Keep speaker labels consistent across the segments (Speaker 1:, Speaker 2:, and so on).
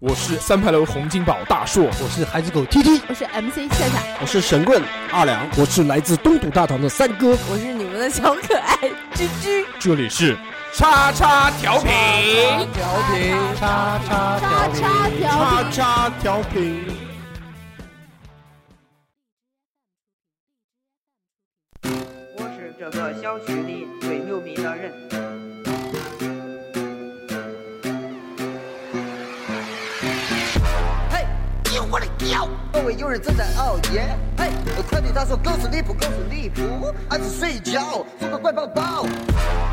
Speaker 1: 我是三牌楼洪金宝大硕，
Speaker 2: 我是孩子狗 T T，
Speaker 3: 我是 MC 夏夏，
Speaker 2: 我是神棍二两，我是来自东土大唐的三哥。
Speaker 3: 我是你们的小可 爱居居，
Speaker 1: 这里是叉叉调频。
Speaker 2: 调频，叉叉
Speaker 3: 叉叉调皮。
Speaker 2: 叉调频。
Speaker 4: 我是这个小区里最牛逼的人。
Speaker 5: 嘿，丢我的屌！周围有人正在熬夜，嘿，快对他说狗是离谱，狗是离谱，俺是睡觉，做个乖宝宝，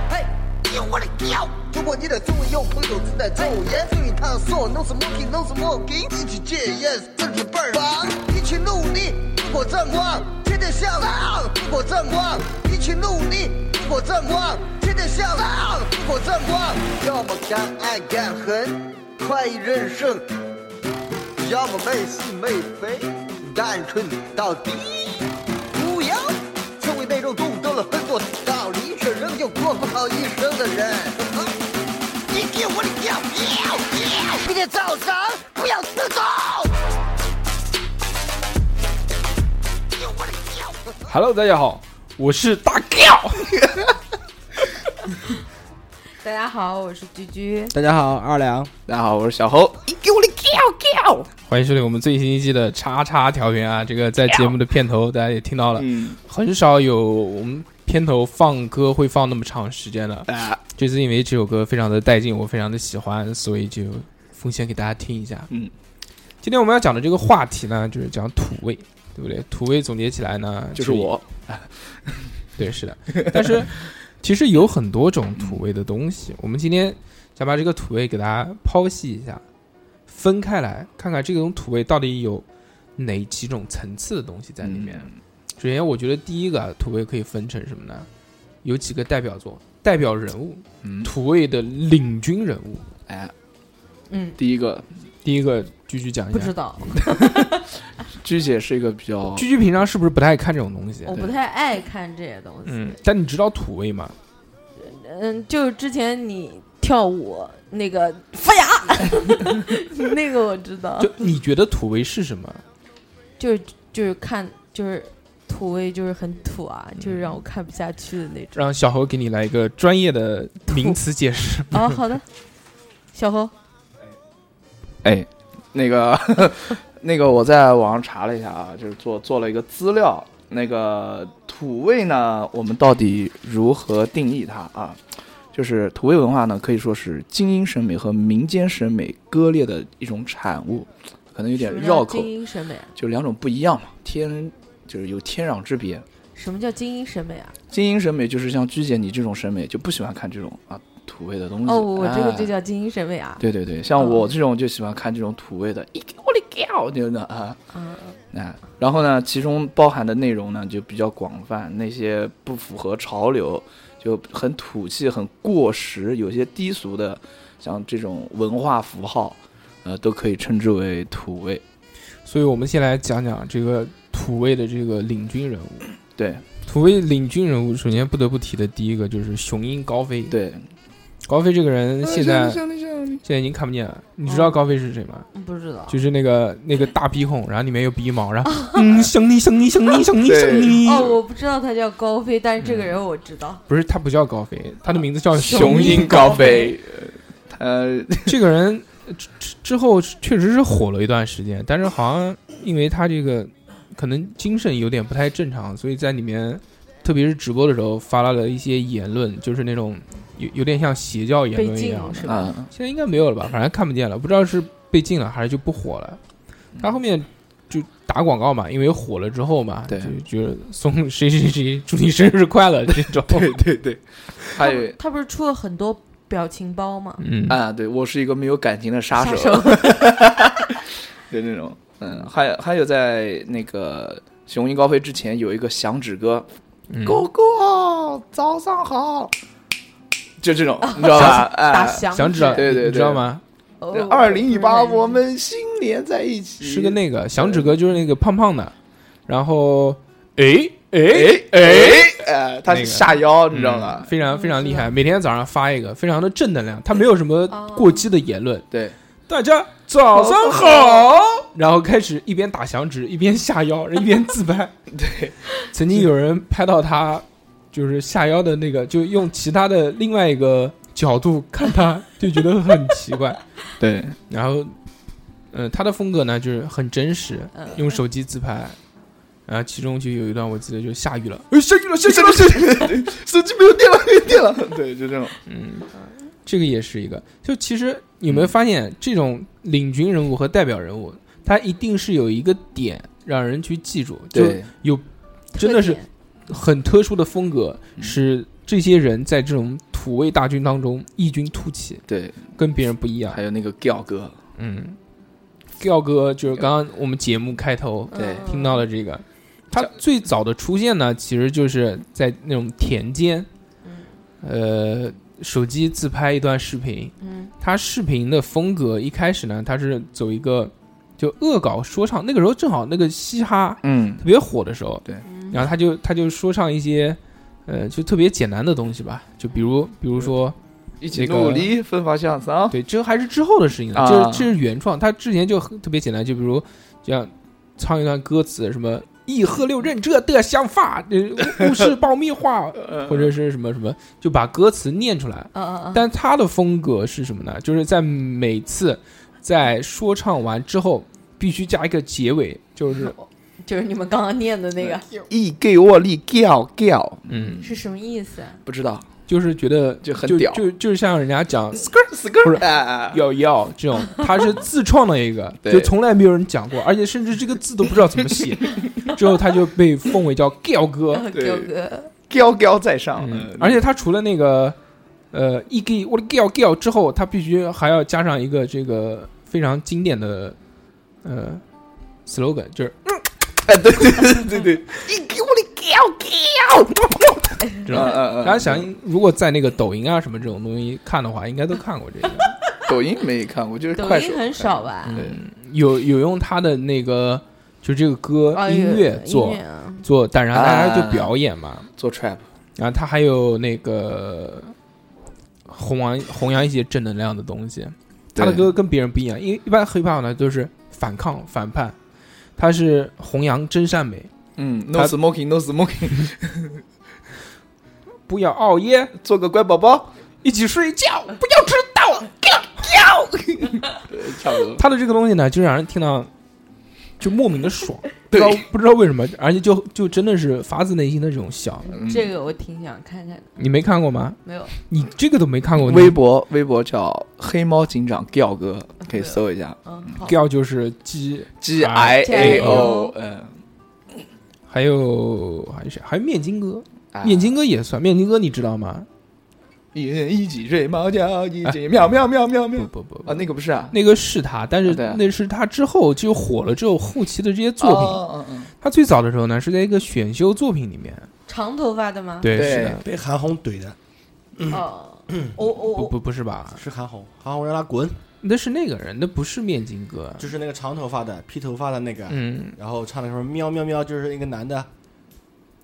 Speaker 5: 嘿，丢我的屌！如果你的周围有朋友正在抽烟，所以他说 no smoking no smoking，一起戒烟，身体倍儿棒，一起努力，一果正旺，天天向上，一果正旺，一起努力，一果正旺，天天向上，一果正旺，要么敢爱敢恨，快意人生。要么没是没非，单纯到底。不要成为那种懂得了很多道理，却仍旧过不好一生的人。啊你给我的屌！要要！明天早上不要迟到。给我的屌！
Speaker 1: Hello，大家好，我是大吊。
Speaker 3: 大家好，我是居居，
Speaker 2: 大家好，二两。
Speaker 6: 大家好，我是小侯。
Speaker 1: 欢迎收听我们最新一季的叉叉调频啊！这个在节目的片头大家也听到了，
Speaker 6: 嗯，
Speaker 1: 很少有我们片头放歌会放那么长时间的。
Speaker 6: 啊，
Speaker 1: 这次因为这首歌非常的带劲，我非常的喜欢，所以就奉献给大家听一下。
Speaker 6: 嗯，
Speaker 1: 今天我们要讲的这个话题呢，就是讲土味，对不对？土味总结起来呢，
Speaker 6: 就是我。
Speaker 1: 对，是的。但是其实有很多种土味的东西，我们今天想把这个土味给大家剖析一下，分开来看看这种土味到底有哪几种层次的东西在里面。
Speaker 6: 嗯
Speaker 1: 首先，我觉得第一个啊土味可以分成什么呢？有几个代表作、代表人物，
Speaker 6: 嗯
Speaker 1: 土味的领军人物。
Speaker 6: 哎，
Speaker 3: 嗯，
Speaker 6: 第一个，
Speaker 1: 第一个，居居讲一
Speaker 3: 不知
Speaker 1: 下。
Speaker 3: 道，
Speaker 6: 鞠姐是一个比较
Speaker 1: 居居平常是不是不太看这种东西
Speaker 3: 我？不太爱看这些东
Speaker 1: 嗯
Speaker 3: 西，，
Speaker 1: 但你知道土味吗？
Speaker 3: 嗯，就之前你跳舞那个发芽， 那个我知道，
Speaker 1: 就你觉得土味是什么？
Speaker 3: 就是就是看就是土味就是很土啊，就是
Speaker 6: 嗯
Speaker 3: 让我看不下去的那种。
Speaker 1: 让小侯给你来一个专业的名词解 释。
Speaker 3: 哦，好的，小侯，
Speaker 6: 哎，那个 那个，我在网上查了一下啊，就是做做了一个资料。那个土味呢，我们到底如何定义它啊？就是土味文化呢，可以说是精英审美和民间审美割裂的一种产物，可能有点
Speaker 3: 什么叫
Speaker 6: 绕口
Speaker 3: 精，英审美啊，
Speaker 6: 就两种不一样嘛，天就是有天壤之别。
Speaker 3: 什么叫精英审美啊？
Speaker 6: 精英审美就是像鞠姐你这种审美就不喜欢看这种啊土味的东西。
Speaker 3: 哦，我这个
Speaker 6: 哎
Speaker 3: 就叫精英审美啊。
Speaker 6: 对对对，像我
Speaker 3: 哦
Speaker 6: 这种就喜欢看这种土味的，一给我的屌，就是那啊
Speaker 3: 嗯，
Speaker 6: 啊。然后呢，其中包含的内容呢就比较广泛，那些不符合潮流，就很土气、很过时，有些低俗的，像这种文化符号，呃，都可以称之为土味。
Speaker 1: 所以我们先来讲讲这个土味的这个领军人物。
Speaker 6: 对
Speaker 1: 土味领军人物，首先不得不提的第一个就是雄鹰高飞。，
Speaker 6: 对，
Speaker 1: 高飞这个人现
Speaker 3: 啊
Speaker 1: 在现在已经看不见了。你知
Speaker 3: 哦
Speaker 1: 道高飞是谁吗？
Speaker 3: 嗯不知道。哦
Speaker 1: 就是那个那个大鼻孔，然后里面有鼻毛，然后嗯，想你想你想你想你
Speaker 6: 对
Speaker 1: 想你。
Speaker 3: 哦，我不知道他叫高飞，但是
Speaker 6: 嗯
Speaker 3: 这个人我知道。
Speaker 1: 不是，他不叫高飞，他的名字叫
Speaker 6: 雄
Speaker 1: 鹰
Speaker 6: 鹰高。飞，呃，
Speaker 1: 这个人呃之之之后确实是火了一段时间，但是好像因为他这个可能精神有点不太正常，所以在里面，特别是直播的时候发了了一些言论，就是那种有有点像邪教言论一样
Speaker 3: 被禁
Speaker 1: 的
Speaker 3: 是。吧
Speaker 6: 嗯，
Speaker 1: 现在应该没有了吧？反正看不见了，不知道是被禁了还是就不火了。他后面就打广告嘛，因为火了之后嘛，
Speaker 6: 对
Speaker 1: 就就是送谁谁谁祝你生日快乐这种。
Speaker 6: 对对 对，还有
Speaker 3: 他不是出了很多表情包吗？
Speaker 1: 嗯，
Speaker 6: 啊，对我是一个没有感情的杀手， 对那种，嗯，还有还有在那个雄鹰高飞之前有一个响指歌，
Speaker 1: 嗯
Speaker 6: 狗狗早上好，就这种，你知道吧？
Speaker 3: 打
Speaker 6: 哎，
Speaker 3: 响
Speaker 1: 呃想知
Speaker 3: 指哦
Speaker 1: 道，
Speaker 6: 对对对
Speaker 1: 你知道吗？
Speaker 6: 二零一八我们心连在一起，
Speaker 1: 是个那个响指哥，就是那个胖胖的，然后
Speaker 6: 哎哎哎哎，他是下腰，你知道
Speaker 1: 嗯
Speaker 6: 吗？
Speaker 1: 非常非常厉
Speaker 3: 我知
Speaker 1: 害，每天早上发一个，非常的正能量，他没有什么
Speaker 3: 哦
Speaker 1: 过激的言论。
Speaker 6: 对，
Speaker 1: 大家早上好，然后开始一边打响指一边下腰，一边自拍。
Speaker 6: 对，
Speaker 1: 曾经有人拍到他就是下腰的那个，就用其他的另外一个角度看他，就觉得很奇怪。
Speaker 6: 对，
Speaker 1: 然后，呃，他的风格呢就是很真实，
Speaker 3: 嗯
Speaker 1: 用手机自拍。然后其中就有一段我记得就下雨了，哎，下雨了，下雨了，
Speaker 6: 是手机没有电了，没有电了，对，就这种，
Speaker 1: 嗯，这个也是一个。就其实有没有发现，这种领军人物和代表人物，他一定是有一个点让人去记住，就
Speaker 6: 对
Speaker 1: 真的是
Speaker 3: 特点
Speaker 1: 很特殊的风格，
Speaker 6: 嗯
Speaker 1: 使这些人在这种土味大军当中异军突起，
Speaker 6: 对，
Speaker 1: 跟别人不一样
Speaker 6: 还。有那个 giao 哥，
Speaker 1: 嗯，吊哥就是刚刚我们节目开头
Speaker 6: 对
Speaker 3: 嗯
Speaker 1: 听到了这个，他最早的出现呢，其实就是在那种田间，呃，手机自拍一段视频，
Speaker 3: 嗯
Speaker 1: 他视频的风格一开始呢，他是走一个就恶搞说唱，那个时候正好那个嘻哈
Speaker 6: 嗯
Speaker 1: 特别火的时候，
Speaker 3: 嗯
Speaker 1: 然后他就他就说唱一些，呃，就特别简单的东西吧，就比如比如说，
Speaker 6: 一起努力，奋发向上，
Speaker 1: 对，这还是之后的事情了，
Speaker 6: 哦啊
Speaker 1: 这是这是原创，他之前就很特别简单，就比如这样唱一段歌词，什么“一喝六认这的想法”，呃，不是爆米 花，或者是什么什么，就把歌词念出来。
Speaker 3: 嗯嗯嗯，
Speaker 1: 但他的风格是什么呢？就是在每次在说唱完之后，必须加一个结尾， 就是
Speaker 3: 就是你们刚刚念的那个
Speaker 6: 一哎给我力 giao giao，
Speaker 1: 嗯，
Speaker 3: 是什么意思啊？
Speaker 6: 不知道
Speaker 1: 就是觉得
Speaker 6: 就很
Speaker 1: 就
Speaker 6: 屌
Speaker 1: 就就像人家 讲
Speaker 6: ，skirt
Speaker 1: 不是
Speaker 6: skirt，哎
Speaker 1: 要要这种，他是自创的一个，
Speaker 6: 对
Speaker 1: 就从来没有人讲过，而且甚至这个字都不知道怎么 写。之后他就被奉为叫 g a 哥，
Speaker 3: 呃
Speaker 6: 对
Speaker 3: 彪哥，
Speaker 6: giao giao 在上，
Speaker 1: 嗯
Speaker 6: 嗯，
Speaker 1: 而且他除了那个呃 e g 我的 g a g a 之后，他必须还要加上一个这个非常经典的呃 slogan，就是
Speaker 6: 哎， 对对对对对，一给我力 giao giao，
Speaker 1: 这种。
Speaker 6: 嗯
Speaker 1: 大家想，如果在那个抖音啊什么这种东西看的话，应该都看过这个。
Speaker 6: 抖音没看过，就是
Speaker 3: 抖
Speaker 6: 快手
Speaker 3: 音很少吧？
Speaker 1: 嗯，有有用他的那个就这个歌
Speaker 3: 哦
Speaker 1: 音
Speaker 3: 有
Speaker 1: 乐做
Speaker 3: 音乐啊
Speaker 1: 做，但然后大家就
Speaker 6: 啊
Speaker 1: 表演嘛。
Speaker 6: 做 trap，
Speaker 1: 然后他还有那个弘扬弘扬一些正能量的东西。他的
Speaker 6: 对
Speaker 1: 歌跟别人不一样，因为一般 hiphop 呢都是反抗反叛，他是弘扬真善美，
Speaker 6: 嗯，no
Speaker 1: 他
Speaker 6: smoking，no smoking，
Speaker 1: 不要熬夜，
Speaker 6: 做个乖宝宝，
Speaker 1: 一起睡觉，不要迟到。
Speaker 6: 差不多，
Speaker 1: 他的这个东西呢，就让人听到就莫名的爽，不知
Speaker 6: 对
Speaker 1: 道不知道为什么，而且就就真的是发自内心的这种笑。
Speaker 6: 嗯
Speaker 3: 这个我挺想看看的，
Speaker 1: 你没看过吗？
Speaker 3: 没有，
Speaker 1: 你这个都没看过？
Speaker 6: 微博微博叫黑猫警长 giao 哥，可以搜一下
Speaker 3: 嗯，好，
Speaker 1: 调就是鸡，
Speaker 6: G I A O，
Speaker 3: GIAO
Speaker 6: 嗯，
Speaker 1: 还有还有谁？还有面筋哥，
Speaker 6: 啊
Speaker 1: 面筋哥也算。面筋哥你知道吗？
Speaker 6: 一人一己睡猫觉，一只喵喵喵喵喵
Speaker 1: 不不不
Speaker 6: 啊，那个不是啊，
Speaker 1: 那个是他，但是
Speaker 6: 啊对啊
Speaker 1: 那是他之后就火了之后后期的这些作品。
Speaker 6: 哦，嗯嗯
Speaker 1: 他最早的时候呢，是在一个选秀作品里面，
Speaker 3: 长头发的吗？
Speaker 1: 啊对，
Speaker 6: 对
Speaker 1: 是的，
Speaker 2: 被韩红怼的，
Speaker 3: 哦，我我
Speaker 1: 不
Speaker 3: 我
Speaker 1: 不不是吧？
Speaker 2: 是韩红，韩红让他滚，
Speaker 1: 那是那个人，那不是面筋哥。
Speaker 2: 就是那个长头发的、披头发的那个，
Speaker 1: 嗯，
Speaker 2: 然后唱的什么喵喵喵，就是那个男的，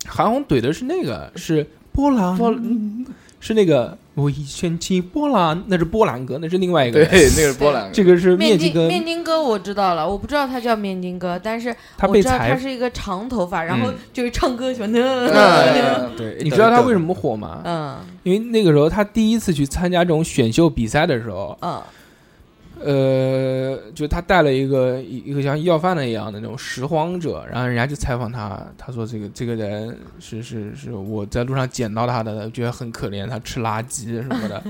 Speaker 1: 韩红怼的是那个，是波兰，是那个我一掀起波兰，那是波兰哥，那是另外一个
Speaker 6: 对，
Speaker 1: 人。
Speaker 6: 那个是波兰，
Speaker 1: 这个是面筋
Speaker 3: 面筋
Speaker 1: 哥，
Speaker 3: 面筋哥我知道了，我不知道他叫面筋哥，但是
Speaker 1: 他
Speaker 3: 我
Speaker 1: 被
Speaker 3: 知道他
Speaker 1: 裁。
Speaker 3: 是一个长头发，然后
Speaker 1: 嗯
Speaker 3: 就是唱歌喜欢
Speaker 6: 嗯
Speaker 2: 对，
Speaker 1: 你知道他为什
Speaker 2: 么？
Speaker 1: 么火吗？
Speaker 3: 嗯
Speaker 1: 因为那个时候他第一次去参加这种选秀比赛的时候，
Speaker 3: 嗯
Speaker 1: 呃，就他带了一个一一个像要饭的一样的那种拾荒者，然后人家就采访他，他说这个这个人是是是我在路上捡到他的，觉得很可怜，他吃垃圾什么的，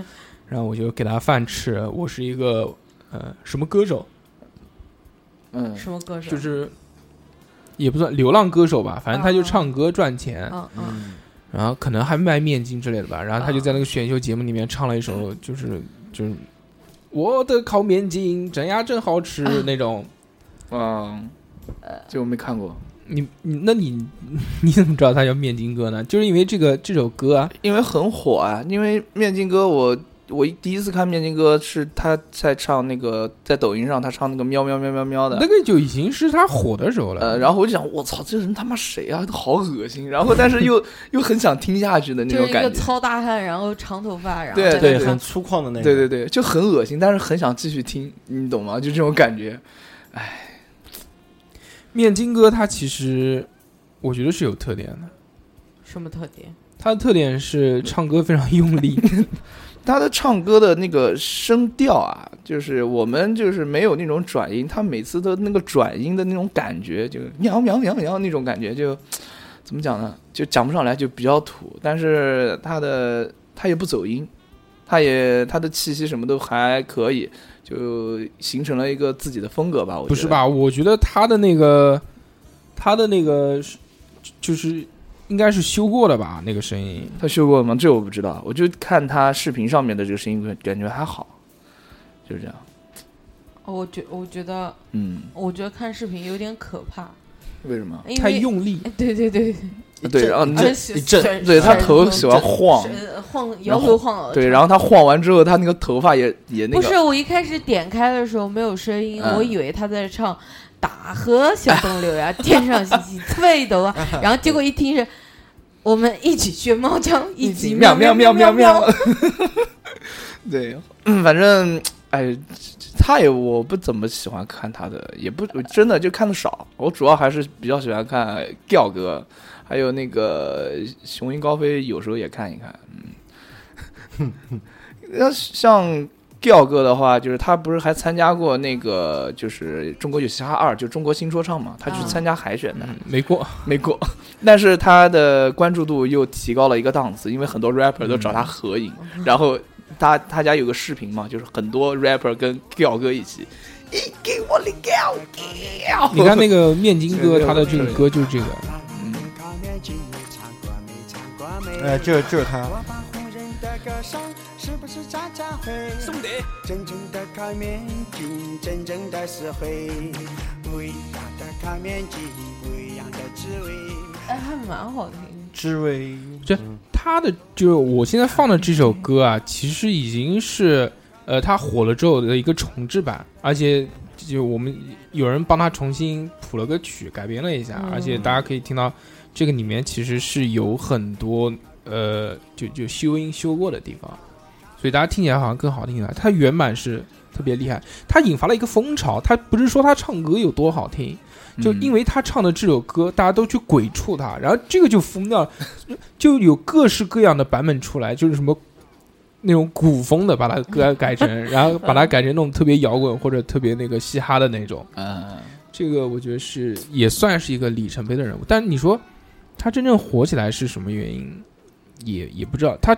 Speaker 1: 然后我就给他饭吃，我是一个呃什么歌手，
Speaker 6: 嗯，
Speaker 3: 什么歌手？
Speaker 1: 就是也不算流浪歌手吧，反正他就唱歌赚钱，
Speaker 3: 嗯嗯
Speaker 2: 嗯，
Speaker 1: 然后可能还卖面筋之类的吧，然后他就在那个选秀节目里面唱了一首，就是就是我的烤面筋整呀真好吃那种。
Speaker 6: 嗯，这个我没看过，
Speaker 1: 你你那你 你怎么知道他叫面筋哥呢？就是因为这个这首歌啊，
Speaker 6: 因为很火啊，因为面筋哥我我一第一次看面筋哥是他在唱那个在抖音上他唱那个喵喵喵喵喵的
Speaker 1: 那，个就已经是他火的时候了。
Speaker 6: 呃，然后我就想我操，这人他妈谁啊，好恶心，然后但是又又很想听下去的嗯那
Speaker 3: 就
Speaker 6: 种
Speaker 3: 是一个
Speaker 6: 感觉，
Speaker 3: 糙大汉，然后长头发，然后
Speaker 6: 对
Speaker 3: 在那
Speaker 6: 对
Speaker 7: 对，
Speaker 3: 唱
Speaker 7: 很粗犷的那种。
Speaker 6: 对对对，就很恶心，但是很想继续听，你懂吗？就这种感觉，
Speaker 1: 面筋哥他其实我觉得是有特点的，
Speaker 3: 什么特点？
Speaker 1: 他的特点是唱歌非常用力，
Speaker 6: 他的唱歌的那个声调啊，就是我们就是没有那种转音，他每次的那个转音的那种感觉，就喵喵喵喵那种感觉就，怎么讲呢？就讲不上来，就比较土。但是他的他也不走音，他也他的气息什么都还可以，就形成了一个自己的风格吧。我觉得
Speaker 1: 不是？吧？我觉得他的那个他的那个是就是应该是修过的吧，那个声音。
Speaker 6: 他修过吗？这我不知道，我就看他视频上面的这个声音，感感觉还好，就是这样。
Speaker 3: 哦我觉我觉得
Speaker 6: 嗯，
Speaker 3: 我觉得看视频有点可怕，
Speaker 6: 为什么？
Speaker 3: 因为
Speaker 1: 太用力，
Speaker 3: 哎对对对，
Speaker 7: 一
Speaker 6: 对
Speaker 7: 震
Speaker 6: 然后你
Speaker 7: 一震
Speaker 3: 这
Speaker 7: 一震，
Speaker 3: 这
Speaker 6: 对他
Speaker 3: 是
Speaker 6: 头
Speaker 3: 是
Speaker 6: 喜欢晃，
Speaker 3: 是呃晃
Speaker 6: 然
Speaker 3: 摇
Speaker 6: 后
Speaker 3: 头晃脑的
Speaker 6: 对，
Speaker 3: 唱
Speaker 6: 然后他晃完之后，他那个头发也也那
Speaker 3: 呃不是
Speaker 6: 个，
Speaker 3: 我一开始点开的时候没有声音，
Speaker 6: 嗯
Speaker 3: 我以为他在唱“打河小东流呀，天上星星翠斗啊”，然后结果一听是。我们一起学猫叫，一起
Speaker 6: 喵
Speaker 3: 喵
Speaker 6: 喵
Speaker 3: 喵
Speaker 6: 喵喵。 对，嗯反正哎，他也我不怎么喜欢看他的，也不我真的就看的少。我主要还是比较喜欢看调哥，还有那个雄鹰高飞，有时候也看一看。 嗯，那像。调哥的话，就是他不是还参加过那个，就是《中国有嘻哈二》，就中国新说唱嘛，他去
Speaker 3: 啊
Speaker 6: 参加海选的。
Speaker 1: 嗯，没过。
Speaker 6: 没过，但是他的关注度又提高了一个档次，因为很多 rapper 都找他合影，然后他他家有个视频嘛，就是很多 rapper 跟 Giao 哥一起，你给我的 Giao
Speaker 3: 哦
Speaker 6: Giao，
Speaker 1: 你看那个面筋
Speaker 6: 这
Speaker 1: 哥，
Speaker 6: 个
Speaker 1: 他的这个歌就是这个，
Speaker 7: 哎，这就是他，
Speaker 8: 兄弟，真正的开面筋，真正的实惠，不一样的开面筋，不一样的滋味。
Speaker 3: 哎，还蛮好听。
Speaker 7: 知微嗯
Speaker 1: 这他的就是我现在放的这首歌啊，其实已经是呃他火了之后的一个重制版，而且就我们有人帮他重新谱了个曲，改编了一下，
Speaker 3: 嗯
Speaker 1: 而且大家可以听到这个里面其实是有很多呃就就修音修过的地方，所以大家听起来好像更好听了。他原版是特别厉害，他引发了一个风潮。他不是说他唱歌有多好听，
Speaker 6: 嗯
Speaker 1: 就因为他唱的这首歌，大家都去鬼畜他，然后这个就疯掉了， 就有各式各样的版本出来，就是什么那种古风的，把它改改成，然后把它改成那种特别摇滚或者特别那个嘻哈的那种。
Speaker 6: 嗯，
Speaker 1: 这个我觉得是也算是一个里程碑的人物，但你说他真正火起来是什么原因，也也不知道。他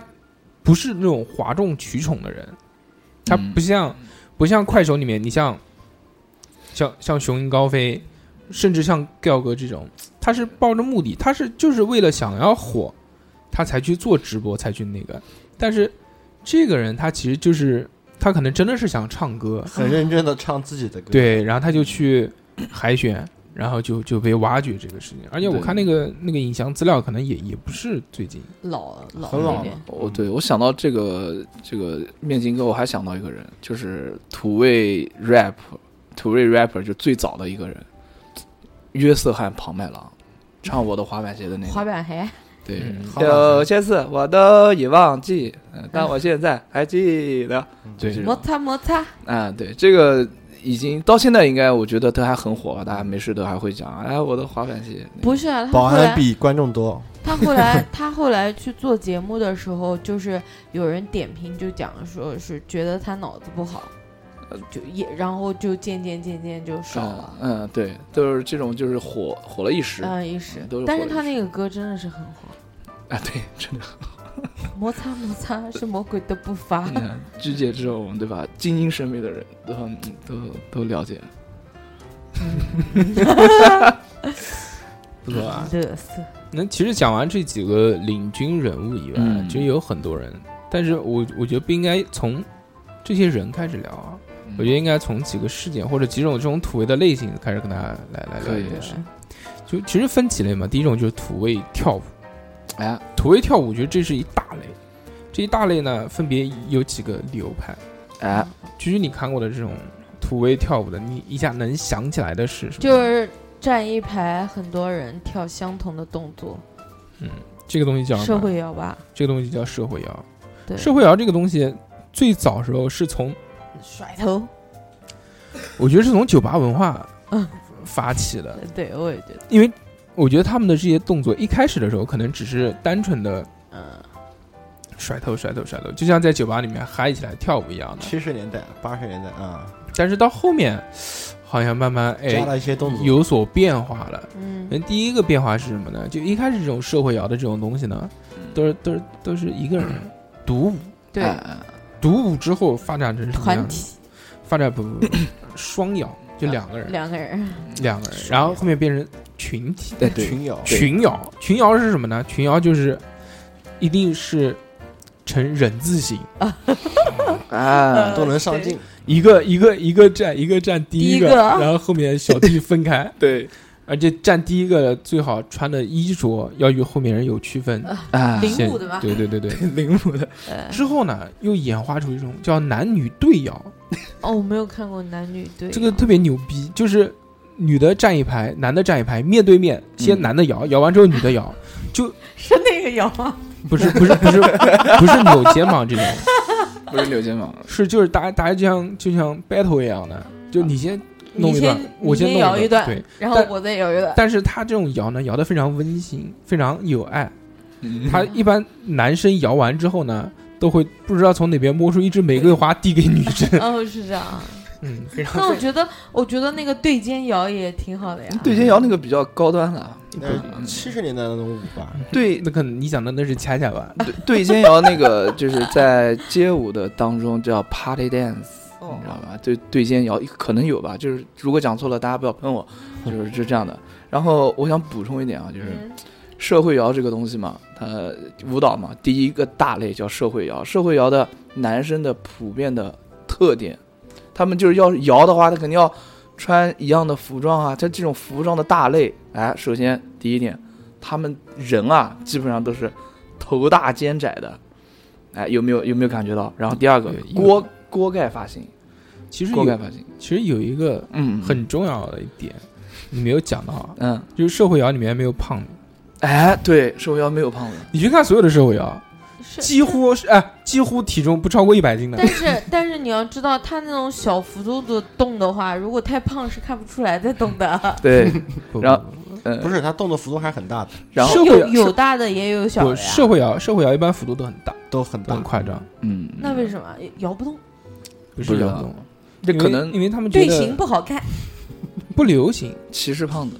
Speaker 1: 不是那种哗众取宠的人，他
Speaker 6: 嗯
Speaker 1: 不像、不像快手里面，你像像像雄鹰高飞，甚至像调哥这种，他是抱着目的，他是就是为了想要火，他才去做直播，才去那个。但是这个人他其实就是他可能真的是想唱歌，
Speaker 7: 很认真的唱自己的歌，，
Speaker 1: 对，然后他就去海选，然后就就被挖掘这个事情。而且我
Speaker 6: 对
Speaker 1: 看那个那个影像资料，可能也也不是最近，
Speaker 3: 老老
Speaker 7: 很老
Speaker 3: 一
Speaker 7: 了
Speaker 3: 点，
Speaker 6: 我对我想到这个这个面筋哥，我还想到一个人，就是土味 rap 土味 rapper 就最早的一个人，约瑟翰庞麦郎，唱我的滑板鞋的那个
Speaker 3: 滑，板鞋，
Speaker 6: 对，
Speaker 1: 嗯
Speaker 7: 好
Speaker 6: 有些事我都已忘记，嗯但我现在还记得。
Speaker 1: 对
Speaker 6: 就是
Speaker 3: 摩擦摩擦，
Speaker 6: 啊，对，这个已经到现在应该我觉得都还很火吧，啊大家没事都还会讲，哎，我的滑板鞋。
Speaker 3: 不是啊，他
Speaker 7: 保
Speaker 3: 后
Speaker 7: 安
Speaker 3: 来
Speaker 7: 比观众多，
Speaker 3: 他后 来他后来去做节目的时候，就是有人点评就讲说是觉得他脑子不好，
Speaker 6: 呃
Speaker 3: 就也然后就渐渐渐渐就少
Speaker 6: 嗯
Speaker 3: 了，
Speaker 6: 嗯，对，都是这种就是火火了一时啊，
Speaker 3: 嗯也是
Speaker 6: 都是，
Speaker 3: 但
Speaker 6: 火
Speaker 3: 是
Speaker 6: 的
Speaker 3: 他
Speaker 6: 一啊
Speaker 3: 那个歌真的是很好，
Speaker 6: 对，真的。
Speaker 3: 摩擦摩擦是魔鬼的步伐，
Speaker 6: 你看鞠姐这种对吧，精英审美的人都很都都了解。
Speaker 1: 不错啊。
Speaker 3: 乐色，
Speaker 1: 那其实讲完这几个领军人物以外，
Speaker 6: 嗯
Speaker 1: 其实有很多人，但是我我觉得不应该从这些人开始聊啊，
Speaker 6: 嗯
Speaker 1: 我觉得应该从几个事件或者几种这种土味的类型开始跟大家来来聊
Speaker 6: 可以啊
Speaker 1: 一
Speaker 6: 对
Speaker 1: 聊。
Speaker 3: 嗯
Speaker 1: 就其实分几类嘛，第一种就是土味跳舞，
Speaker 6: 哎呀，
Speaker 1: 土味跳舞，我觉得这是一大类。这一大类呢，分别有几个流派。
Speaker 6: 哎，
Speaker 1: 其实你看过的这种土味跳舞的，你一下能想起来的是什么？
Speaker 3: 就是站一排，很多人跳相同的动作，
Speaker 1: 这个东西叫什
Speaker 3: 社
Speaker 1: 么？
Speaker 3: 会摇吧，
Speaker 1: 这个东西叫社会摇。
Speaker 3: 对，
Speaker 1: 社会摇啊这个东西，最早时候是从
Speaker 3: 甩头，
Speaker 1: 我觉得是从酒吧文化
Speaker 3: 嗯
Speaker 1: 发起的，
Speaker 3: 对我也觉得，
Speaker 1: 因为我觉得他们的这些动作一开始的时候可能只是单纯的
Speaker 3: 嗯，
Speaker 1: 甩头甩头甩头，就像在酒吧里面嗨起来跳舞一样的。
Speaker 7: 七十年代、八十年代啊，
Speaker 1: 但是到后面，好像慢慢
Speaker 7: 加
Speaker 1: 哎
Speaker 7: 了一些动作，
Speaker 1: 有所变化了。那
Speaker 6: 哎
Speaker 3: 嗯，
Speaker 1: 第一个变化是什么呢？就一开始这种社会摇的这种东西呢，都是都是都是一个人独舞，
Speaker 3: 嗯对，
Speaker 6: 哎
Speaker 1: 独舞之后发展成什么样子？
Speaker 3: 团体
Speaker 1: 发展不 不不双摇，就两个人
Speaker 3: 啊两个人，
Speaker 1: 两个人，然后后面变成群体
Speaker 6: 对对，
Speaker 7: 群摇，
Speaker 1: 群摇，群摇是什么呢？群摇就是一定是成人字形，
Speaker 3: 呃
Speaker 6: 哎，，
Speaker 7: 都能上镜，
Speaker 1: 一个一个一个站，一个站第一个，
Speaker 3: 第一个
Speaker 1: 然后后面小弟分开
Speaker 6: 对，
Speaker 1: 而且站第一个的最好穿的衣着要与后面人有区分，
Speaker 6: 哎，
Speaker 3: 领
Speaker 1: 显
Speaker 3: 舞的吧
Speaker 1: 对对对对。
Speaker 6: 领舞的，
Speaker 3: 呃，
Speaker 1: 之后呢，又演化出一种叫男女对摇，
Speaker 3: 哦，我没有看过男女对，
Speaker 1: 这个特别牛逼，就是女的站一排，男的站一排，面对面，先
Speaker 6: 嗯
Speaker 1: 男的摇，摇完之后女的 摇，
Speaker 3: 是那个摇吗？
Speaker 1: 不是不是不是不是扭肩膀这种，
Speaker 6: 不是柳肩膀，
Speaker 1: 是就是大家大家就像就像 battle 一样的，就你先 弄
Speaker 3: 你
Speaker 1: 一段
Speaker 3: 先，
Speaker 1: 我
Speaker 3: 你先
Speaker 1: 弄
Speaker 3: 摇一段
Speaker 1: 对。
Speaker 3: 然后
Speaker 1: 但
Speaker 3: 我再摇一段，。
Speaker 1: 但是他这种摇呢，摇得非常温馨，非常有爱。他一般男生摇完之后呢，都会不知道从哪边摸出一支玫瑰花递给女生
Speaker 3: 哦，是这 样。
Speaker 1: 嗯，非常
Speaker 3: 那我觉得，我觉得那个对尖摇也挺好的呀。
Speaker 6: 对肩摇那个比较高端了，
Speaker 7: 那呃七十年代那种舞吧，
Speaker 6: 对
Speaker 1: 那可能你讲的那是恰恰
Speaker 3: 嗯
Speaker 1: 吧？
Speaker 6: 对对肩摇那个就是在街舞的当中叫 party dance。你知道吧？对对肩摇可能有吧，就是如果讲错了，大家不要喷我，就是就这样的。然后我想补充一点啊，就是
Speaker 3: 嗯，
Speaker 6: 社会摇这个东西嘛，它舞蹈嘛，第一个大类叫社会摇。社会摇的男生的普遍的特点，他们就是要摇的话，他肯定要穿一样的服装啊。他这种服装的大类，哎，首先第一点，他们人啊，基本上都是头大肩窄的，哎，有没有有没有感觉到？然后第二个
Speaker 1: 对有
Speaker 6: 锅锅盖发型，
Speaker 1: 其实
Speaker 6: 锅盖
Speaker 1: 有，
Speaker 6: 发型，
Speaker 1: 其实有一个
Speaker 6: 嗯，
Speaker 1: 很重要的一点，你没有讲到啊，
Speaker 6: 嗯，
Speaker 1: 就是社会摇里面没有胖子。
Speaker 6: 哎，对，社会摇没有胖子，
Speaker 1: 你去看所有的社会摇，
Speaker 3: 是
Speaker 1: 几乎是哎，几乎体重不超过一百斤的
Speaker 3: 但。是但是你要知道，他那种小幅度的动的话，如果太胖是看不出来在动的。
Speaker 6: 对，
Speaker 1: 不
Speaker 6: 然后
Speaker 1: 不
Speaker 6: 嗯，
Speaker 7: 不是，他动作幅度还很大的，
Speaker 6: 然 后
Speaker 1: 社会
Speaker 3: 有有大的也有小
Speaker 1: 不
Speaker 3: 的
Speaker 1: 社
Speaker 3: 呀。
Speaker 1: 会摇，社会摇一般幅度都很大，
Speaker 7: 都很
Speaker 1: 都
Speaker 7: 大
Speaker 1: 很，夸张，
Speaker 6: 嗯，
Speaker 3: 那为什么摇不动？
Speaker 1: 不
Speaker 6: 不
Speaker 1: 是
Speaker 6: 知
Speaker 1: 摇
Speaker 6: 道
Speaker 1: 不动。
Speaker 6: 这
Speaker 1: 因
Speaker 6: 可
Speaker 1: 为
Speaker 6: 能
Speaker 1: 因为他们觉
Speaker 3: 队形
Speaker 1: 得
Speaker 3: 不好看。
Speaker 1: 不流行，
Speaker 6: 歧视胖子。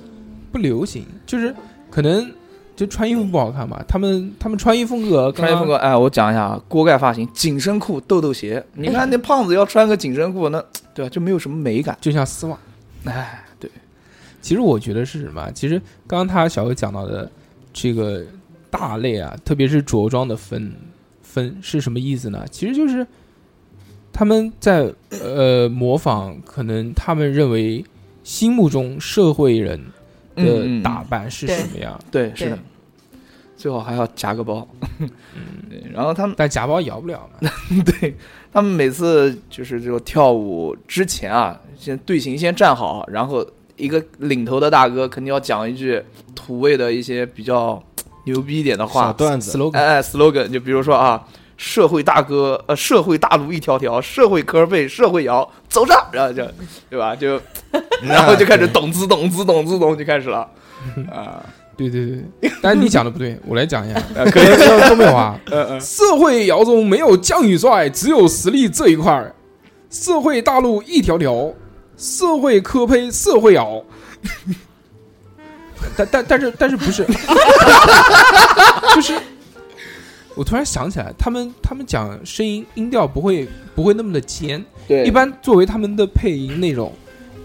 Speaker 1: 不流行，就是可能就穿衣服不好看吧。他们他们穿衣风格，
Speaker 6: 穿衣风格，，哎，我讲一下啊，锅盖发型、紧身裤、豆豆鞋。你看那胖子要穿个紧身裤，那对啊吧，就没有什么美感。
Speaker 1: 就像丝袜。
Speaker 6: 哎，对，
Speaker 1: 其实我觉得是什么啊？其实刚刚他小欧讲到的这个大类啊，特别是着装的分分是什么意思呢？其实就是他们在呃模仿，可能他们认为心目中社会人的打扮是什么样。
Speaker 6: 嗯对，是的。最好还要夹个包。 对，然后他们，
Speaker 1: 但夹包摇不了嘛，
Speaker 6: 对他们每次就是这种跳舞之前啊，先队形先站好，啊然后一个领头的大哥肯定要讲一句土味的一些比较牛逼一点的话
Speaker 7: 小，段子，
Speaker 1: slogan
Speaker 6: 哎哎，slogan 就比如说啊，社会大哥，呃，社会大路一条条，社会科贝，社会摇，走着，然后就，对吧？就，然后就开始懂滋懂滋懂滋懂就开始了，啊，
Speaker 1: 对对对，对但是你讲的不对，我来讲一下。
Speaker 6: 啊 可以，嗯
Speaker 1: 东北话， 社会窑中没有将与帅，只有实力这一块儿。社会大路一条条，社会科胚社会窑。 但但但是但是不是， 就是我突然想起来，他们他们讲声音音调不会不会那么的尖，
Speaker 6: 对
Speaker 1: 一般作为他们的配音内容，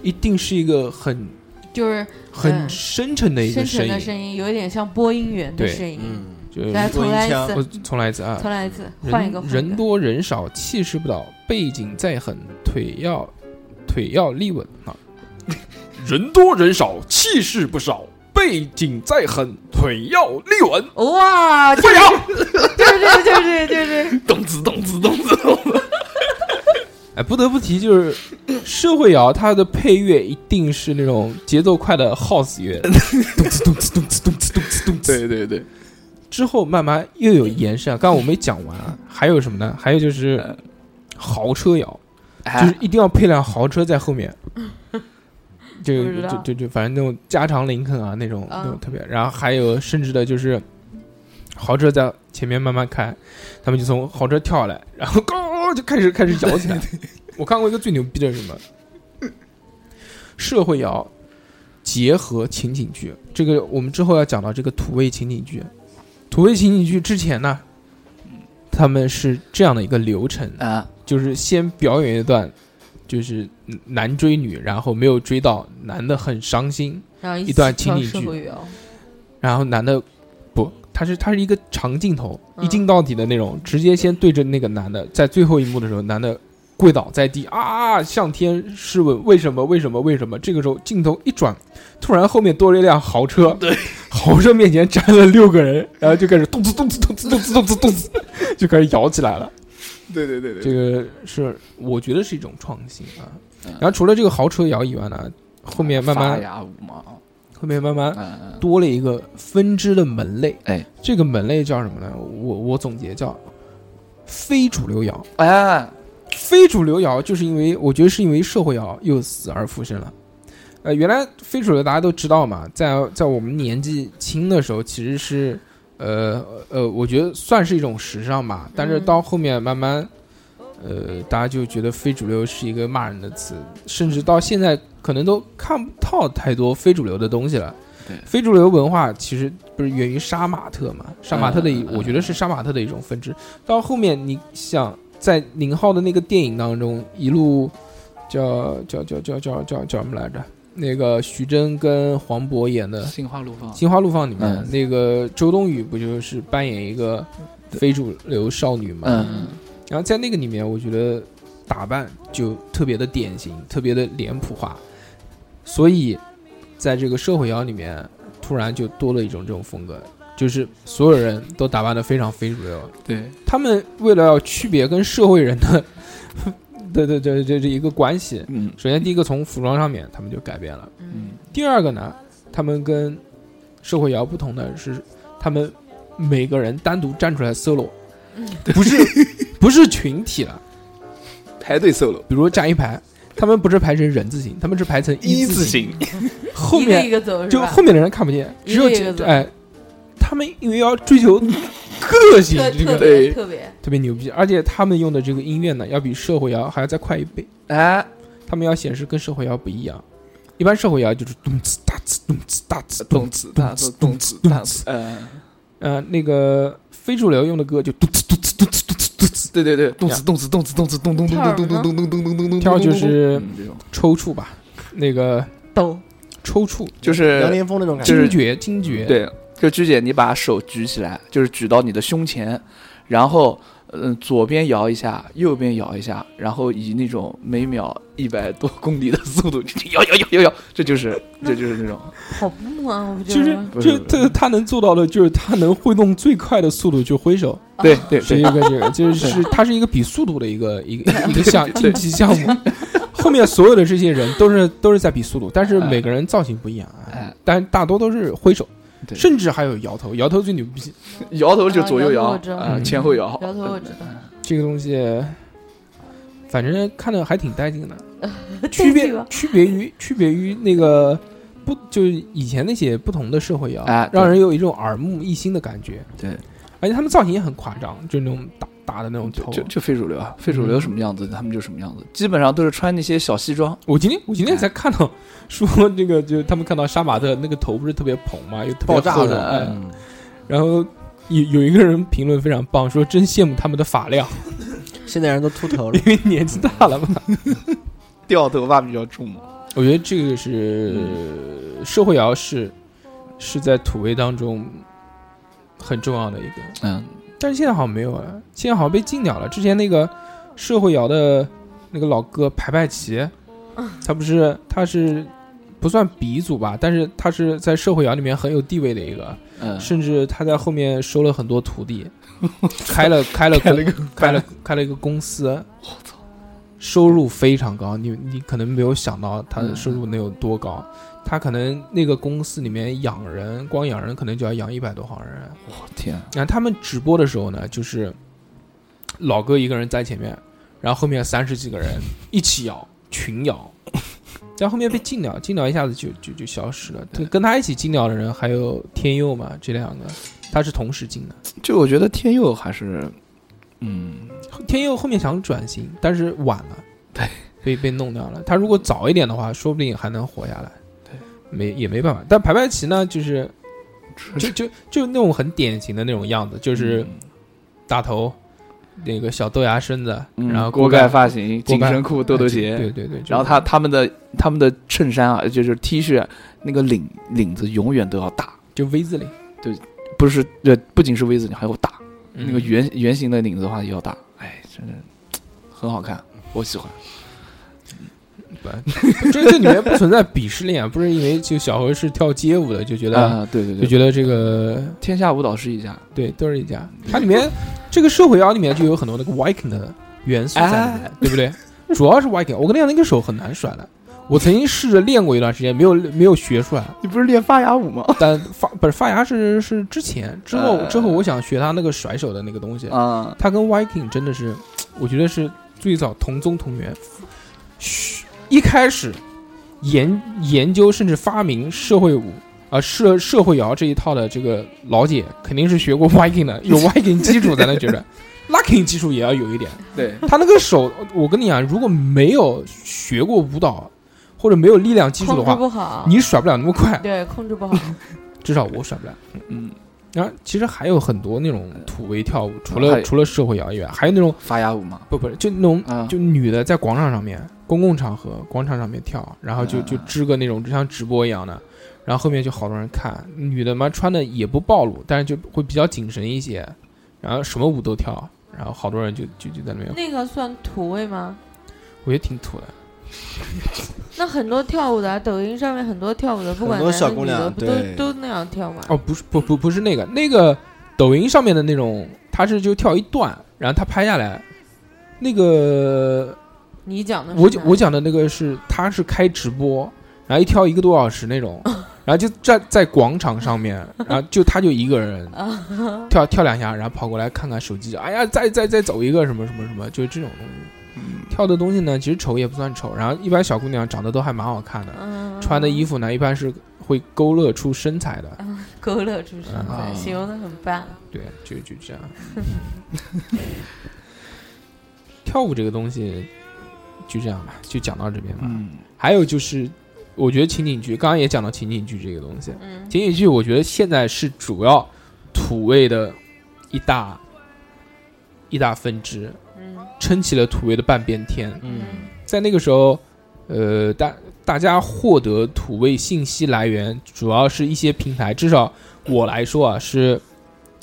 Speaker 1: 一定是一个很
Speaker 3: 就是
Speaker 1: 很
Speaker 3: 嗯
Speaker 1: 深沉的一个
Speaker 3: 深
Speaker 1: 声
Speaker 3: 沉
Speaker 1: 音
Speaker 3: 的。声音，有一点像播音员的
Speaker 1: 对
Speaker 3: 声音。
Speaker 7: 嗯，
Speaker 1: 就是
Speaker 3: 来，重来一
Speaker 7: 播音
Speaker 1: 我
Speaker 3: 次，
Speaker 1: 重来一次啊，
Speaker 3: 重来一次，
Speaker 1: 人
Speaker 3: 换一个。换一
Speaker 1: 人
Speaker 3: 个
Speaker 1: 多人少，气势不倒，背景再狠，腿要 腿要立稳啊！人多人少，气势不少，背背颈再狠，腿要立稳。
Speaker 3: 哇，就是
Speaker 1: 会摇，
Speaker 3: 就是这个，就是这个，就是这 个。
Speaker 6: 动子动子动子动子。
Speaker 1: 哎，不得不提，就是社会摇，它的配乐一定是那种节奏快的 house 乐，咚次咚次咚次咚次咚次咚次。
Speaker 6: 对对对，
Speaker 1: 之后慢慢又有延 伸啊，刚刚我没讲完啊，还有什么呢？还有
Speaker 3: 呃
Speaker 1: 就是豪车摇，就
Speaker 6: 哎
Speaker 1: 是一定要配辆豪车在后面，就
Speaker 3: 不知道
Speaker 1: 就就就反正那种加长林肯啊那种
Speaker 3: 啊
Speaker 1: 那种特别，然后还有甚至的就是豪车在前面慢慢开，他们就从豪车跳下来，然后高就开始开始摇起来。我看过一个最牛逼的是什么，社会摇结合情景剧，这个我们之后要讲到这个土味情景剧，土味情景剧之前呢。他们是这样的一个流程，
Speaker 6: 啊，
Speaker 1: 就是先表演一段，就是男追女，然后没有追到，男的很伤心，
Speaker 3: 然后
Speaker 1: 一段
Speaker 3: 起跳
Speaker 1: 情景
Speaker 3: 社
Speaker 1: 剧
Speaker 3: 会摇
Speaker 1: 然后男的不，他是他是一个长镜头，
Speaker 3: 嗯
Speaker 1: 一镜到底的那种，直接先对着那个男的，在最后一幕的时候，男的跪倒在地啊，向天试问为什么为什么为什么？这个时候镜头一转，突然后面多了一辆豪 车，对，豪车面前站了六个人，然后就开始咚哧咚哧咚哧咚哧咚哧咚哧，就开始摇起来了。
Speaker 6: 对对对
Speaker 1: 这个是我觉得是一种创新啊。然后除了这个豪车摇以外呢，后面慢
Speaker 6: 发
Speaker 1: 慢
Speaker 6: 芽五毛，
Speaker 1: 后面慢慢
Speaker 6: 嗯嗯，
Speaker 1: 多了一个分支的门类，
Speaker 6: 哎，
Speaker 1: 这个门类叫什么呢？我我总结叫非主流摇。
Speaker 6: 哎，
Speaker 1: 非主流摇就是因为我觉得是因为社会摇又死而复生了。呃，原来非主流大家都知道嘛，在在我们年纪轻的时候，其实是呃呃，我觉得算是一种时尚吧。但
Speaker 6: 嗯
Speaker 1: 是到后面慢慢，呃，大家就觉得非主流是一个骂人的词，甚至到现在可能都看不到太多非主流的东西了
Speaker 6: 对。
Speaker 1: 非主流文化其实不是源于杀马特嘛？杀马特的一，
Speaker 6: 嗯嗯嗯
Speaker 1: 我觉得是杀马特的一种分支。到后面你想，在宁浩的那个电影当中，一路叫叫叫叫叫叫叫什么来着？那个徐峥跟黄渤演的《
Speaker 6: 心花怒放，
Speaker 1: 心花怒放》里面，
Speaker 6: 嗯
Speaker 1: 那个周冬雨不就是扮演一个非主流少女嘛？
Speaker 6: 嗯，
Speaker 1: 然后在那个里面，我觉得打扮就特别的典型，特别的脸谱化，所以在这个社会摇里面，突然就多了一种这种风格，就是所有人都打扮的非常非主流，
Speaker 6: 对，
Speaker 1: 他们为了要区别跟社会人的 的的这这这一个关系，
Speaker 6: 嗯
Speaker 1: 首先第一个从服装上面他们就改变了，
Speaker 6: 嗯，
Speaker 1: 第二个呢，他们跟社会摇不同的是，他们每个人单独站出来 solo，不
Speaker 6: 嗯
Speaker 1: 是不是群体了，
Speaker 6: 排队 solo，
Speaker 1: 比如站一排，他们不是排成人字形，他们是排成
Speaker 6: 一
Speaker 1: 字
Speaker 6: 字，形，
Speaker 1: 后
Speaker 3: 一个一
Speaker 1: 面
Speaker 3: 个走是
Speaker 1: 嗯就
Speaker 3: 吧？
Speaker 1: 后面的人看不见，只有
Speaker 3: 一个一个
Speaker 1: 这
Speaker 3: 走
Speaker 1: 哎，他们因为要追求个性，
Speaker 3: 特
Speaker 1: 这
Speaker 3: 特
Speaker 1: 个
Speaker 6: 对
Speaker 3: 别特别，
Speaker 1: 特别牛逼，而且他们用的这个音乐呢，要比社会摇还要再快一倍，
Speaker 6: 哎，
Speaker 1: 他们要显示跟社会摇不一样。一般社会摇就是咚哧哒哧咚哧哒哧咚哧，
Speaker 6: 动词大词动词大词，嗯，
Speaker 1: 呃，那个非主流用的歌就咚哧咚哧咚哧咚哧咚哧，
Speaker 6: 对对对，动词动词动词动词动动动动动动动动动动，
Speaker 1: 跳就是
Speaker 6: 这种，
Speaker 1: 抽搐吧，那个
Speaker 3: 抖
Speaker 1: 抽搐，
Speaker 6: 就是
Speaker 7: 杨凌风那种感觉，
Speaker 6: 呃就是
Speaker 1: 惊厥惊厥，，
Speaker 6: 对，就鞠姐，你把手举起来，就是举到你的胸前，然后嗯、左边摇一下，右边摇一下，然后以那种每秒一百多公里的速度摇摇摇摇摇，这就是这就是那种
Speaker 3: 跑步啊，我觉
Speaker 1: 就
Speaker 3: 得
Speaker 1: 是
Speaker 6: 不是
Speaker 1: 就
Speaker 6: 不是
Speaker 1: 这他能做到的，就是他能挥动最快的速度去挥手，
Speaker 6: 对对
Speaker 1: 是
Speaker 6: 对
Speaker 1: 一个这 个，就是是它是一个比速度的一个一个一个项竞技项目。后面所有的这些人都是都是在比速度，但是每个人造型不一样啊
Speaker 6: 哎，
Speaker 1: 但大多都是挥手，
Speaker 6: 对
Speaker 1: 甚至还有摇头，摇头最牛逼。
Speaker 6: 摇头就左右摇啊
Speaker 3: 啊摇头我知道、
Speaker 6: 前后摇，
Speaker 3: 摇头我知道，
Speaker 1: 这个东西，反正看着还挺带劲的。
Speaker 3: 对
Speaker 1: 区
Speaker 3: 劲
Speaker 1: 别
Speaker 3: 吧
Speaker 1: 区别于区别于那个不就是以前那些不同的社会摇，
Speaker 6: 哎对
Speaker 1: 让人有一种耳目一新的感觉。
Speaker 6: 对，
Speaker 1: 而且他们造型也很夸张，就那种打打的那种头。
Speaker 6: 嗯就就非主流啊，非主流什么样子，他们就什么样子，基本上都是穿那些小西装，
Speaker 1: 我今天我
Speaker 6: 哎
Speaker 1: 今天才看到说那个，就他们看到杀马特那个头不是特别蓬嘛，又特别
Speaker 7: 爆炸
Speaker 1: 厚
Speaker 7: 的
Speaker 1: 哎
Speaker 6: 嗯，
Speaker 1: 然后。有有一个人评论非常棒，说真羡慕他们的发量，
Speaker 7: 现在人都秃头了
Speaker 1: 因为年纪大了嘛。
Speaker 6: 掉头发比较重嘛，
Speaker 1: 我觉得这个是、社会摇是是在土味当中很重要的一个，
Speaker 6: 嗯，
Speaker 1: 但是现在好像没有了，现在好像被禁掉了。之前那个社会摇的那个老哥排排齐，他不是他是不算鼻祖吧，但是他是在社会摇里面很有地位的一个，
Speaker 6: 嗯，
Speaker 1: 甚至他在后面收了很多徒弟， 开 了开了
Speaker 6: 开了
Speaker 1: 公开了开了一个公司，我操，收入非常高，你你可能没有想到他的收入能有多高，他可能那个公司里面养人，光养人可能就要养一百多号人，
Speaker 6: 我天，啊
Speaker 1: 然后他们直播的时候呢，就是老哥一个人在前面，然后后面三十几个人一起摇，群 摇，但后面被禁掉，禁掉一下子就就就消失了。对，跟他一起禁掉的人还有天佑嘛，这两个他是同时 禁的。
Speaker 6: 就我觉得天佑还是，嗯，
Speaker 1: 天佑后面想转型，但是晚了，对，被被弄掉了。他如果早一点的话，说不定还能活下来。
Speaker 6: 对，
Speaker 1: 没也没办法。但排排齐呢，就是嗯就就就那种很典型的那种样子，
Speaker 6: 嗯
Speaker 1: 就是大头，那个小豆芽身子，
Speaker 6: 嗯，
Speaker 1: 然后
Speaker 6: 锅盖发型、
Speaker 1: 锅
Speaker 6: 紧
Speaker 1: 盖
Speaker 6: 身裤、豆豆鞋，
Speaker 1: 对对对，就是
Speaker 6: 然后他他们的他们的衬衫啊，就是 T 恤那个领领子永远都要大，
Speaker 1: 就 V 字领，
Speaker 6: 不是呃，不仅是 V 字领，还有大，那个
Speaker 1: 嗯
Speaker 6: 圆圆形的领子的话也要大，哎，真的很好看，我喜欢。
Speaker 1: 不这这里面不存在鄙视链，啊不是因为就小何是跳街舞的就觉得
Speaker 6: 啊，对对
Speaker 1: 就
Speaker 6: 对，
Speaker 1: 觉得这个
Speaker 6: 天下舞蹈是一家，
Speaker 1: 对都是一家，它里面这个社会啊摇里面就有很多那个 Viking 的元素在里面
Speaker 6: 哎，
Speaker 1: 对不对？主要是 Viking，我跟你讲那个手很难甩的。我曾经试着练过一段时间，没有没有学出来，
Speaker 6: 你不是练发芽舞吗？
Speaker 1: 但发不是发芽是是之前之后
Speaker 6: 呃
Speaker 1: 之后，我想学他那个甩手的那个东 西，
Speaker 6: 啊，
Speaker 1: 他跟 Viking 真的是，我觉得是最早同宗同源。嘘一开始研研究甚至发明社会舞啊、社社会摇这一套的这个老姐，肯定是学 过 Viking 的，有 Viking 基础才能学出 来。Locking 基础也要有一点。
Speaker 6: 对，
Speaker 1: 他那个手，我跟你讲，如果没有学过舞蹈或者没有力量基础的
Speaker 3: 控制
Speaker 1: 话，
Speaker 3: 不好，
Speaker 1: 你甩不了那么快，
Speaker 3: 对控制不好，
Speaker 1: 至少我甩不了。
Speaker 6: 嗯，
Speaker 1: 然后其实还有很多那种土味跳舞，除
Speaker 6: 还
Speaker 1: 了
Speaker 6: 有
Speaker 1: 除了社会摇以外，还有那种
Speaker 6: 发芽舞嘛，
Speaker 1: 不不是，就那种、
Speaker 6: 啊
Speaker 1: 就女的在广场上面、公共场合、广场上面跳，然后就就支个那种就像直播一样的，然后后面就好多人看，女的嘛穿的也不暴露，但是就会比较紧神一些，然后什么舞都跳，然后好多人就就就在那边，
Speaker 3: 那个算土味吗？
Speaker 1: 我觉得挺土的。
Speaker 3: 那很多跳舞的啊，抖音上面很多跳舞的，不管
Speaker 7: 很多
Speaker 3: 男
Speaker 7: 小
Speaker 3: 的
Speaker 7: 姑
Speaker 3: 女的，
Speaker 7: 娘
Speaker 3: 不
Speaker 7: 对
Speaker 3: 都都那样跳吗？
Speaker 1: 哦，不是不不不是那个，那个抖音上面的那种，他是就跳一段，然后他拍下来，那个
Speaker 3: 你讲嗯的是
Speaker 1: 我讲
Speaker 3: 哪
Speaker 1: 我讲的那个是，他是开直播，然后一跳一个多小时那种，
Speaker 3: 哦
Speaker 1: 然后就在在广场上面，然后就他就一个人
Speaker 3: 啊，
Speaker 1: 跳跳两下，然后跑过来看看手机，哎呀，再再再走一个什么什么什么，就是这种东西。跳的东西呢，其实丑也不算丑，然后一般小姑娘长得都还蛮好看的，
Speaker 3: 嗯，
Speaker 1: 穿的衣服呢一般是会勾勒出身材的，
Speaker 3: 嗯勾勒出身
Speaker 6: 啊
Speaker 3: 材，形容的很棒。
Speaker 1: 对，就就 这样。跳舞这个东西就这样吧，就讲到这边吧。
Speaker 6: 嗯，
Speaker 1: 还有就是，我觉得情景剧，刚刚也讲到情景剧这个东西，
Speaker 3: 嗯，
Speaker 1: 情景剧我觉得现在是主要土味的一大一大分支，
Speaker 3: 嗯
Speaker 1: 撑起了土味的半边天。
Speaker 3: 嗯
Speaker 1: 在那个时候，呃，大大家获得土味信息来源主要是一些平台，至少我来说啊，是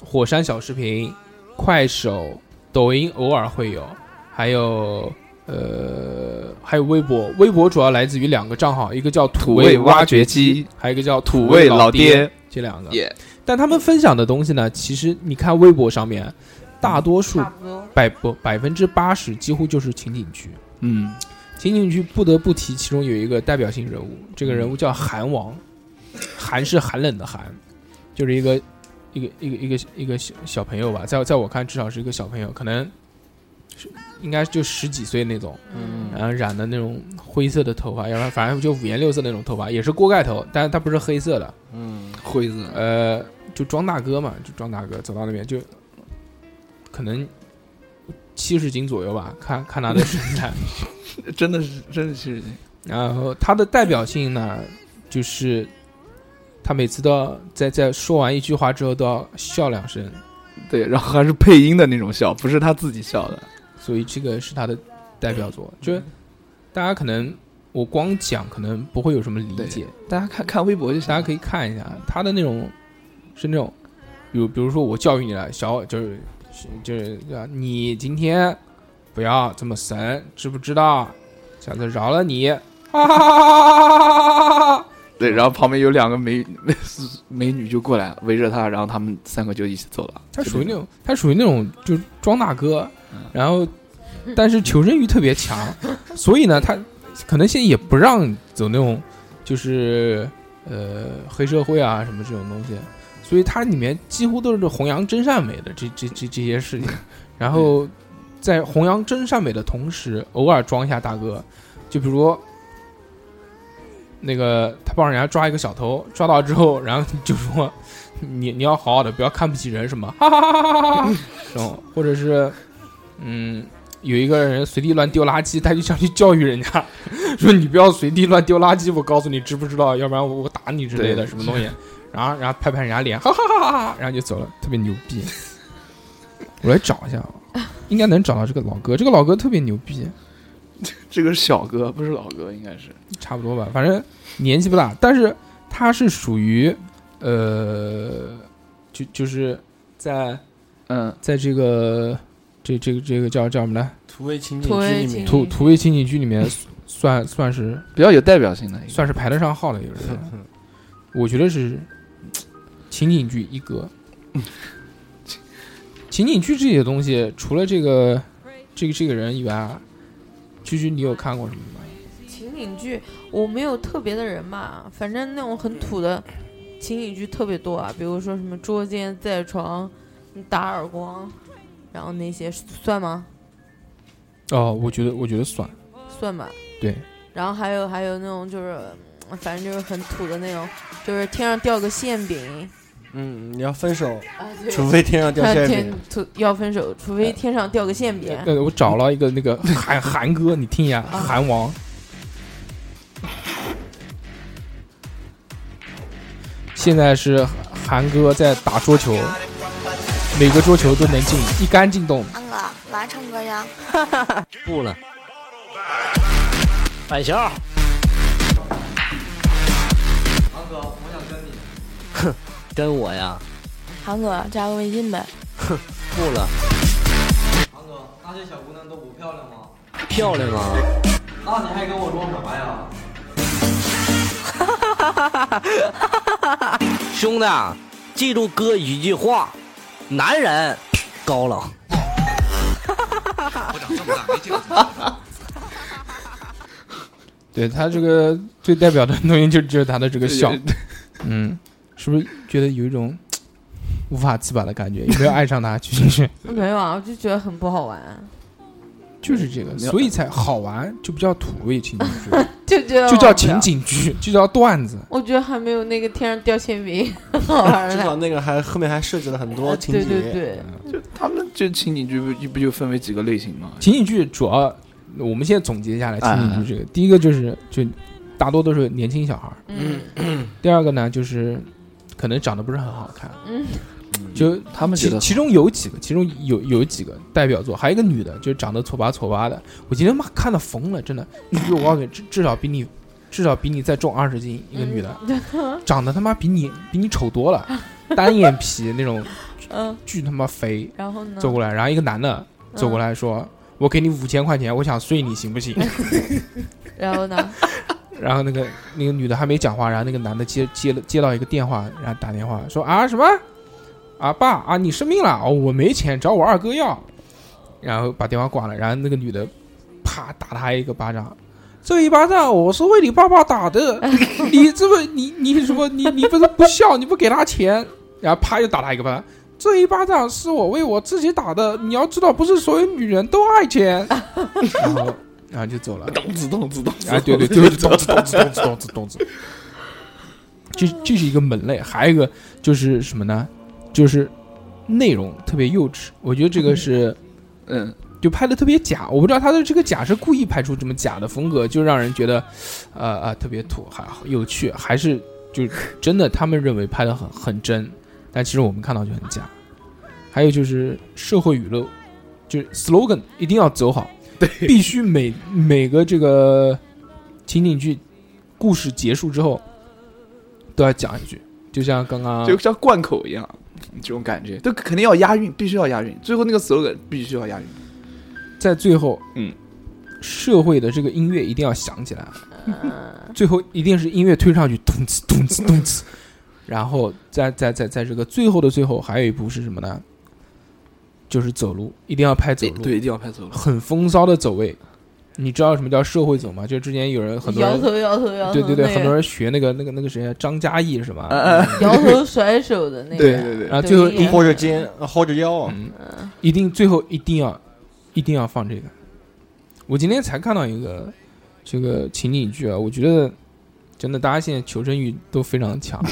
Speaker 1: 火山小视频、快手、抖音偶尔会有，还有呃，还有微博。微博主要来自于两个账号，一个叫
Speaker 6: 土
Speaker 1: 味
Speaker 6: 味挖掘机，
Speaker 1: 还有一个叫
Speaker 6: 土
Speaker 1: 味
Speaker 6: 味老
Speaker 1: 爹
Speaker 6: 爹，
Speaker 1: 这两个。
Speaker 6: 耶，
Speaker 1: 但他们分享的东西呢，其实你看微博上面，大多数
Speaker 3: 差不多。
Speaker 1: 百不百分之八十几乎就是情景剧。
Speaker 6: 嗯，
Speaker 1: 情景剧不得不提，其中有一个代表性人物，这个人物叫韩王，韩是寒冷的寒，就是一个一个一个一个一个小小朋友吧，在在我看至少是一个小朋友，可能是应该就十几岁那种，
Speaker 3: 嗯
Speaker 1: 然后染的那种灰色的头发，要不然反正就五颜六色那种头发，也是锅盖头，但是它不是黑色的，
Speaker 7: 嗯，
Speaker 6: 灰色，
Speaker 1: 呃，就装大哥嘛，就装大哥走到那边就可能七十斤左右吧，看看他的身材。
Speaker 6: 真的是真的是，
Speaker 1: 然后他的代表性呢，就是他每次都要在在说完一句话之后都要笑两声，
Speaker 6: 对，然后还是配音的那种笑，不是他自己笑的，
Speaker 1: 所以这个是他的代表作。就是大家可能我光讲可能不会有什么理解，
Speaker 6: 大家看看微博就行，
Speaker 1: 大家可以看一下他的那种是那种，比如比如说我教育你了，小就是就是你今天不要这么神，知不知道？下次饶了你。啊！
Speaker 6: 对，然后旁边有两个美 美女就过来围着他，然后他们三个就一起走了。
Speaker 1: 他属于那种，他属于那种就是装大哥，然后但是求生欲特别强，所以呢，他可能现在也不让走那种就是呃黑社会啊什么这种东西，所以它里面几乎都是弘扬真善美的这这这这些事情，然后在弘扬真善美的同时，偶尔装一下大哥，就比如说。那个他帮人家抓一个小偷，抓到之后，然后就说 你你要好好的，不要看不起人什么，哈哈哈哈哈哈哈，这种或者是，嗯，有一个人随地乱丢垃圾，他就想去教育人家， 说你不要随地乱丢垃圾，我告诉你知不知道，要不然我我打你之类的
Speaker 6: 对
Speaker 1: 什么东西，然后然后拍拍人家脸，哈哈哈哈哈哈，然后就走了，特别牛逼。我来找一下啊，应该能找到这个老哥，这个老哥特别牛逼，
Speaker 6: 这个是小哥，不是老哥，应该是
Speaker 1: 差不多吧，反正年纪不大，但是他是属于，呃，就就是在。
Speaker 6: 嗯，
Speaker 1: 在这个这这个这个叫叫什么来？
Speaker 7: 土味情景
Speaker 3: 土
Speaker 7: 剧
Speaker 3: 味
Speaker 7: 里
Speaker 3: 情
Speaker 7: 面，
Speaker 1: 土土味情景剧里面算算是
Speaker 6: 比较有代表性的一个。
Speaker 1: 算是排得上号的一个人，
Speaker 9: 嗯
Speaker 1: 我觉得是情景剧一哥。情景剧这些东西，除了这个这个这个人以外啊，居居你有看过什么吗？
Speaker 3: 情景剧我没有特别的人嘛，反正那种很土的情景剧特别多啊，比如说什么捉奸在床、打耳光，然后那些算吗？
Speaker 1: 哦，我觉得我觉得算
Speaker 3: 算吧。
Speaker 1: 对。
Speaker 3: 然后还有还有那种就是，嗯反正就是很土的那种，就是天上掉个馅饼
Speaker 7: 嗯，你要分手，
Speaker 3: 啊，对
Speaker 7: 除非天上掉馅
Speaker 3: 天
Speaker 7: 饼。
Speaker 3: 土要分手，除非天上掉个馅饼。
Speaker 1: 呃，我找了一个那个韩韩哥，你听一下，韩王。现在是韩哥在打桌球，每个桌球都能进，一杆进洞。
Speaker 10: 安哥，来唱歌呀！
Speaker 2: 不了，
Speaker 11: 板桥，跟我呀，
Speaker 10: 韩哥加个微信呗。
Speaker 11: 不了，
Speaker 12: 堂哥，那些小姑娘都不漂亮吗？
Speaker 11: 漂亮啊吗？
Speaker 12: 那你还跟我装啥呀？
Speaker 11: 兄弟，啊记住哥一句话，男人高冷。
Speaker 1: 对他这个最代表的东西就只有他的这个笑
Speaker 6: 对，
Speaker 1: 嗯，是不是觉得有一种无法自拔的感觉？有没有爱上他？就是
Speaker 3: 没有啊，我就觉得很不好玩，
Speaker 1: 就是这个，所以才好玩，就不叫土味情景剧，
Speaker 3: 就觉得
Speaker 1: 就叫
Speaker 3: 玩不
Speaker 1: 情。
Speaker 3: 了
Speaker 1: 景剧，就叫段子。
Speaker 3: 我觉得还没有那个天上掉馅饼好玩
Speaker 7: 至
Speaker 3: 呢。
Speaker 7: 少那个还后面还设计了很多情
Speaker 3: 呃对
Speaker 7: 节，
Speaker 3: 对对，
Speaker 6: 他们这情景剧不不就分为几个类型吗？
Speaker 1: 情景剧主要，我们现在总结下来，
Speaker 6: 哎
Speaker 1: 情景剧这个，第一个就是就大多都是年轻小孩儿，
Speaker 3: 嗯
Speaker 1: 第二个呢就是可能长得不是很好看，
Speaker 3: 嗯，
Speaker 1: 就
Speaker 6: 他们觉
Speaker 1: 其
Speaker 6: 得
Speaker 1: 其中有几个，其中有有几个代表作，还有一个女的，就是长得挫吧挫吧的，我今天妈看的疯了，真的，你比我告诉你，至至少比你至少比你再重二十斤，一个女
Speaker 3: 嗯
Speaker 1: 的，长得他妈比你比你丑多了，单眼皮那种，
Speaker 3: 嗯，
Speaker 1: 巨他妈肥，
Speaker 3: 然后呢？嗯
Speaker 1: 走过来，然后一个男的走过来说：“我给你五千块钱，我想睡你，行不行
Speaker 3: 然后呢？？”
Speaker 1: 然后那个那个女的还没讲话，然后那个男的接接了接到一个电话，然后打电话说：“啊什么？啊爸啊你生病了？哦我没钱，找我二哥要。”然后把电话挂了，然后那个女的啪打他一个巴掌。这一巴掌我是为你爸爸打的，你这么你你什么你你不是不孝，你不给他钱，然后啪又打他一个巴掌。这一巴掌是我为我自己打的，你要知道，不是所有女人都爱钱。然后，然后就走了。
Speaker 6: 咚子咚子咚子
Speaker 1: 哎，对对，最后就咚子咚子咚子咚子咚子。这这是一个门类，还有一个就是什么呢？就是内容特别幼稚，我觉得这个是
Speaker 6: 嗯，
Speaker 1: 就拍的特别假。我不知道他的这个假是故意拍出这么假的风格，就让人觉得，呃呃，特别土，还好有趣，还是就是真的他们认为拍的很很真，但其实我们看到就很假。还有就是社会语录，就是 slogan 一定要走好，对，必须每每个这个情景剧故事结束之后都要讲一句，就像刚刚
Speaker 6: 就像贯口一样，这种感觉，都肯定要押韵，必须要押韵。最后那个 slogan 必须要押韵。
Speaker 1: 在最后，
Speaker 6: 嗯，
Speaker 1: 社会的这个音乐一定要响起来，啊
Speaker 3: 呃
Speaker 1: 最后一定是音乐推上去，咚哧咚 哧咚哧，然后在在在在这个最后的最后，还有一步是什么呢？就是走路，一定要拍走路，
Speaker 6: 对，一定要拍走路，
Speaker 1: 很风骚的走位。你知道什么叫社会走吗？就之前有人很多
Speaker 3: 摇头
Speaker 1: 人，
Speaker 3: 摇头摇头，
Speaker 1: 对对对，
Speaker 3: 那个
Speaker 1: 很多人学那个那个那个谁啊，张嘉译是吧？
Speaker 3: 摇头甩手的那个，
Speaker 1: 然后最后
Speaker 3: 抖音
Speaker 1: 或者肩，或者腰，嗯，一定最后一定要一定要放这个。我今天才看到一个这个情景剧啊，我觉得真的大家现在求生欲都非常强。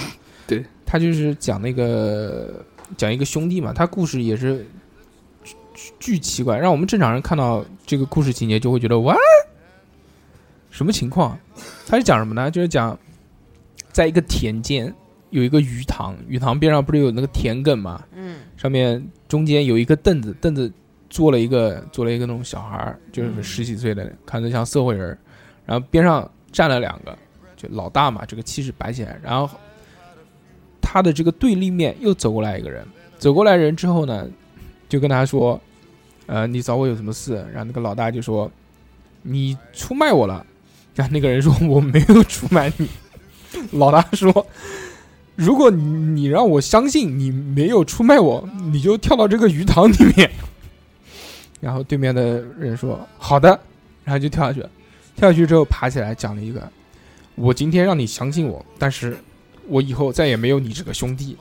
Speaker 6: 对，
Speaker 1: 他就是讲那个讲一个兄弟嘛，他故事也是巨巨巨奇怪，让我们正常人看到这个故事情节就会觉得哇，什么情况？他是讲什么呢？就是讲在一个田间有一个鱼塘，鱼塘边上不是有那个田埂嘛？
Speaker 3: 嗯，
Speaker 1: 上面中间有一个凳子，凳子坐了一个坐了一个那种小孩儿，就是十几岁的，看着像社会人儿。然后边上站了两个，就老大嘛，这个气势摆起来。然后他的这个对立面又走过来一个人，走过来人之后呢，就跟他说：“呃，你找我有什么事？”然后那个老大就说：“你出卖我了。”然后那个人说：“我没有出卖你。” 老大说：“如果你你让我相信你没有出卖我，你就跳到这个鱼塘里面。” 然后对面的人说：“好的。”然后就跳下去了。跳下去之后爬起来讲了一个：“我今天让你相信我，但是我以后再也没有你这个兄弟。”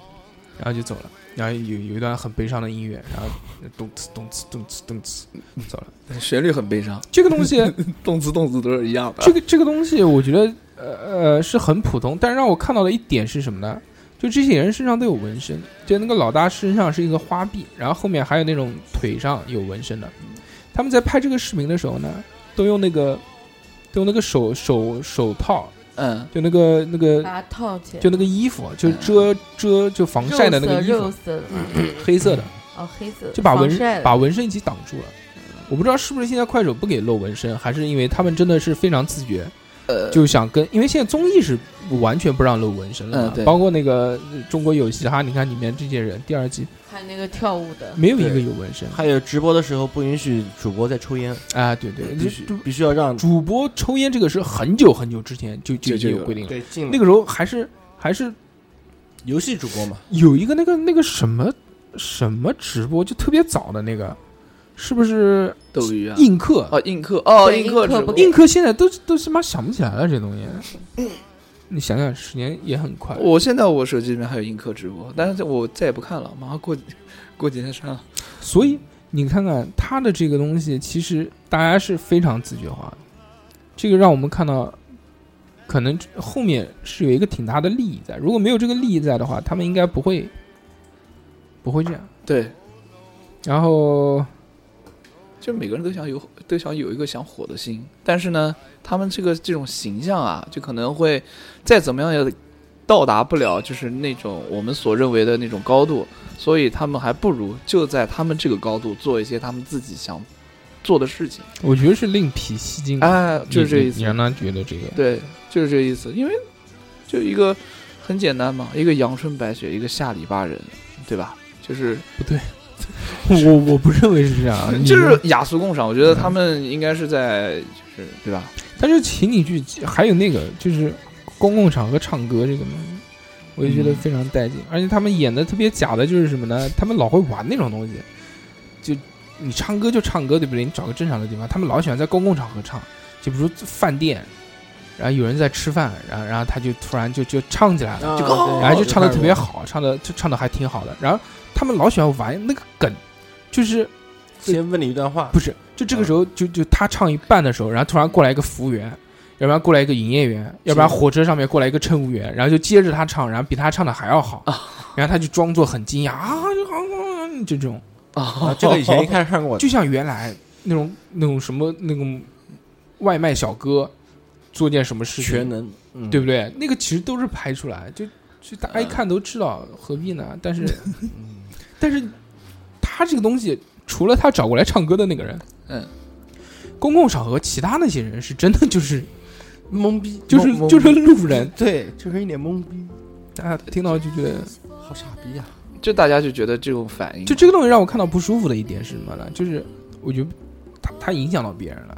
Speaker 1: 然后就走了。然后有有一段很悲伤的音乐，然后咚哧咚哧咚哧咚哧走了。
Speaker 6: 旋律很悲伤。
Speaker 1: 这个东西
Speaker 6: 动词动词都是一样的。
Speaker 1: 这个这个东西，我觉得呃呃是很普通，但是让我看到的一点是什么呢？就这些人身上都有纹身，就那个老大身上是一个花臂，然后后面还有那种腿上有纹身的。他们在拍这个视频的时候呢，都用那个都用那个手手手套，
Speaker 6: 嗯，
Speaker 1: 就那个那个
Speaker 3: 把它套起来，
Speaker 1: 就那个衣服，就遮遮就防晒的那个衣
Speaker 3: 肉
Speaker 1: 服，
Speaker 3: 色的嘛，
Speaker 1: 黑色的，
Speaker 3: 哦，黑色的
Speaker 1: 就把
Speaker 3: 防
Speaker 1: 纹
Speaker 3: 晒的嗯
Speaker 1: 把纹身一起挡住了。我不知道是不是现在快手不给露纹身，还是因为他们真的是非常自觉，
Speaker 6: 呃
Speaker 1: 就想跟，因为现在综艺是完全不让露纹身了嘛
Speaker 6: 嗯，对
Speaker 1: 包括那个呃《中国有嘻哈》，你看里面这些人，第二季
Speaker 3: 还有那个跳舞的，
Speaker 1: 没有一个有纹身
Speaker 7: 还有直播的时候不允许主播在抽烟
Speaker 1: 啊，对对，
Speaker 7: 必须
Speaker 1: 就
Speaker 7: 必须要让
Speaker 1: 主播抽烟这个是很久很久之前就就
Speaker 7: 就
Speaker 1: 已经
Speaker 7: 就
Speaker 1: 有
Speaker 7: 有
Speaker 1: 规定了，
Speaker 7: 对禁了
Speaker 1: 那个时候还是还是
Speaker 7: 游戏主播嘛，
Speaker 1: 有一个那个那个什么什么直播，就特别早的那个，是不是
Speaker 6: 斗鱼啊
Speaker 1: 映客
Speaker 6: 哦，映客
Speaker 7: 啊
Speaker 6: 哦，
Speaker 1: 对
Speaker 6: 映客直播，
Speaker 1: 映客现在都都他妈想不起来了，这东西。你想想，十年也很快。
Speaker 6: 我现在我手机里面还有映客直播，但是我再也不看了，马上 过过几天删了。
Speaker 1: 所以你看看他的这个东西，其实大家是非常自觉化的。这个让我们看到，可能后面是有一个挺大的利益在。如果没有这个利益在的话，他们应该不会不会这样。
Speaker 6: 对，
Speaker 1: 然后
Speaker 6: 就每个人都想有都想有一个想火的心，但是呢，他们这个这种形象啊，就可能会再怎么样也到达不了，就是那种我们所认为的那种高度，所以他们还不如就在他们这个高度做一些他们自己想做的事情。
Speaker 1: 我觉得是另辟蹊径。
Speaker 6: 哎就是
Speaker 1: 你
Speaker 6: 这意
Speaker 1: 你
Speaker 6: 思
Speaker 1: 你让他觉得这个
Speaker 6: 对，就是这意思，因为就一个很简单嘛，一个阳春白雪，一个下里巴人，对吧？就是
Speaker 1: 不对，我 我不认为是这样，
Speaker 6: 就
Speaker 1: 啊你嗯
Speaker 6: 是雅俗共赏，我觉得他们应该是在就是对吧？
Speaker 1: 但是情景剧还有那个就是公共场合唱歌这个东西，我就觉得非常带劲。而且他们演的特别假的就是什么呢？他们老会玩那种东西，就你唱歌就唱歌，对不对？你找个正常的地方，他们老喜欢在公共场合唱，就比如饭店。然后有人在吃饭，然后然后他就突然就就唱起来了，
Speaker 7: 啊
Speaker 1: 就
Speaker 7: 对
Speaker 1: 哦然后就唱的
Speaker 7: 就开始
Speaker 1: 特别
Speaker 7: 玩
Speaker 1: 好，唱的就唱的还挺好的。然后他们老喜欢玩那个梗，就是
Speaker 7: 先问你一段话，
Speaker 1: 不是，就这个时候就就他唱一半的时候，然后突然过来一个服务员，要不然过来一个营业员，要不然火车上面过来一个乘务员，然后就接着他唱，然后比他唱的还要好，然后他就装作很惊讶啊，就这种
Speaker 7: 啊这个以前一看看过
Speaker 1: 就像原来那种那种什么那种外卖小哥做件什么事情，
Speaker 7: 全能嗯
Speaker 1: 对不对？那个其实都是拍出来，就就大家一看都知道，何必
Speaker 7: 嗯
Speaker 1: 呢？ 但是嗯但是他这个东西，除了他找过来唱歌的那个人，
Speaker 6: 嗯，
Speaker 1: 公共场合其他那些人是真的就是
Speaker 7: 懵逼，
Speaker 1: 就是
Speaker 7: 懵懵逼
Speaker 1: 就是路人，
Speaker 7: 对，就是一脸懵逼，
Speaker 1: 大家听到就觉得
Speaker 7: 好傻逼呀、
Speaker 6: 就大家就觉得这种反应，
Speaker 1: 就这个东西让我看到不舒服的一点是什么呢？就是我觉得他他影响到别人了。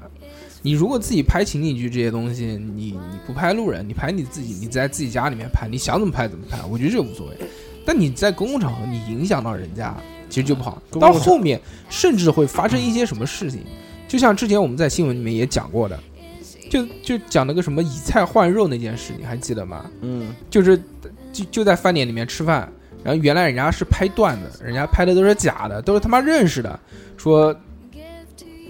Speaker 1: 你如果自己拍情景剧这些东西，你你不拍路人，你拍你自己，你在自己家里面拍，你想怎么拍怎么拍，我觉得这无所谓。但你在公共场合，你影响到人家，其实就不好。
Speaker 2: 公共
Speaker 1: 到
Speaker 2: 场
Speaker 1: 后面甚至会发生一些什么事情，就像之前我们在新闻里面也讲过的，就就讲那个什么以菜换肉那件事，你还记得吗？
Speaker 2: 嗯，
Speaker 1: 就是就就在饭店里面吃饭，然后原来人家是拍段子，人家拍的都是假的，都是他妈认识的，说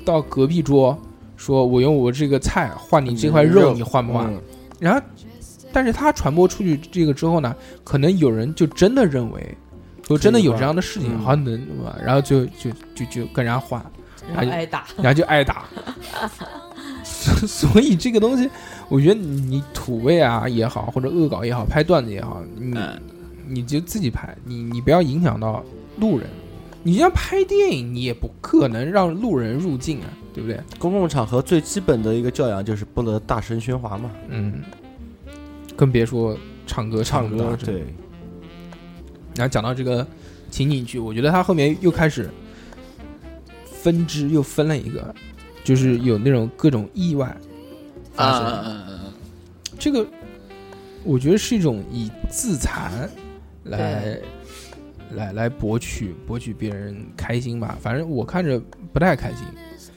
Speaker 1: 到隔壁桌，说我用我这个菜换你这块肉，你换不换？
Speaker 2: 嗯
Speaker 1: 然后，但是他传播出去这个之后呢，可能有人就真的认为，说真的有这样的事情，
Speaker 2: 嗯
Speaker 1: 好像能什么，然后就就就就跟人家换，
Speaker 3: 然后
Speaker 1: 然后就
Speaker 3: 挨打
Speaker 1: 然后就挨打。 所以这个东西，我觉得你你土味啊也好，或者恶搞也好，拍段子也好，你、
Speaker 6: 嗯
Speaker 1: 你就自己拍，你你不要影响到路人。你要拍电影，你也不可能让路人入境啊，对不对？
Speaker 2: 公共场合最基本的一个教养就是不能大声喧哗嘛。
Speaker 1: 嗯，更别说唱歌
Speaker 2: 唱
Speaker 1: 得
Speaker 2: 歌
Speaker 1: 大声
Speaker 2: 对。
Speaker 1: 然后讲到这个情景剧，我觉得它后面又开始分支，又分了一个，就是有那种各种意外
Speaker 6: 嗯
Speaker 1: 发
Speaker 6: 啊
Speaker 1: 生。这个我觉得是一种以自残来来来博取博取别人开心吧。反正我看着不太开心，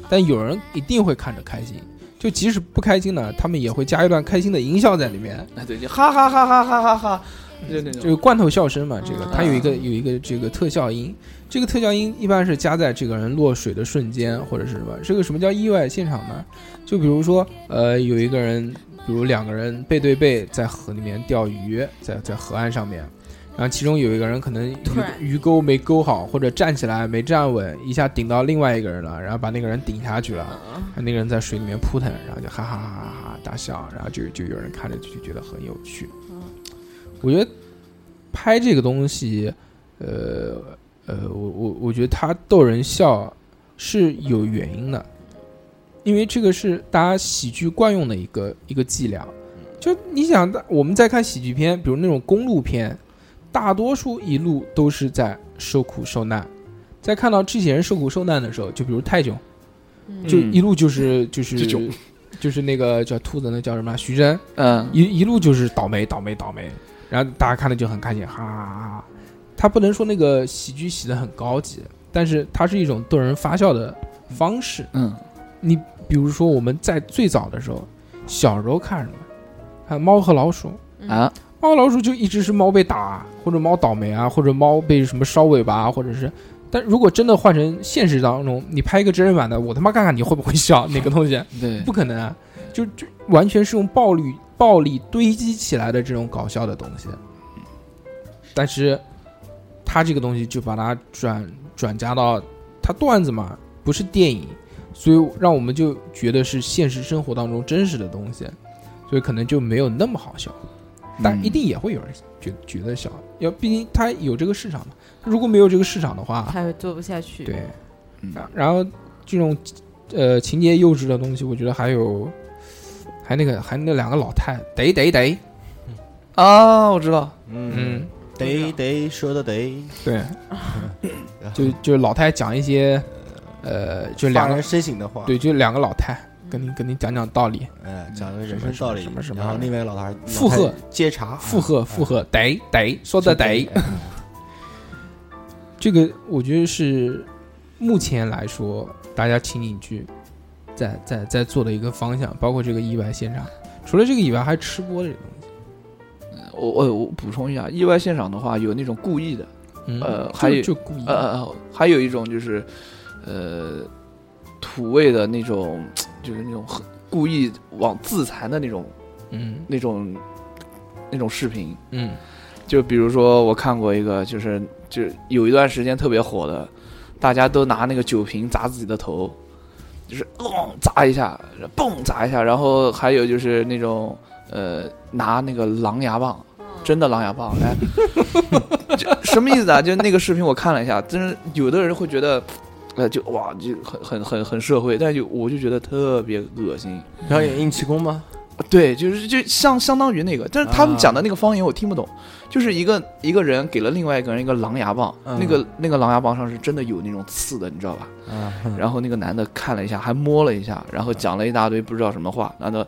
Speaker 1: 但有人一定会看着开心。就即使不开心呢，他们也会加一段开心的音效在里面。
Speaker 6: 哎，对，就哈哈哈哈哈哈哈，就那
Speaker 1: 就是
Speaker 6: 种，
Speaker 1: 罐头笑声嘛，这个
Speaker 6: 嗯
Speaker 1: 它有一个有一个这个特效音，这个特效音一般是加在这个人落水的瞬间或者是什么。这个什么叫意外现场呢？就比如说，呃，有一个人，比如两个人背对背在河里面钓鱼，在在河岸上面，然后其中有一个人可能鱼
Speaker 3: 突然
Speaker 1: 鱼钩没钩好，或者站起来没站稳，一下顶到另外一个人了，然后把那个人顶下去了，
Speaker 3: 嗯
Speaker 1: 那个人在水里面扑腾，然后就哈哈哈哈哈哈大笑，然后就就有人看着就就觉得很有趣。我觉得拍这个东西，呃呃，我我我觉得他逗人笑是有原因的，因为这个是大家喜剧惯用的一个一个伎俩。就你想，我们在看喜剧片，比如那种公路片，大多数一路都是在受苦受难。在看到这些人受苦受难的时候，就比如泰囧，嗯
Speaker 3: 嗯
Speaker 1: 就一路就是就是
Speaker 6: 嗯这种
Speaker 1: 就是那个叫兔子，那叫什么徐峥，
Speaker 6: 嗯，
Speaker 1: 一一路就是倒霉倒霉倒霉，然后大家看的就很开心，哈哈哈哈。他不能说那个喜剧洗的很高级，但是它是一种逗人发笑的方式。
Speaker 6: 嗯，
Speaker 1: 你比如说我们在最早的时候，小时候看什么？看《猫和老鼠》
Speaker 6: 啊，
Speaker 1: 猫和老鼠就一直是猫被打，或者猫倒霉啊，或者猫被什么烧尾巴啊，或者是。但如果真的换成现实当中，你拍一个真人版的，我他妈看看你会不会笑哪个东西？
Speaker 6: 对
Speaker 1: 不可能啊！就就完全是用暴力暴力堆积起来的这种搞笑的东西。但是，他这个东西就把它转转嫁到他段子嘛，不是电影，所以让我们就觉得是现实生活当中真实的东西，所以可能就没有那么好笑。但一定也会有人觉觉得笑，要毕竟他有这个市场嘛。如果没有这个市场的话，
Speaker 3: 他也做不下去。
Speaker 1: 对，啊然后这种呃情节幼稚的东西，我觉得还有，还那个还那两个老太得得得，
Speaker 6: 啊，我知道，
Speaker 1: 嗯，
Speaker 2: 得得说的得，
Speaker 1: 对，就就老太讲一些呃，就两
Speaker 2: 发
Speaker 1: 个
Speaker 2: 人深省的话，
Speaker 1: 对，，就两个老太跟你跟你讲讲道理，
Speaker 2: 哎，讲个
Speaker 1: 什
Speaker 2: 人
Speaker 1: 么
Speaker 2: 生道理
Speaker 1: 什么什么，
Speaker 2: 然后另外一个老头儿
Speaker 1: 附和
Speaker 2: 老太接
Speaker 9: 啊
Speaker 2: 茬，
Speaker 1: 附
Speaker 9: 哎
Speaker 1: 和附 和得得
Speaker 2: 说
Speaker 1: 说的
Speaker 2: 得
Speaker 1: 得，
Speaker 6: 嗯
Speaker 1: 这个我觉得是目前来说大家情景剧在在在做的一个方向，包括这个意外现场，除了这个以外，还吃播这个东西。
Speaker 6: 我我我补充一下，意外现场的话有那种故意的，
Speaker 1: 嗯
Speaker 6: 呃，
Speaker 1: 就
Speaker 6: 还有
Speaker 1: 就故意
Speaker 6: 呃呃呃，还有一种就是，呃，土味的那种，就是那种很故意往自残的那种
Speaker 1: 嗯
Speaker 6: 那种那种视频，
Speaker 1: 嗯
Speaker 6: 就比如说我看过一个，就是就有一段时间特别火的，大家都拿那个酒瓶砸自己的头，就是咣砸一下，嘣砸一下，然后还有就是那种呃拿那个狼牙棒，
Speaker 3: 嗯
Speaker 6: 真的狼牙棒来，这什么意思啊？ 就那个视频我看了一下，真是有的人会觉得。呃，就哇，就很很很很社会，但就我就觉得特别恶心。
Speaker 2: 表演硬气功吗？
Speaker 6: 对，就是就相相当于那个，但是他们讲的那个方言我听不懂，就是一个一个人给了另外一个人一个狼牙棒，
Speaker 9: 嗯
Speaker 6: 那个那个狼牙棒上是真的有那种刺的，你知道吧？
Speaker 1: 啊
Speaker 6: 然后那个男的看了一下，还摸了一下，然后讲了一大堆不知道什么话，男的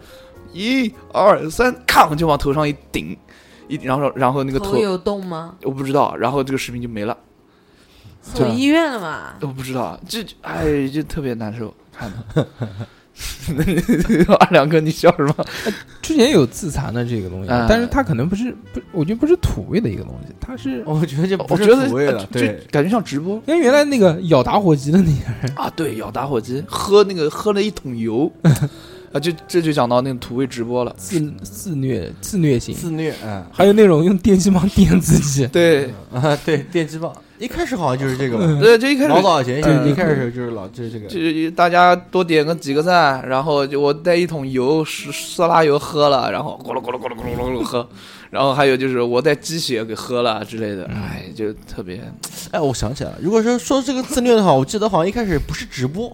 Speaker 6: 一二三，抗就往头上一顶，一然后然后那个头
Speaker 3: 头有洞吗？
Speaker 6: 我不知道，然后这个视频就没了，
Speaker 3: 走医院了嘛？
Speaker 6: 我不知道，这哎就特别难受看的。 二两哥，你笑什么？
Speaker 1: 之前有自残的这个东西，
Speaker 6: 嗯
Speaker 1: 但是它可能不是不，我觉得不是土味的一个东西，它是
Speaker 9: 哦
Speaker 6: 我觉得这不是我觉得土味了呃对就感觉像直 播，
Speaker 1: 因为原来那个咬打火机的那个人
Speaker 6: 啊，对，咬打火机，喝那个喝了一桶 油，啊，就这就讲到那个土味直播了，
Speaker 1: 自自虐自虐型，
Speaker 6: 自虐嗯
Speaker 1: 还有那种用电击棒电自己，
Speaker 6: 对
Speaker 9: 啊，对，电击棒一开始好像就是这个吧
Speaker 1: 嗯，
Speaker 6: 对，这一开始
Speaker 9: 老早以前
Speaker 6: 对
Speaker 9: 一开始就是老就是这个，
Speaker 6: 就是大家多点个几个赞，然后就我带一桶油，是色拉油喝了，然后咕噜咕噜咕噜咕噜咕噜喝，然后还有就是我带鸡血给喝了之类的，哎，就特别
Speaker 9: 哎，我想起来了，如果说说这个自虐的话，我记得好像一开始不是直播，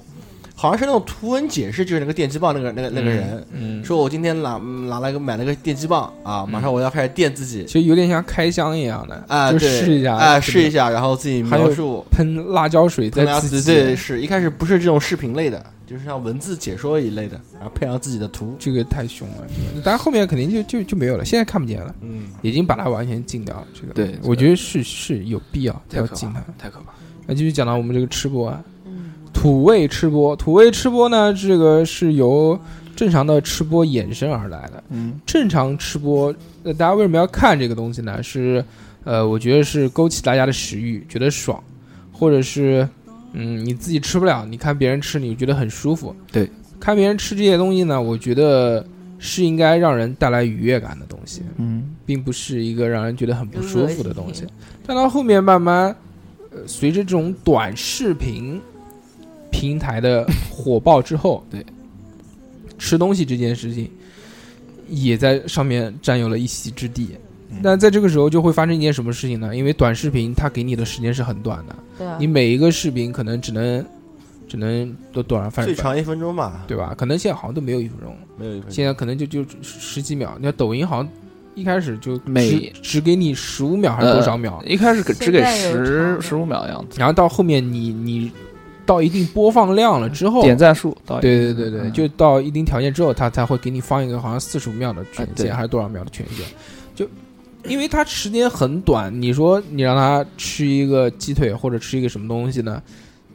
Speaker 9: 好像是那种图文解释，就是那个电击棒那个那个那个人，
Speaker 1: 嗯嗯
Speaker 9: 说我今天拿拿了个买了个电击棒啊，马上我要开始电自己，
Speaker 1: 其实有点像开箱一样的，
Speaker 9: 啊，
Speaker 1: 就
Speaker 9: 对
Speaker 1: 试一下，
Speaker 9: 哎，
Speaker 1: 是不
Speaker 9: 试
Speaker 1: 是
Speaker 9: 一下，然后自己
Speaker 1: 还
Speaker 9: 描
Speaker 1: 有
Speaker 9: 述。
Speaker 1: 喷辣椒水在
Speaker 9: 大家
Speaker 1: 自己，
Speaker 9: 对，是一开始不是这种视频类的，就是像文字解说一类的，然后配上自己的图，
Speaker 1: 这个太凶了。但后面肯定就就就没有了，现在看不见了，
Speaker 9: 嗯，
Speaker 1: 已经把它完全禁掉了。这个，
Speaker 6: 对
Speaker 1: 我觉得是是有必要要禁它。
Speaker 6: 太可怕了。
Speaker 1: 那继续讲到我们这个吃播啊，
Speaker 3: 嗯
Speaker 1: 土味吃播，土味吃播呢，这个是由正常的吃播衍生而来的。
Speaker 6: 嗯，
Speaker 1: 正常吃播，那大家为什么要看这个东西呢？是，呃，我觉得是勾起大家的食欲，觉得爽，或者是，嗯，你自己吃不了，你看别人吃，你觉得很舒服。
Speaker 6: 对，
Speaker 1: 看别人吃这些东西呢，我觉得是应该让人带来愉悦感的东西，
Speaker 6: 嗯，
Speaker 1: 并不是一个让人觉得很不舒服的东西。但到后面慢慢，呃，随着这种短视频平台的火爆之后，
Speaker 6: 对，
Speaker 1: 吃东西这件事情也在上面占有了一席之地。但在这个时候就会发生一件什么事情呢？因为短视频它给你的时间是很短的，
Speaker 9: 对啊
Speaker 1: 你每一个视频可能只能只能都多少反
Speaker 9: 最长一分钟吧，
Speaker 1: 对吧？可能现在好像都没有一分钟，
Speaker 9: 没有一分钟
Speaker 1: 现在可能就就十十几秒。你看抖音好像一开始就
Speaker 6: 每
Speaker 1: 只只给你十五秒还是多少秒？
Speaker 6: 呃一开始给只给
Speaker 1: 现在有
Speaker 6: 十十五秒的样子，
Speaker 1: 然后到后面你你到一定播放量了之后，
Speaker 6: 点赞数到一
Speaker 1: 哦对对
Speaker 6: 定
Speaker 1: 对对，
Speaker 6: 嗯
Speaker 1: 就到一定条件之后，它才会给你放一个好像四十五秒的权
Speaker 6: 啊对
Speaker 1: 限，还是多少秒的权限？就因为它时间很短，你说你让他吃一个鸡腿或者吃一个什么东西呢，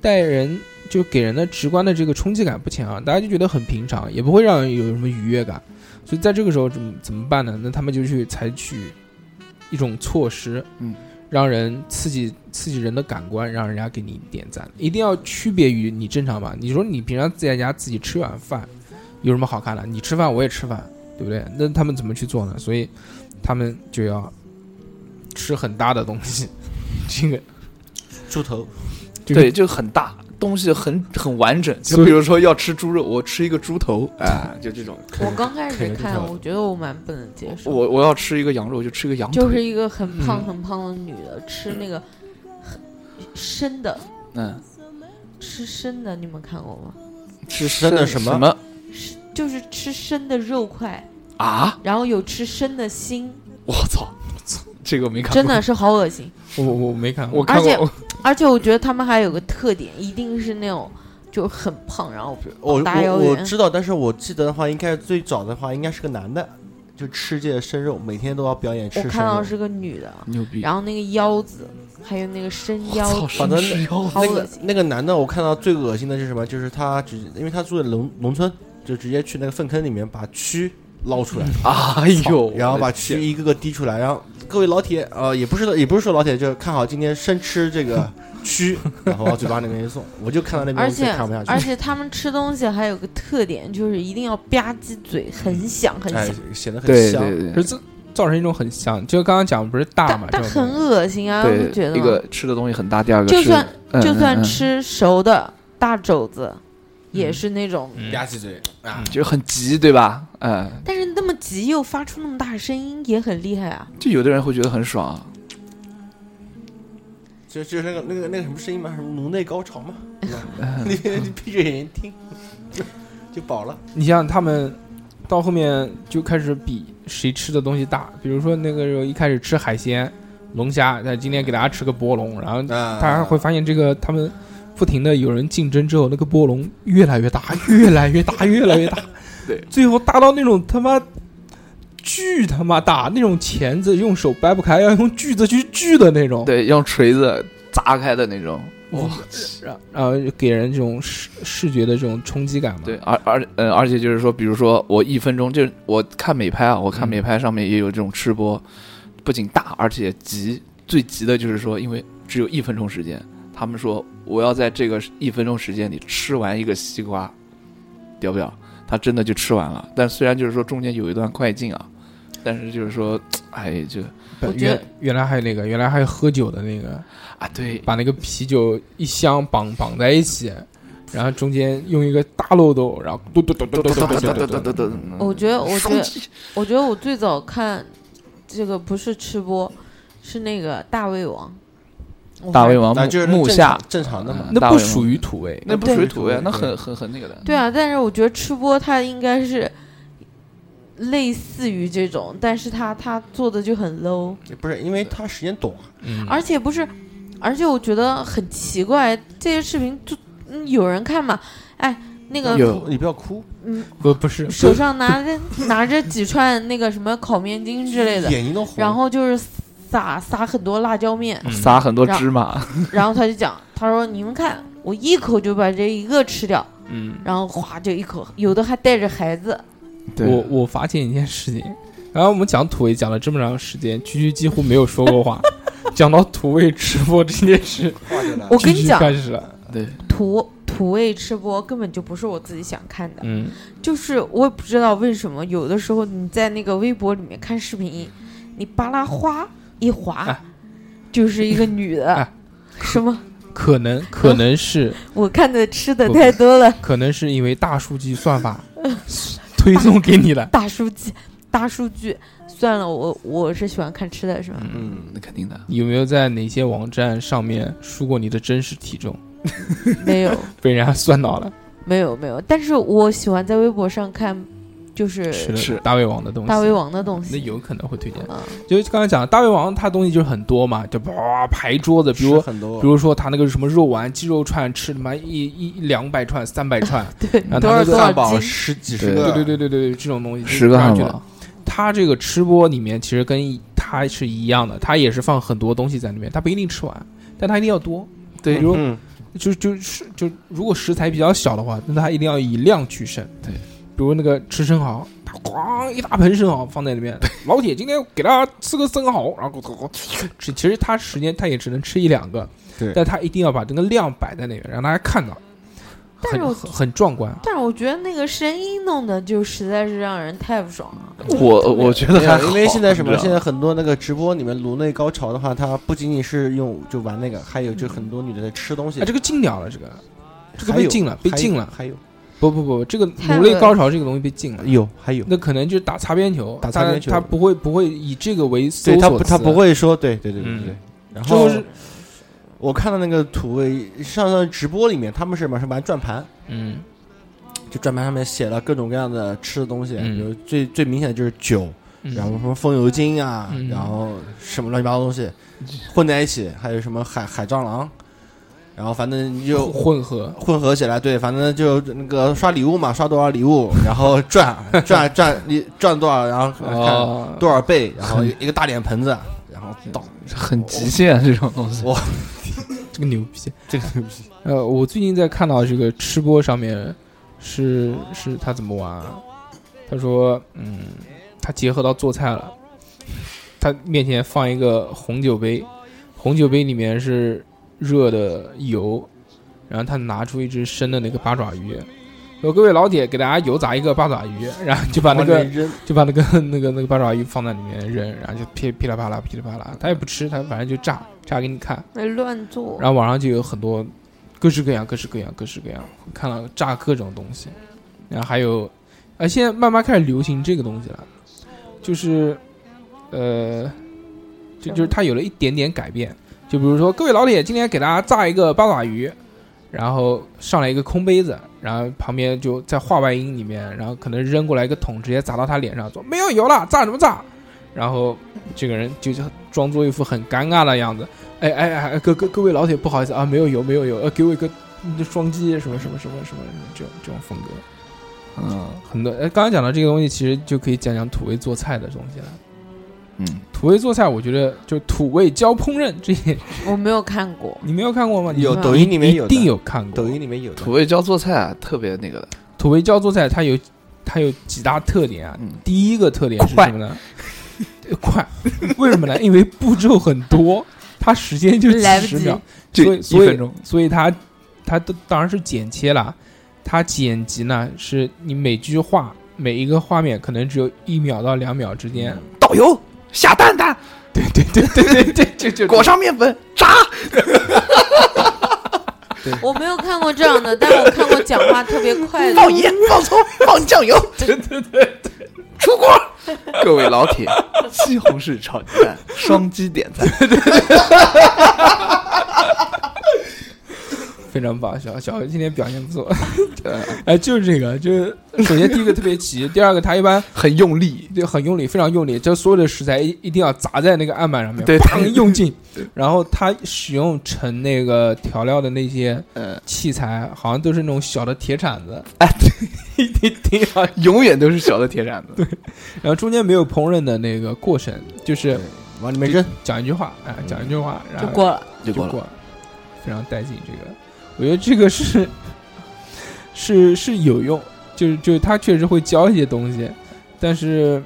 Speaker 1: 带人就给人的直观的这个冲击感不强，啊大家就觉得很平常，也不会让人有什么愉悦感。所以在这个时候怎么怎么办呢？那他们就去采取一种措施，
Speaker 6: 嗯，
Speaker 1: 让人刺激刺激人的感官，让人家给你点赞，一定要区别于你正常吧？你说你平常在家自己吃碗饭，有什么好看的？你吃饭我也吃饭，对不对？那他们怎么去做呢？所以他们就要吃很大的东西， 这个
Speaker 9: 猪头，
Speaker 6: 对，就很大，东西很很完整。
Speaker 1: 所
Speaker 6: 就
Speaker 1: 以
Speaker 6: 比如说要吃猪肉，我吃一个猪头，哎，就这种。
Speaker 3: 我刚开
Speaker 6: 啃
Speaker 3: 始
Speaker 6: 了就
Speaker 3: 看
Speaker 6: 跳，了
Speaker 3: 我觉得我蛮不能接受，
Speaker 6: 我我要吃一个羊肉，就吃一个羊腿，
Speaker 3: 就是一个很胖
Speaker 6: 嗯
Speaker 3: 很胖的女的吃那个很生的，
Speaker 6: 嗯，
Speaker 3: 吃生的，你们看过吗？
Speaker 6: 吃
Speaker 9: 生的什么
Speaker 6: 什么
Speaker 3: 就是吃生的肉块，
Speaker 6: 啊？
Speaker 3: 然后有吃生的心，
Speaker 6: 我操， 我操，这个没看过，
Speaker 3: 真的是好恶心。
Speaker 1: 我我没看
Speaker 6: 我
Speaker 3: 而
Speaker 6: 看
Speaker 3: 且
Speaker 6: 过，
Speaker 3: 而且我觉得他们还有个特点，一定是那种就很胖，然后
Speaker 9: 我
Speaker 3: 大
Speaker 9: 哦我
Speaker 3: 腰
Speaker 9: 我
Speaker 3: 圆。
Speaker 9: 知道，但是我记得的话，应该最早的话应该是个男的，就吃这个生肉，每天都要表演吃
Speaker 3: 我
Speaker 9: 生肉。
Speaker 3: 看到是个女的，
Speaker 6: 牛逼
Speaker 3: 然后那个腰子，还有那个伸腰
Speaker 9: 我操，
Speaker 3: 子，
Speaker 9: 反正
Speaker 3: 好
Speaker 9: 那那
Speaker 3: 恶
Speaker 9: 个
Speaker 3: 心。
Speaker 9: 那个男的，我看到最恶心的是什么？就是他直，因为他住在农农村，就直接去那个粪坑里面把蛆捞 出来。
Speaker 6: 哎呦
Speaker 9: 然后把
Speaker 6: 我的
Speaker 9: 蛆
Speaker 6: 天
Speaker 9: 一个个滴出来。然后各位老铁，呃，也不是也不是说老铁，就是看好今天生吃这个蛆，然后往嘴巴里面一送。我就看到那边，
Speaker 3: 而
Speaker 9: 我就
Speaker 3: 且
Speaker 9: 看不下去。
Speaker 3: 而且他们吃东西还有个特点，就是一定要吧唧嘴，很响很响，
Speaker 9: 显得
Speaker 1: 很
Speaker 6: 对香对对
Speaker 1: 可是造造成一种很香，就刚刚讲不是大嘛，
Speaker 3: 但
Speaker 1: 这种
Speaker 3: 很恶心啊，
Speaker 6: 对
Speaker 3: 不觉得
Speaker 6: 一
Speaker 3: 吗
Speaker 6: 个？吃的东西很大，第二个
Speaker 3: 就是算
Speaker 6: 嗯
Speaker 3: 就
Speaker 6: 嗯
Speaker 3: 算
Speaker 6: 嗯
Speaker 3: 吃熟的大肘子，也是那种
Speaker 6: 嗯
Speaker 9: 吧唧嘴啊，
Speaker 6: 就很急，对吧？嗯，
Speaker 3: 但是那么急又发出那么大声音，也很厉害啊！
Speaker 6: 就有的人会觉得很 爽，
Speaker 9: 就就是那个那个那个什么声音嘛，什么颅内高潮嘛，
Speaker 6: 嗯
Speaker 9: 你你闭着眼睛听，就饱了。
Speaker 1: 你像他们到后面就开始比谁吃的东西大，比如说那个时候一开始吃海鲜，龙虾，那今天给大家吃个波龙，然后大家会发现这个他们不停的有人竞争之后，那个波龙越来越大，越来越大，越来越大，
Speaker 6: 对，
Speaker 1: 最后大到那种他妈巨他妈大，那种钳子用手掰不开，要用锯子去锯的那种，
Speaker 6: 对，用锤子砸开的那种，
Speaker 1: 哇，然后给人这种视视觉的这种冲击感嘛，
Speaker 6: 对，而而呃，而且就是说，比如说我一分钟，就是我看美拍啊，我看美拍上面也有这种吃播，不仅大，而且急。最急的就是说，因为只有一分钟时间，他们说我要在这个一分钟时间里吃完一个西瓜，屌不屌？他真的就吃完了，但虽然就是说中间有一段快进啊，但是就是说，哎，就
Speaker 1: 不原原来还有那个，原来还有喝酒的那个
Speaker 6: 啊，对，
Speaker 1: 把那个啤酒一箱绑绑在一起，然后中间用一个大漏斗，然后嘟嘟嘟嘟嘟嘟嘟嘟嘟嘟，
Speaker 6: 嗯
Speaker 3: 我觉得，我觉得
Speaker 6: 双击，
Speaker 3: 我觉得我最早看这个不是吃播，是那个大胃王。我
Speaker 6: 大
Speaker 3: 还
Speaker 6: 胃王
Speaker 9: 那
Speaker 6: 木
Speaker 9: 就是
Speaker 6: 木
Speaker 9: 正
Speaker 6: 下
Speaker 9: 常正常的嘛
Speaker 6: 嗯
Speaker 9: 那
Speaker 6: 大
Speaker 9: 不
Speaker 6: 胃王
Speaker 9: 属于土味
Speaker 6: 那不
Speaker 9: 对
Speaker 6: 属于土味
Speaker 9: 对，
Speaker 6: 那很很很那个的。
Speaker 3: 对啊，但是我觉得吃播它应该是类似于这种，但是它它做的就很 low，
Speaker 9: 不是因为他时间短，
Speaker 1: 嗯
Speaker 6: 嗯
Speaker 3: 而且不是，而且我觉得很奇怪，这些视频就、嗯、有人看嘛，哎，那个
Speaker 9: 你不要哭，
Speaker 3: 嗯，
Speaker 1: 不不是
Speaker 3: 手上拿着拿着几串那个什么烤面筋之类的
Speaker 9: 眼睛都红，
Speaker 3: 然后就是撒撒很多辣 椒
Speaker 1: 嗯
Speaker 3: 面，
Speaker 6: 撒很多
Speaker 3: 然后
Speaker 6: 芝麻，
Speaker 3: 然后他就讲，他说你们看，我一口就把这一个吃掉，
Speaker 1: 嗯，
Speaker 3: 然后哗就一口，有的还带着孩子，
Speaker 1: 我我发现一件事情，然后我们讲土味讲了这么长时间，区区几乎没有说过话，讲到土味吃播这件事，嗯
Speaker 3: 我跟你讲
Speaker 1: 蛐蛐开始了，
Speaker 6: 对，
Speaker 3: 土土味吃播根本就不是我自己想看的，
Speaker 1: 嗯，
Speaker 3: 就是我也不知道为什么，有的时候你在那个微博里面看视频，你扒拉哗一滑，
Speaker 1: 啊
Speaker 3: 就是一个女的，什么
Speaker 1: 可能可能是
Speaker 3: 我看的吃的
Speaker 1: 不
Speaker 3: 太多了，
Speaker 1: 可能是因为大数据算法推送给你的，
Speaker 3: 大数据， 大数据，算了，我我是喜欢看吃的是吧？
Speaker 6: 嗯，那肯定的。
Speaker 1: 有没有在哪些网站上面输过你的真实体重？
Speaker 3: 没有，
Speaker 1: 被人家算到了，
Speaker 3: 没有没有，但是我喜欢在微博上看，就是
Speaker 1: 吃了大胃王的东西，
Speaker 3: 大胃王的东
Speaker 1: 那
Speaker 3: 西，嗯
Speaker 1: 有可能会推荐。就是刚才讲的大胃王，他东西就是很多嘛，就哇排桌子，比如
Speaker 9: 吃很多
Speaker 1: 比如说他那个什么肉丸、鸡肉串，吃他妈一一一两百串、三百 串，
Speaker 3: 对
Speaker 1: 然后
Speaker 9: 多
Speaker 1: 他啊那
Speaker 9: 少
Speaker 1: 个
Speaker 9: 多少汉堡斤十几十
Speaker 1: 对
Speaker 9: 个
Speaker 1: 对对对对，这种东西就
Speaker 6: 十个汉堡
Speaker 1: 让人觉得他这个吃播里面其实跟他是一样的，他也是放很多东西在里面，他不一定吃完，但他一定要多。
Speaker 6: 对
Speaker 1: 比如、
Speaker 6: 嗯
Speaker 1: 就就是就如果食材比较小的话，那他一定要以量取胜。
Speaker 6: 对，
Speaker 1: 比如那个吃生蚝，他哐一大盆生蚝放在里 面，老铁今天给大家吃个生蚝，然后咕咕咕吃，其实他时间他也只能吃一两个，
Speaker 9: 对
Speaker 1: 但他一定要把这个量摆在那边，让大家看到，
Speaker 3: 但是
Speaker 1: 很
Speaker 3: 我
Speaker 1: 很很壮观。啊
Speaker 3: 但是我觉得那个声音弄的就实在是让人太不爽了。
Speaker 6: 我我觉得
Speaker 9: 没有
Speaker 6: 还好
Speaker 9: 因为现在什
Speaker 6: 你知
Speaker 9: 么？
Speaker 6: 道吗
Speaker 9: 现在很多那个直播里面颅内高潮的话，它不仅仅是用就玩那个，还有就很多女的在吃东西。
Speaker 1: 哎，这个禁掉了，这个这个
Speaker 9: 还有
Speaker 1: 被禁了，被
Speaker 9: 还有
Speaker 1: 禁了，
Speaker 9: 还有
Speaker 1: 不不不，这个
Speaker 9: 太
Speaker 1: 颅内
Speaker 9: 恶
Speaker 1: 高潮这个东西被禁了，
Speaker 9: 有还有，
Speaker 1: 那可能就是打擦边球，
Speaker 9: 打擦边球
Speaker 1: 他不会不会以这个为搜
Speaker 9: 对
Speaker 1: 索
Speaker 9: 他不他
Speaker 1: 词
Speaker 9: 不会说对对对对对对
Speaker 1: 嗯。
Speaker 9: 然后
Speaker 1: 就是
Speaker 9: 我看到那个土味上上直播里面，他们是马上玩转盘，
Speaker 1: 嗯，
Speaker 9: 就转盘上面写了各种各样的吃的东西，
Speaker 1: 嗯
Speaker 9: 比如最最明显的就是酒，
Speaker 1: 嗯
Speaker 9: 然后什么风油精啊，
Speaker 1: 嗯
Speaker 9: 然后什么乱七八糟的东西混在一起，还有什么海海蟑螂，然后反正你就
Speaker 1: 混合
Speaker 9: 混合起来，对，反正就那个刷礼物嘛，刷多少礼物，然后赚赚赚你赚多少，然后
Speaker 6: 哦
Speaker 9: 看多少倍，然后
Speaker 6: 很
Speaker 9: 一个大脸盆子，然后倒，
Speaker 6: 很极限这种东西。
Speaker 9: 哇，
Speaker 1: 这个牛逼，
Speaker 9: 这个牛逼，
Speaker 1: 呃，我最近在看到这个吃播上面是是他怎么玩、啊？他说，嗯，他结合到做菜了，他面前放一个红酒杯，红酒杯里面是热的油，然后他拿出一只生的那个八爪鱼。说各位老铁，给大家油炸一个八爪鱼，然后就把那
Speaker 9: 往
Speaker 1: 个
Speaker 9: 里扔
Speaker 1: 就把那个 那个那个八爪鱼放在里面扔，然后就噼噼里啪啦噼里啪啦，他也不吃，他反正就炸炸给你看。
Speaker 3: 那乱做，
Speaker 1: 然后网上就有很多各式各样、各式各样、各式各样，看到炸各种东西，然后还有，呃，现在慢慢开始流行这个东西了，就是，呃，就就是它有了一点点改变，就比如说各位老铁，今天给大家炸一个八爪鱼，然后上来一个空杯子，然后旁边就在话外音里面，然后可能扔过来一个桶，直接砸到他脸上，说没有油了，炸什么炸？然后这个人就就装作一副很尴尬的样子，哎哎哎，各各各位老铁，不好意思啊，没有油，没有油，呃，给我一个嗯双击，什么什么什么什么什么这种这种风格。
Speaker 6: 嗯，
Speaker 1: 很多，哎，刚刚讲到这个东西，其实就可以讲讲土味做菜的东西了。
Speaker 6: 嗯，
Speaker 1: 土味做菜，我觉得就土味教烹饪这些，
Speaker 3: 我没有看过，
Speaker 1: 你没有看过吗？你
Speaker 3: 有
Speaker 1: 你
Speaker 3: 抖音
Speaker 9: 里面有
Speaker 1: 一
Speaker 9: 的
Speaker 1: 定有看过。
Speaker 9: 抖音里面有的
Speaker 6: 土味教做菜啊特别那个的，
Speaker 1: 土味教做菜，它有它有几大特点啊。第一个特点是什么呢？快，为什么呢？因为步骤很多，它时间就
Speaker 3: 来
Speaker 1: 几
Speaker 3: 不
Speaker 1: 十
Speaker 3: 及
Speaker 1: 秒，
Speaker 6: 就
Speaker 1: 所以
Speaker 6: 一
Speaker 1: 所
Speaker 6: 分
Speaker 1: 以
Speaker 6: 钟
Speaker 1: 所以它它都当然是剪切了，它剪辑呢是你每句话每一个画面可能只有一秒到两秒之间。
Speaker 6: 导游下蛋蛋，
Speaker 1: 对对对对对对，就
Speaker 6: 裹上面粉炸。
Speaker 3: 我没有看过这样的，但我看过讲话特别快的。
Speaker 6: 放盐、放葱、放酱油，对对对对， 出锅！各位老铁， 西红柿炒鸡蛋，双击点赞。
Speaker 1: 非常棒，小小何今天表现不错。 哎，就是这个，就是首先第一个特别急，第二个他一般
Speaker 6: 很用力，
Speaker 1: 就很用力，非常用力，就所有的食材一一定要砸在那个案板上面，
Speaker 6: 对
Speaker 1: 砰
Speaker 6: 对
Speaker 1: 用劲。然后他使用盛那个调料的那些
Speaker 6: 呃
Speaker 1: 器材，好像都是那种小的铁铲子，哎，一定要
Speaker 6: 永远都是小的铁铲子。
Speaker 1: 对，然后中间没有烹饪的那个过程，就是
Speaker 9: 往里面扔，
Speaker 1: 讲一句话，哎，讲一句话，然后
Speaker 3: 就过了
Speaker 1: 就
Speaker 6: 就过了
Speaker 1: 了，非常带劲。这个，我觉得这个是是是有用，就是就是他确实会教一些东西，但是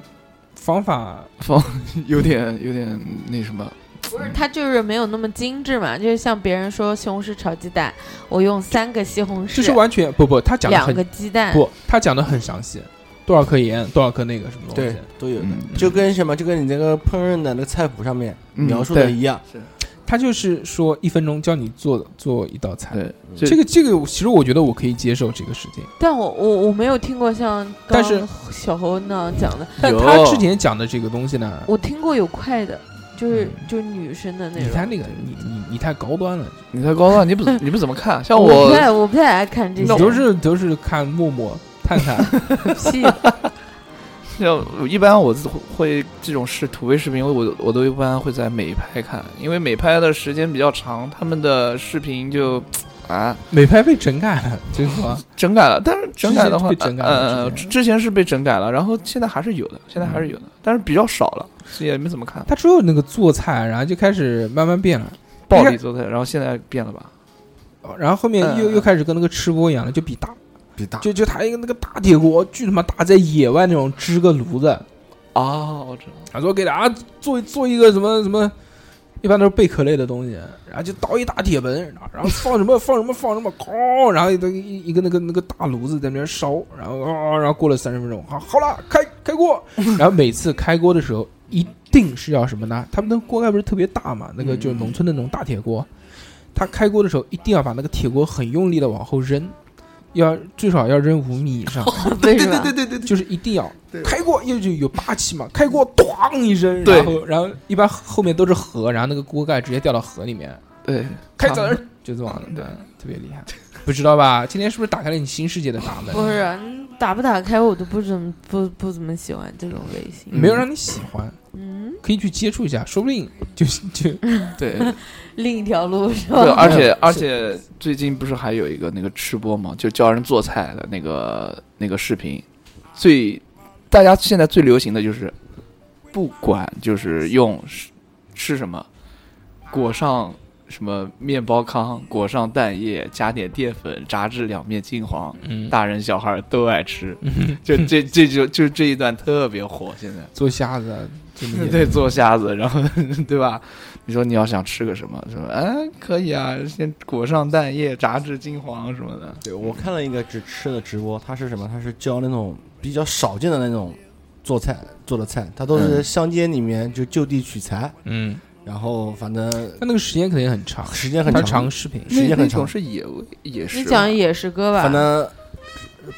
Speaker 1: 方法
Speaker 6: 方有点有点那什么，
Speaker 3: 不是，它就是没有那么精致嘛，就是像别人说西红柿炒鸡蛋，我用三个西红柿，
Speaker 1: 这是完全不不，他讲的
Speaker 3: 两
Speaker 1: 很
Speaker 3: 个鸡蛋，
Speaker 1: 不，他讲的很详细，多少克盐，多少克那个什么东西
Speaker 9: 对，都有的，
Speaker 6: 嗯
Speaker 9: 就跟什么，就跟你那个烹饪的那个菜谱上面描述的一样。
Speaker 6: 是，
Speaker 1: 他就是说一分钟教你做做一道菜。
Speaker 6: 这
Speaker 1: 这个这个，其实我觉得我可以接受这个事情。
Speaker 3: 但我我我没有听过像
Speaker 1: 但
Speaker 3: 刚
Speaker 1: 是
Speaker 3: 小侯那样讲的，
Speaker 1: 但他之前讲的这个东西呢，
Speaker 3: 我听过有快的，就是就是女生的那
Speaker 1: 嗯你太
Speaker 3: 种。
Speaker 1: 那个，你你你太高端了，
Speaker 6: 你太高端，你不你不怎么看？啊像
Speaker 3: 我
Speaker 6: 我
Speaker 3: 不太我不太爱看这
Speaker 1: 你
Speaker 3: 些，
Speaker 1: 都是都是看陌陌、探探，
Speaker 3: 屁，
Speaker 6: 像一般我会这种视土味视频，我我都一般会在美拍看，因为美拍的时间比较长，他们的视频就啊
Speaker 1: 美拍被整改了，就是说
Speaker 6: 整改了。但是整改的话，
Speaker 1: 之前被整改了
Speaker 6: 呃呃，之前是被整改了，然后现在还是有的，现在还是有的，但是比较少了，所以也没怎么看。
Speaker 1: 他只有那个做菜，然后就开始慢慢变了，
Speaker 6: 暴
Speaker 1: 一
Speaker 6: 力
Speaker 1: 开
Speaker 6: 做菜，然后现在变了吧？
Speaker 1: 然后后面又
Speaker 6: 嗯
Speaker 1: 又开始跟那个吃播一样了，就比大，
Speaker 9: 比大，
Speaker 1: 就就他一个那个大铁锅，巨他妈大，在野外那种支个炉子，
Speaker 6: 哦，我知道。
Speaker 1: 他说给大家做做一个什么什么，一般都是贝壳类的东西，然后就倒一大铁盆，然后放什么放什么放什么，哐，然后一个一一个那个那个大炉子在那边烧，然后啊，然后过了三十分钟，好好了，开开锅，然后每次开锅的时候一定是要什么呢？他们那个锅盖不是特别大嘛，那个就是农村的那种大铁锅，他开锅的时候一定要把那个铁锅很用力的往后扔。要最少要扔五米以上，
Speaker 3: 为什么？
Speaker 1: 对对，就是一定要开锅，又就有霸气嘛，开锅咣一声，
Speaker 6: 对
Speaker 1: 然后然后一般后面都是河，然后那个锅盖直接掉到河里面，
Speaker 6: 对，
Speaker 1: 开整儿就这样的，对，嗯特别厉害，不知道吧？今天是不是打开了你新世界的大门？
Speaker 3: 不是，你嗯打不打开我都不怎么不不怎么喜欢这种类型，
Speaker 1: 没有让你喜欢，
Speaker 3: 嗯，
Speaker 1: 可以去接触一下，说不定就就
Speaker 6: 对
Speaker 3: 另一条路是吧？
Speaker 6: 对，而且而且最近不是还有一个那个吃播嘛，就教人做菜的那个那个视频，最大家现在最流行的就是，不管就是用吃吃什么，裹上什么面包糠，裹上蛋液，加点淀粉，炸至两面金黄，
Speaker 1: 嗯
Speaker 6: 大人小孩都爱吃，
Speaker 1: 嗯
Speaker 6: 就这这就就这一段特别火，现在。
Speaker 1: 做瞎子啊，就那些
Speaker 6: 对，做瞎子，然后 对吧？你说你要想吃个什么，说哎可以啊，先裹上蛋液，炸至金黄什么的。
Speaker 9: 对我看了一个只吃的直播，他是什么？他是教那种比较少见的那种做菜做的菜，他都是
Speaker 1: 嗯
Speaker 9: 乡间里面就就地取材，
Speaker 1: 嗯，
Speaker 9: 然后反正
Speaker 1: 他那个时间肯定很长，
Speaker 9: 时间很
Speaker 1: 它
Speaker 9: 长，
Speaker 1: 长视频
Speaker 9: 时间
Speaker 6: 那
Speaker 9: 很
Speaker 6: 那
Speaker 9: 长
Speaker 6: 种，是野味野食
Speaker 3: 你
Speaker 6: 嘛，
Speaker 3: 讲野食哥吧，
Speaker 9: 反正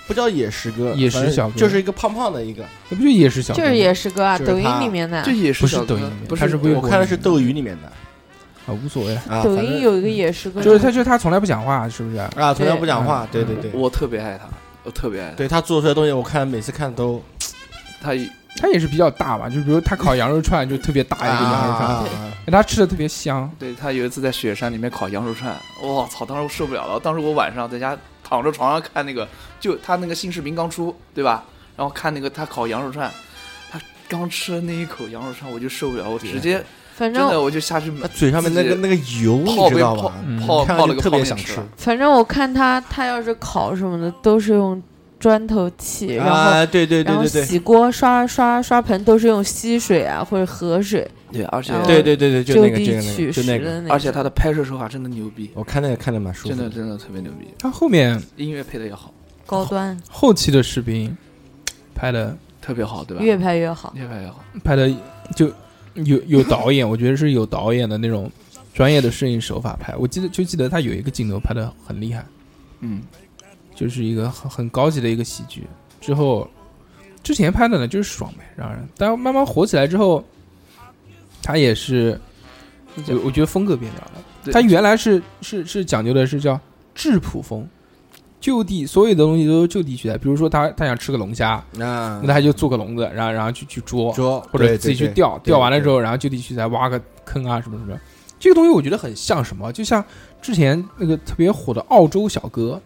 Speaker 9: 不叫野食哥，
Speaker 1: 野食
Speaker 9: 反正
Speaker 1: 小哥
Speaker 9: 就是一个胖胖的一个，
Speaker 1: 那不就也是小
Speaker 3: 就是野食哥啊，
Speaker 9: 就是
Speaker 3: 抖音
Speaker 9: 他
Speaker 3: 里面的，
Speaker 6: 这也
Speaker 1: 不
Speaker 6: 是
Speaker 1: 是
Speaker 6: 小
Speaker 1: 抖
Speaker 6: 哥
Speaker 1: 音里面
Speaker 6: 不
Speaker 1: 它是微博
Speaker 9: 我看的是斗鱼里面的，
Speaker 1: 啊，无所谓
Speaker 9: 啊
Speaker 3: 抖音有一个也是个，
Speaker 1: 就是他，就是他从来不讲话，是不是？
Speaker 9: 啊，从来不讲话，对对对，
Speaker 6: 我特别爱他，我特别爱他。
Speaker 9: 对他做出来的东西，我看每次看都，
Speaker 6: 他
Speaker 1: 他也是比较大吧，就比如他烤羊肉串就特别大一个羊肉
Speaker 6: 啊
Speaker 1: 串，但他吃的特别香。
Speaker 6: 对他有一次在雪山里面烤羊肉串，我操！当时我受不了了，当时我晚上在家躺着床上看那个，就他那个新视频刚出，对吧？然后看那个他烤羊肉串，他刚吃了那一口羊肉串，我就受不了，我直接，
Speaker 3: 反正
Speaker 6: 真的我就下去买
Speaker 9: 嘴上面那个
Speaker 6: 自己
Speaker 9: 那个油
Speaker 6: 泡
Speaker 9: 你知
Speaker 6: 杯
Speaker 9: 道
Speaker 6: 泡
Speaker 9: 吧
Speaker 6: 泡
Speaker 9: 嗯看上
Speaker 6: 泡
Speaker 9: 去
Speaker 6: 了个
Speaker 9: 特别
Speaker 6: 泡面
Speaker 9: 想
Speaker 6: 吃
Speaker 9: 吃
Speaker 6: 了。
Speaker 3: 反正我看他，他要是烤什么的，都是用砖头砌，然后、
Speaker 9: 啊对对
Speaker 3: 然
Speaker 9: 对
Speaker 3: 后
Speaker 9: 对对
Speaker 3: 洗锅、刷刷刷盆都是用溪水啊或者河水。
Speaker 6: 对，而且
Speaker 3: 然后
Speaker 9: 对对对对，就那个
Speaker 3: 地
Speaker 9: 就那
Speaker 3: 取
Speaker 9: 个就
Speaker 3: 食
Speaker 9: 那
Speaker 3: 的
Speaker 9: 个，
Speaker 3: 那
Speaker 6: 而且他的拍摄手法真的牛逼，
Speaker 9: 我看那个看的蛮舒服
Speaker 6: 真的真的特别牛逼。
Speaker 1: 他后面
Speaker 6: 音乐配的也好，
Speaker 3: 高端，
Speaker 1: 后期的视频拍的
Speaker 6: 特别好，对吧？
Speaker 3: 越拍越好。
Speaker 6: 越拍越好，
Speaker 1: 拍的就有有导演，我觉得是有导演的那种专业的摄影手法拍。我记得就记得他有一个镜头拍的很厉害，
Speaker 6: 嗯，
Speaker 1: 就是一个很很高级的一个喜剧。之后之前拍的呢就是爽呗，让人，但慢慢火起来之后，他也是，我我觉得风格变掉了。
Speaker 6: 对
Speaker 1: 他原来是是是讲究的是叫质朴风。就地，所有的东西都就地取材。比如说他，他想吃个龙虾，
Speaker 9: 那
Speaker 1: 那他就做个笼子，然后然后去去捉，
Speaker 9: 捉
Speaker 1: 或者
Speaker 9: 对
Speaker 1: 自己去
Speaker 9: 对对
Speaker 1: 钓，
Speaker 9: 对
Speaker 1: 钓完了之后，然后就地取材，挖个坑啊什么什么。这个东西我觉得很像什么，就像之前那个特别火的澳洲小哥，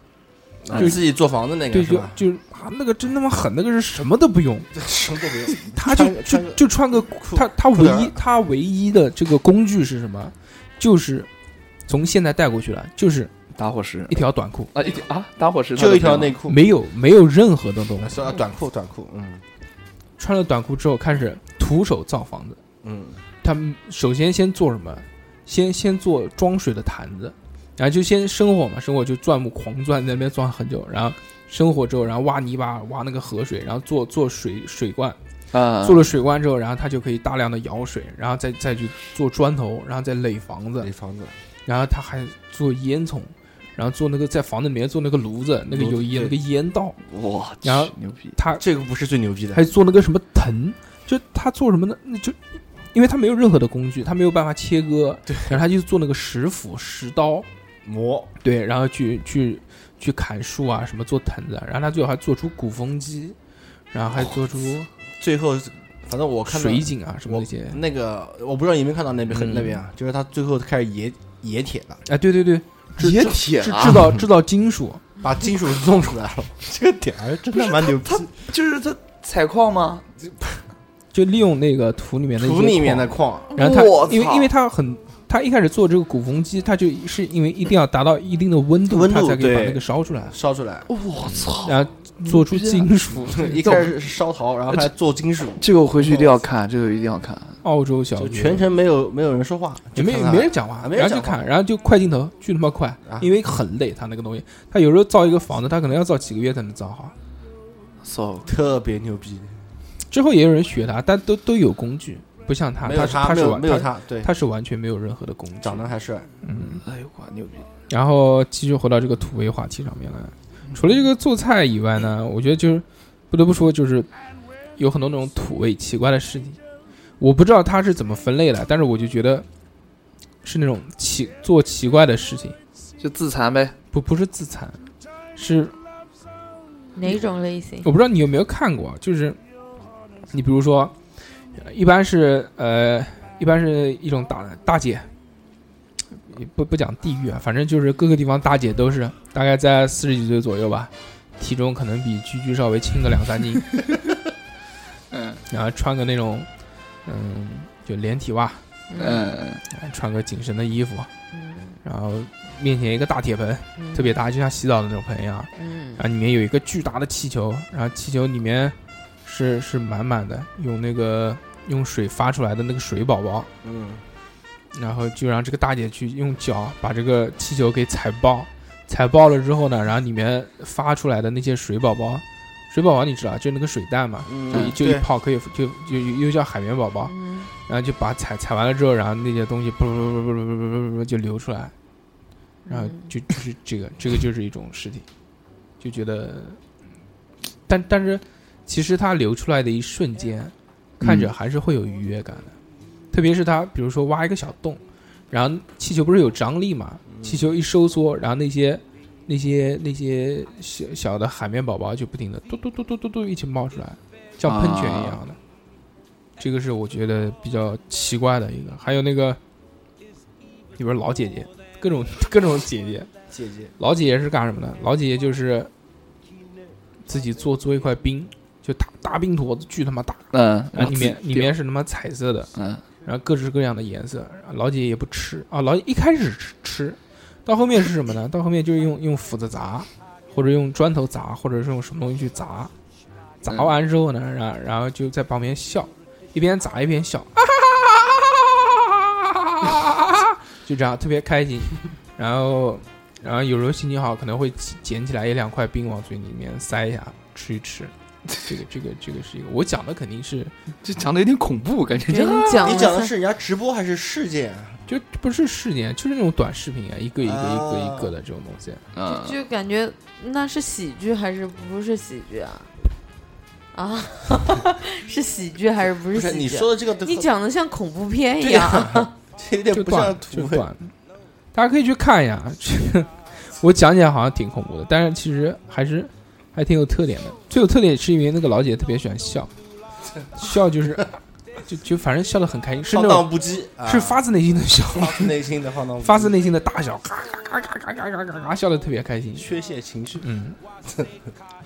Speaker 9: 啊
Speaker 1: 就
Speaker 9: 自己做房子那个
Speaker 1: 对，
Speaker 9: 是
Speaker 1: 就
Speaker 9: 吧
Speaker 1: 就啊，那个真他妈狠，那个是什么都不用，
Speaker 9: 什么都没有，
Speaker 1: 他就就就穿个他他
Speaker 9: 裤
Speaker 1: 唯
Speaker 9: 衩儿
Speaker 1: 一他唯一的这个工具是什么？就是从现在带过去了，就是
Speaker 6: 打火石
Speaker 1: 一条短裤
Speaker 6: 啊一条啊打火石
Speaker 9: 就一条内裤
Speaker 1: 没有没有任何的东西
Speaker 9: 说。到短裤短裤，嗯
Speaker 1: 穿了短裤之后开始徒手造房子，
Speaker 9: 嗯，
Speaker 1: 他们首先先做什么？先先做装水的坛子，然后就先生火嘛，生火就钻木狂钻，在那边钻很久，然后生火之后，然后挖泥巴，挖那个河水，然后做做水水罐，
Speaker 6: 啊
Speaker 1: 做了水罐之后，然后他就可以大量的舀水，然后再再去做砖头，然后再垒房子，垒
Speaker 9: 房子，
Speaker 1: 然后他还做烟囱，然后做那个在房子里面做那个炉子，那个有烟那个烟道，
Speaker 6: 哇，
Speaker 1: 然后
Speaker 6: 牛逼，
Speaker 1: 他
Speaker 9: 这个不是最牛逼的，
Speaker 1: 还做那个什么藤，就他做什么呢？那就因为他没有任何的工具，他没有办法切割，对，然后他就做那个石斧、石刀
Speaker 9: 磨，
Speaker 1: 对，然后去去去砍树啊，什么做藤子啊，然后他最后还做出鼓风机，然后还做出
Speaker 9: 最后反哦正我看到
Speaker 1: 水井啊什么
Speaker 9: 我
Speaker 1: 那些
Speaker 9: 那个我不知道你有没有看到那边很
Speaker 1: 嗯
Speaker 9: 那边啊，就是他最后开始冶冶铁了，
Speaker 1: 哎，对对对，制
Speaker 9: 冶
Speaker 1: 制
Speaker 9: 铁
Speaker 1: 制
Speaker 9: 啊
Speaker 1: 制造制造金属，
Speaker 9: 把金属弄出来了， 这个点儿真的蛮牛逼，
Speaker 6: 就是他采矿吗？
Speaker 1: 就利用那个土里面的一些
Speaker 9: 土里面的矿
Speaker 1: 然后他
Speaker 9: 我操
Speaker 1: 因为因为他很他一开始做这个鼓风机，他就是因为一定要达到一定的温度，
Speaker 9: 温度
Speaker 1: 他才可以把
Speaker 9: 对
Speaker 1: 那个烧出来，
Speaker 9: 烧出 来，，
Speaker 6: 我操
Speaker 1: 然后做出金属
Speaker 9: 一开始是烧陶，然后还做金属，
Speaker 6: 这个我回去一定要看，这个我一定要看。
Speaker 1: 澳洲小
Speaker 9: 就
Speaker 1: 哥
Speaker 9: 全程没有没有人说话，
Speaker 1: 也没
Speaker 9: 就看他
Speaker 1: 没人讲话，
Speaker 9: 没
Speaker 1: 然后
Speaker 9: 人讲
Speaker 1: 就
Speaker 9: 话啊
Speaker 1: 看，，然后就快镜头，巨他妈快，因为很累，他那个东西，他有时候造一个房子，他可能要造几个月才能造好。
Speaker 6: so
Speaker 9: 特别牛逼，
Speaker 1: 之后也有人学他，但都都有工具，不像他，
Speaker 9: 没有
Speaker 1: 是
Speaker 9: 他
Speaker 1: 他
Speaker 9: 没
Speaker 1: 是
Speaker 9: 有
Speaker 1: 完
Speaker 9: 没有
Speaker 1: 他
Speaker 9: 他对
Speaker 1: 他是完全没有任何的工具，
Speaker 9: 长得还帅，
Speaker 1: 嗯，
Speaker 6: 哎呦我牛逼！
Speaker 1: 然后继续回到这个土味话题上面来。除了这个做菜以外呢，我觉得就是不得不说，就是有很多那种土味奇怪的事情。我不知道它是怎么分类的，但是我就觉得是那种奇做奇怪的事情，
Speaker 6: 就自残呗。
Speaker 1: 不，不是自残，是
Speaker 3: 哪种类型？
Speaker 1: 我不知道你有没有看过，就是你比如说，呃一般是呃，一般是一种大大姐，也不不讲地域啊，反正就是各个地方大姐都是大概在四十几岁左右吧，体重可能比居居稍微轻个两三斤，
Speaker 6: 嗯，
Speaker 1: 然后穿个那种嗯就连体袜，
Speaker 6: 嗯，
Speaker 1: 穿个紧身的衣服，
Speaker 3: 嗯
Speaker 1: 然后面前一个大铁盆，特别大，就像洗澡的那种盆一样，
Speaker 3: 嗯，
Speaker 1: 然后里面有一个巨大的气球，然后气球里面是是满满的，用那个用水发出来的那个水宝宝，
Speaker 9: 嗯，
Speaker 1: 然后就让这个大姐去用脚把这个气球给踩爆，踩爆了之后呢，然后里面发出来的那些水宝宝，水宝宝你知道，就那个水弹嘛，
Speaker 9: 嗯
Speaker 1: 就一就一
Speaker 9: 对
Speaker 1: 泡可以就就又叫海绵宝
Speaker 9: 啊
Speaker 1: 宝，
Speaker 3: 嗯
Speaker 1: 然后就把踩踩完了之后，然后那些东西噗噗噗噗噗噗噗噗就流出来，
Speaker 3: 嗯
Speaker 1: 然后就就是这个这个就是一种尸体，就觉得，但但是其实它流出来的一瞬间，看着还是会有愉悦感的，特别是它比如说挖一个小洞，然后气球不是有张力嘛？气球一收缩，然后那些那些那些小小的海绵宝宝就不停的嘟嘟嘟嘟嘟嘟一起冒出来，像喷泉一样的。这个是我觉得比较奇怪的一个。还有那个里边老姐姐，各种 各种姐姐，
Speaker 9: 姐姐
Speaker 1: 老姐姐是干什么的？老姐姐就是自己做做一块冰，就大大冰坨子，巨他妈大，
Speaker 6: 嗯
Speaker 1: 然
Speaker 9: 啊
Speaker 1: 后里面
Speaker 6: 然后自
Speaker 1: 里
Speaker 6: 己丢
Speaker 1: 面是他妈彩色的，
Speaker 6: 嗯，
Speaker 1: 然后各式各样的颜色，然后老姐姐也不吃啊，老一开始吃吃，到后面是什么呢？到后面就是用用斧子砸，或者用砖头砸，或者是用什么东西去砸，砸完之后呢，然后然后就在旁边笑，一边砸一边笑， 就这样特别开心。然后，然后有时候心情好，可能会捡起来一两块冰往嘴里面塞一下，吃一吃。这个这个这个是一个，我讲的肯定是
Speaker 6: 这讲的有点恐怖，感觉
Speaker 1: 这
Speaker 9: 你讲的是人家直播还是事件？啊
Speaker 1: 就不是事件，就是那种短视频啊，一个一个一个一个的这种东西。
Speaker 6: 啊
Speaker 3: 就感觉那是喜剧还是不是喜剧啊？啊， 是喜剧还是不是
Speaker 9: 不
Speaker 3: 喜
Speaker 9: 是
Speaker 3: 剧？啊
Speaker 9: 你说的这个都
Speaker 3: 你讲的像恐怖片一
Speaker 9: 对
Speaker 3: 样。
Speaker 9: 呀， 这有点不像土
Speaker 1: 就短，大家可以去看一下。这个我讲起来好像挺恐怖的，但是其实还是还挺有特点的。最有特点是因为那个老姐特别喜欢 笑，笑就是就就反正笑得很开心，是那
Speaker 9: 放荡
Speaker 1: 种
Speaker 9: 不羁，啊
Speaker 1: 是发自内心的笑，
Speaker 9: 发自内心的放荡不羁，
Speaker 1: 发自内心的大笑，咔咔咔咔咔咔咔咔笑得特别开心。
Speaker 9: 缺陷情绪。
Speaker 1: 嗯，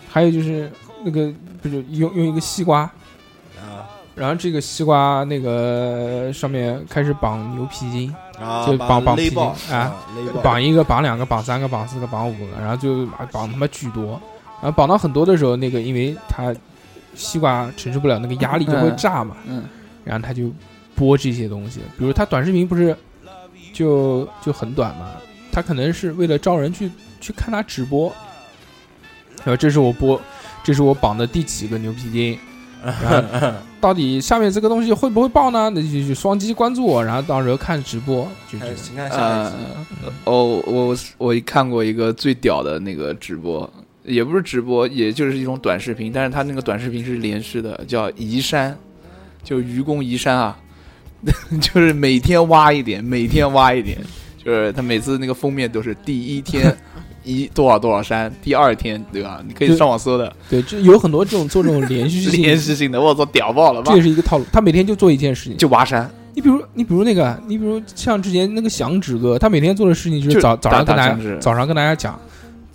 Speaker 1: 还有就是那个不是用用一个西瓜，
Speaker 9: 啊，
Speaker 1: 然后这个西瓜那个上面开始绑牛皮筋，
Speaker 9: 啊
Speaker 1: 就
Speaker 9: 把
Speaker 1: 绑
Speaker 9: 它
Speaker 1: 绑
Speaker 9: 勒
Speaker 1: 皮筋
Speaker 9: 爆
Speaker 1: 啊
Speaker 9: 啊勒爆，
Speaker 1: 绑一个，绑两个，绑三个，绑四个，绑五个，然后就绑他妈巨多，然后绑到很多的时候，那个因为它西瓜承受不了那个压力就会炸嘛，
Speaker 6: 嗯，
Speaker 1: 然后它就播这些东西，比如它短视频不是就就很短嘛，它可能是为了招人去去看它直播，然后这是我播，这是我绑的第几个牛皮筋。然后到底下面这个东西会不会爆呢？那就就双击关注我，然后到时候看直播，就这
Speaker 9: 哎
Speaker 1: 样。
Speaker 9: 请看下一
Speaker 6: 呃
Speaker 9: 集。，
Speaker 6: 哦，我我看过一个最屌的那个直播，也不是直播，也就是一种短视频，但是他那个短视频是连续的，叫移山，就愚公移山啊， 就是每天挖一点，每天挖一点，就是他每次那个封面都是第一天 移多少多少山，第二天对吧？你可以
Speaker 1: 对
Speaker 6: 上网搜的，
Speaker 1: 对，就有很多这种做这种连续性，
Speaker 6: 连续性的，我操，屌爆了吧
Speaker 1: 这也？是一个套路。他每天就做一件事情，
Speaker 6: 就挖山。
Speaker 1: 你比如，你比如那个，你比如像之前那个响指哥，他每天做的事情就
Speaker 6: 就是
Speaker 1: 早早上跟
Speaker 6: 打
Speaker 1: 大
Speaker 6: 打响
Speaker 1: 家
Speaker 6: 指
Speaker 1: 早上跟大家讲，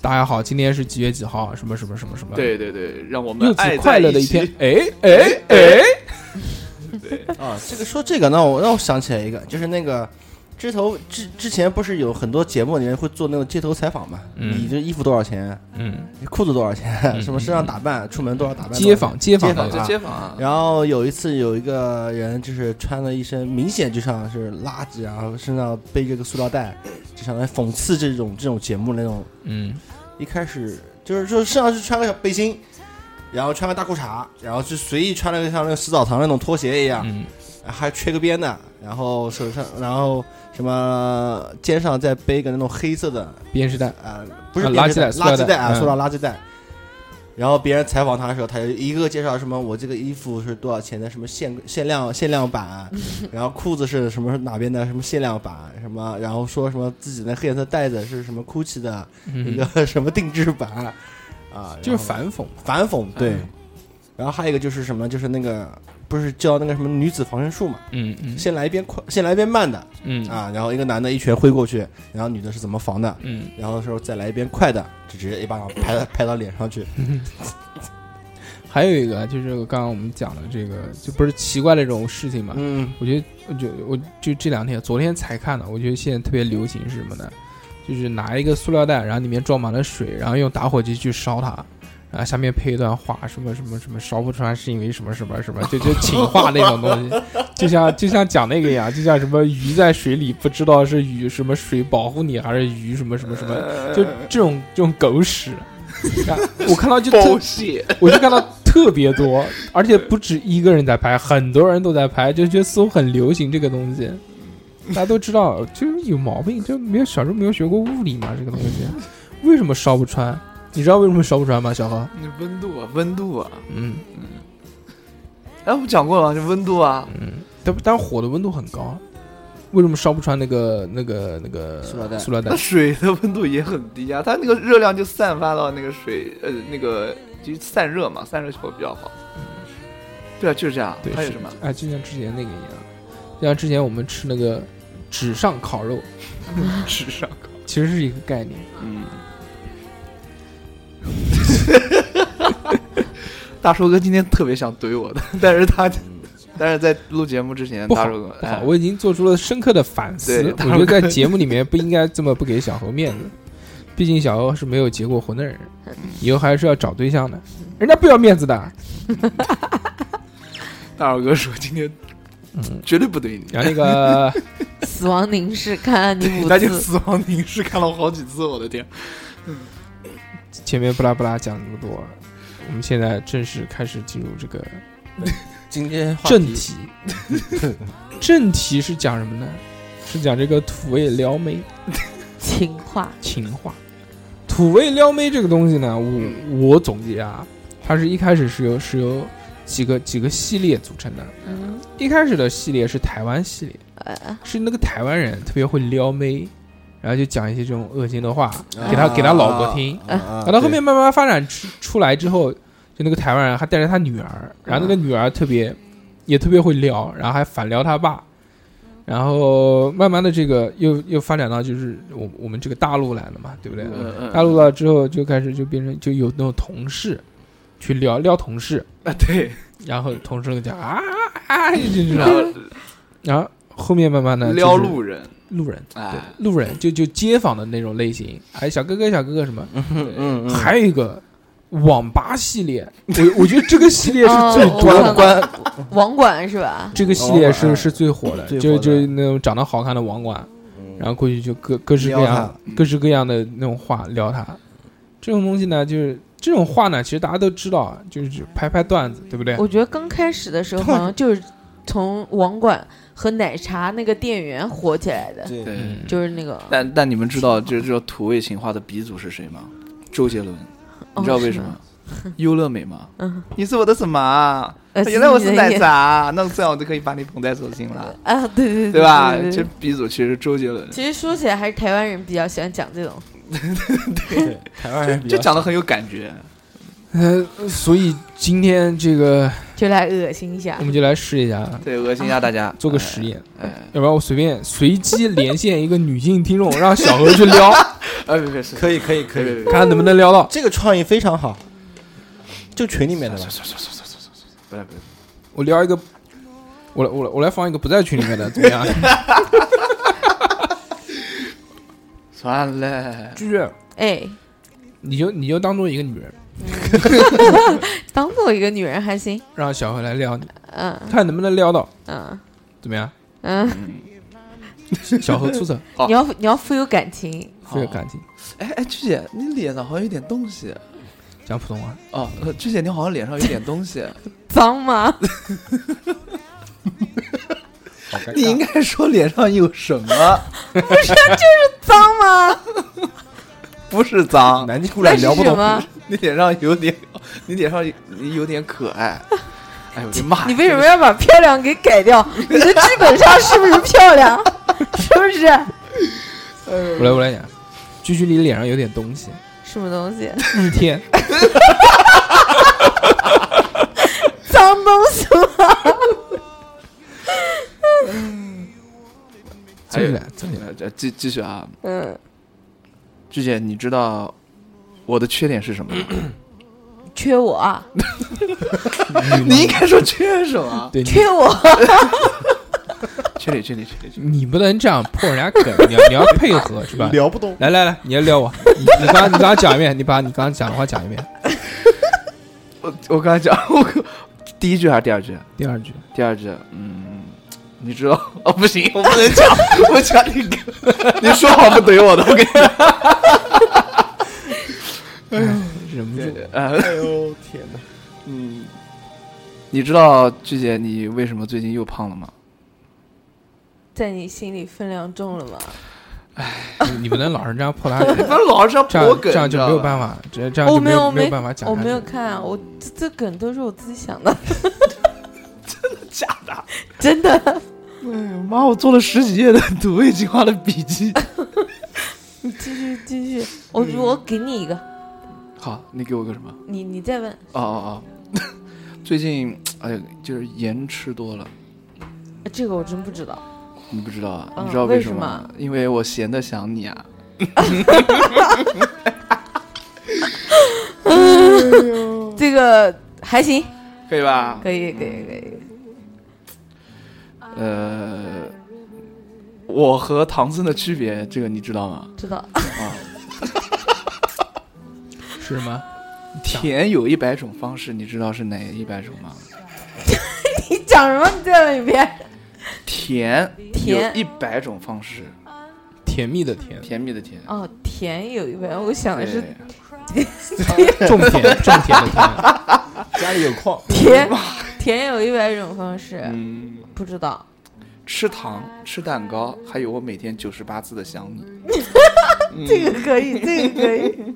Speaker 1: 大家好，今天是几月几号，什么什么什么什么，
Speaker 6: 对对对，让我们
Speaker 1: 又
Speaker 6: 爱
Speaker 1: 此快乐的一天
Speaker 6: 起。
Speaker 1: 哎哎哎，
Speaker 9: 啊，这个说这个，那我让我想起来一个，就是那个之头之之前不是有很多节目里面会做那种街头采访嘛？
Speaker 1: 嗯
Speaker 9: 你这衣服多少钱？
Speaker 1: 嗯，
Speaker 9: 你裤子多少钱？
Speaker 1: 嗯
Speaker 9: 什么身上打扮，出门多少打扮？
Speaker 1: 街访
Speaker 9: 街
Speaker 1: 访
Speaker 9: 访
Speaker 1: 的
Speaker 9: 啊
Speaker 6: 街访啊
Speaker 9: 然后有一次有一个人就是穿了一身明显就像是垃圾，然后身上背着个塑料袋，就想来讽刺这种这种节目那种。
Speaker 1: 嗯，
Speaker 9: 一开始就是说身上是穿个小背心，然后穿个大裤衩，然后就随意穿了个像那个洗澡堂那种拖鞋一
Speaker 6: 啊
Speaker 1: 嗯
Speaker 9: 样，还缺个边的，然后手上然后什么肩上再背个那种黑色的
Speaker 1: 编织袋
Speaker 9: 啊、不是
Speaker 1: 啊
Speaker 9: 编
Speaker 1: 垃圾
Speaker 9: 织
Speaker 1: 袋塑料
Speaker 9: 垃圾袋啊，
Speaker 1: 袋嗯
Speaker 9: 塑料垃圾袋。然后别人采访他的时候，他就一个介绍什么我这个衣服是多少钱的，什么限限量限量版，啊然后裤子是什么哪边的什么限量版，啊什么然后说什么自己的黑色袋子是什么 GUCCI 的
Speaker 1: 嗯
Speaker 9: 一个 什么定制版，啊，
Speaker 1: 就是
Speaker 9: 然后
Speaker 1: 反嗯讽
Speaker 9: 反讽对
Speaker 1: 反讽。
Speaker 9: 然后还有一个就是什么，就是那个不是叫那个什么女子防身术嘛，
Speaker 1: 嗯嗯
Speaker 9: 先来一遍快，先来一遍慢的，
Speaker 1: 嗯
Speaker 9: 啊，然后一个男的一拳挥过去，然后女的是怎么防的，
Speaker 1: 嗯，
Speaker 9: 然后的时候再来一遍快的，就直接一巴掌拍拍到脸上去，
Speaker 1: 还有一个就是刚刚我们讲的这个，就不是奇怪的这种事情嘛。
Speaker 9: 嗯，
Speaker 1: 我觉得，我就我就这两天，昨天才看的，我觉得现在特别流行是什么呢？就是拿一个塑料袋，然后里面装满了水，然后用打火机去烧它，然后下面配一段话，什么什么什么烧不出来是因为什么什么什么，就就情话那种东西，就像就像讲那个一样，就像什么鱼在水里不知道是鱼什么水保护你还是鱼什么什么什么，就这种这种狗屎。 然后我看到就特
Speaker 6: Bullshit
Speaker 1: 我就看到特别多，而且不止一个人在拍，很多人都在拍，就觉得似乎很流行这个东西。大家都知道，就是有毛病，就没有小时候没有学过物理嘛，这个东西为什么烧不穿？你知道为什么烧不穿吗？小何，
Speaker 6: 那温度啊，温度啊，
Speaker 1: 嗯，
Speaker 6: 哎，我们讲过了，就温度啊，
Speaker 1: 嗯，但但火的温度很高，为什么烧不穿那个那个那个塑料袋？塑料袋
Speaker 6: 那水的温度也很低啊，它那个热量就散发到那个水，呃，那个就是散热嘛，散热效果比较好。对啊，就是这样。
Speaker 1: 嗯对
Speaker 6: 还有
Speaker 1: 是
Speaker 6: 什么？
Speaker 1: 哎，就像之前那个一样，就像之前我们吃那个纸上烤肉，
Speaker 6: 纸上烤，
Speaker 1: 其实是一个概念。
Speaker 6: 嗯。 大叔哥今天特别想怼我的，但是他，但是在录节目之前，
Speaker 1: 嗯不好
Speaker 6: 大叔哥
Speaker 1: 不
Speaker 6: 哎
Speaker 1: 好，我已经做出了深刻的反思
Speaker 6: 对。
Speaker 1: 我
Speaker 6: 大
Speaker 1: 觉得
Speaker 6: 哥
Speaker 1: 在节目里面不应该这么不给小猴面 子，毕竟小猴是没有结过婚的人，
Speaker 6: 嗯
Speaker 1: 以后还是要找对象的。人家不要面子的，
Speaker 6: 大老哥说今天
Speaker 1: 嗯
Speaker 6: 绝对不怼你。
Speaker 1: 然后那个
Speaker 3: 死亡凝视看 你五
Speaker 6: 他就
Speaker 3: 次，
Speaker 6: 死亡凝视看了我好几次，我的天！
Speaker 1: 前面不拉不拉讲那么多，我们现在正式开始进入这个
Speaker 9: 今天话题
Speaker 1: 正题。 正题是讲什么呢？是讲这个土味撩妹
Speaker 3: 情话。
Speaker 1: 情话。土味撩妹这个东西呢，我我总结啊，它是一开始是由是由几个几个系列组成的。
Speaker 3: 嗯，
Speaker 1: 一开始的系列是台湾系列，
Speaker 3: 呃
Speaker 1: 是那个台湾人特别会撩妹，然后就讲一些这种恶心的话
Speaker 9: 啊
Speaker 1: 给他给他老婆听，
Speaker 9: 啊啊
Speaker 1: 然后到后面慢慢发展出出来之后，就那个台湾人还带着他女儿，然后那个
Speaker 6: 啊
Speaker 1: 女儿特别也特别会撩，然后还反撩他爸，然后慢慢的这个又又发展到就是我我们这个大陆来了嘛，对不对
Speaker 6: 嗯嗯？
Speaker 1: 大陆了之后就开始就变成就有那种同事去撩撩同事
Speaker 6: 啊，对，
Speaker 1: 然后同事就讲啊啊，就这种，然后后面慢慢的
Speaker 6: 撩路人，
Speaker 1: 路人，对
Speaker 6: 哎，
Speaker 1: 路人就就街坊的那种类型，哎，小哥哥小哥哥什么，
Speaker 9: 嗯
Speaker 1: 还有一个网吧系 列，我我觉得这个系列是
Speaker 3: 哦
Speaker 1: 最
Speaker 3: 我
Speaker 1: 多的
Speaker 3: 看过网管是吧？
Speaker 1: 这个系列是
Speaker 9: 嗯
Speaker 1: 是最火的，嗯
Speaker 9: 最火
Speaker 1: 就
Speaker 9: 的
Speaker 1: 就那种长得好看的网管，然后过去就各各式各
Speaker 9: 撩
Speaker 1: 样各式各样的那种话撩他。这种东西呢，就是这种话呢，其实大家都知道啊，就是拍拍段子，对不对？
Speaker 3: 我觉得刚开始的 时候好像就是从网管和奶茶那个店员火起来的，
Speaker 6: 对，
Speaker 1: 嗯
Speaker 3: 就是那个
Speaker 6: 但但你们知道这这种土味情话的鼻祖是谁吗？周杰伦，
Speaker 3: 哦
Speaker 6: 你知道为什么？优乐美吗？
Speaker 3: 嗯，
Speaker 6: 你是我的什么啊？
Speaker 3: 呃
Speaker 6: 原来我
Speaker 3: 是
Speaker 6: 是
Speaker 3: 你的
Speaker 6: 奶
Speaker 3: 眼
Speaker 6: 茶，啊那这样我就可以把你捧在手心了，
Speaker 3: 啊，对对
Speaker 6: 对吧？
Speaker 3: 对
Speaker 6: 这
Speaker 3: 对
Speaker 6: 鼻祖其实是周杰伦，
Speaker 3: 其实说起来还是台湾人比较喜欢讲这种，
Speaker 9: 台湾人比
Speaker 6: 就
Speaker 9: 较
Speaker 6: 讲的很有感觉。
Speaker 1: 呃，所以今天这个
Speaker 3: 就来恶心一下
Speaker 1: 我。
Speaker 6: 嗯
Speaker 1: 们就来试一下啊，
Speaker 6: 对，恶心一下大家，
Speaker 1: 做个实验，
Speaker 3: 呃
Speaker 6: 哎，
Speaker 1: 要不然我随便随机连线一个女性听众，让小何去 撩，
Speaker 6: 哎，别别是，
Speaker 9: 可以可以可
Speaker 6: 别别别
Speaker 9: 以，
Speaker 1: 看看能不能撩到。
Speaker 9: 这个创意非常好，就群里面的吧，
Speaker 6: 不是不是，
Speaker 1: 我撩一个，我来我来我来放一个不在群里面的，怎么样？
Speaker 6: 算了，
Speaker 1: 就是
Speaker 3: 哎，
Speaker 1: 你就你就当做一个女人，
Speaker 3: 当做一个女人还行，
Speaker 1: 让小何来撩你，
Speaker 3: 嗯
Speaker 1: 看能不能撩到，
Speaker 3: 嗯
Speaker 1: 怎么样？
Speaker 3: 嗯，
Speaker 1: 小何出手，
Speaker 6: 好
Speaker 3: 你要你要富有感情，
Speaker 1: 富有感情，
Speaker 6: 哎哎，鞠姐，你脸上好像有点东西
Speaker 1: 讲普通话。
Speaker 6: 哦，呃鞠姐，你好像脸上有点东西，
Speaker 3: 脏吗？
Speaker 6: 你应该说脸上有什么，
Speaker 3: 不是就是脏吗？
Speaker 6: 不是 脏，
Speaker 9: 南京姑
Speaker 3: 那
Speaker 9: 娘
Speaker 3: 是
Speaker 9: 聊不
Speaker 3: 什
Speaker 9: 懂，
Speaker 3: 么？
Speaker 6: 你脸上有点，你脸上有有点可爱。哎呦我的妈呀！
Speaker 3: 你为什么要把漂亮给改掉？你的剧本上是不是漂亮？ 是不是？
Speaker 1: 我来我来讲，居居你脸上有点东西，
Speaker 3: 什么东西？
Speaker 1: 日天，
Speaker 3: 脏东西吗？
Speaker 1: 坐起来
Speaker 6: 还有
Speaker 1: 坐起
Speaker 6: 呃这继继续啊，
Speaker 3: 嗯，
Speaker 6: 鞠姐，你知道我的缺点是什么吗？
Speaker 3: 缺我 啊，
Speaker 6: 你应该说缺什么？啊
Speaker 1: 对，你
Speaker 3: 缺我，
Speaker 6: 缺点缺点缺点缺点。
Speaker 1: 你不能这样破人家梗，你要你 要配合是吧？
Speaker 9: 聊不懂，
Speaker 1: 来来来，你要撩我，你你刚你刚刚讲一遍，你把你刚刚讲的话讲一遍，
Speaker 6: 我我刚才讲，我第一句还是第二句？啊
Speaker 1: 第二句，
Speaker 6: 第二句，嗯，你知道？ 哦，不行，我不能讲， 我讲你， 你说好不怼我的，我跟你讲。
Speaker 1: 忍不住，
Speaker 6: 呃
Speaker 9: 哎呦天哪，
Speaker 6: 嗯， 你知道鞠姐你为什么最近又胖了吗？
Speaker 3: 在你心里分量重了吗？
Speaker 1: 你你不能老是这样破他梗
Speaker 6: 你，不能老是要
Speaker 1: 这
Speaker 6: 破
Speaker 1: 样
Speaker 6: 梗，
Speaker 1: 这样就没有办
Speaker 6: 法。
Speaker 1: 法，这这样
Speaker 3: 我
Speaker 1: 就没没
Speaker 3: 有，哦没
Speaker 1: 有办法讲，
Speaker 3: 我没有，看，啊我这 这梗都是我自己想的，
Speaker 6: 假的，
Speaker 3: 真的。
Speaker 6: 妈，我做了十几页的土味情话的笔记。
Speaker 3: 你继续继续，我我给你一个，
Speaker 6: 好，你给我个什么？
Speaker 3: 你你再问，
Speaker 6: 哦哦 哦，最近哎呀，就是盐吃多了，
Speaker 3: 呃这个我真不知道。
Speaker 6: 你不知道啊？
Speaker 3: 嗯
Speaker 6: 你知道
Speaker 3: 为
Speaker 6: 什
Speaker 3: 什
Speaker 6: 吗？因为我闲的想你啊。
Speaker 3: 这个还行，
Speaker 6: 可以吧？
Speaker 3: 可以可以可以。
Speaker 6: 呃，我和唐僧的区别，这个你知道吗？
Speaker 3: 知道
Speaker 6: 啊。
Speaker 1: 是吗？
Speaker 6: 甜有一百种方式，你知道是哪一百种吗？
Speaker 3: 你讲什么？你再问一遍。
Speaker 6: 甜
Speaker 3: 甜
Speaker 6: 有一百种方式，
Speaker 1: 甜蜜的甜，
Speaker 6: 甜蜜的甜，哎
Speaker 3: 哦，甜有一本，我想哦的是
Speaker 1: 种田种田的田，
Speaker 9: 家里有矿，
Speaker 3: 甜甜有一百种方式，
Speaker 1: 嗯
Speaker 3: 不知道。
Speaker 6: 嗯吃糖、吃蛋糕，还有我每天九十八次的想你。
Speaker 1: 嗯
Speaker 3: 这个可以，这个可以。
Speaker 6: 呃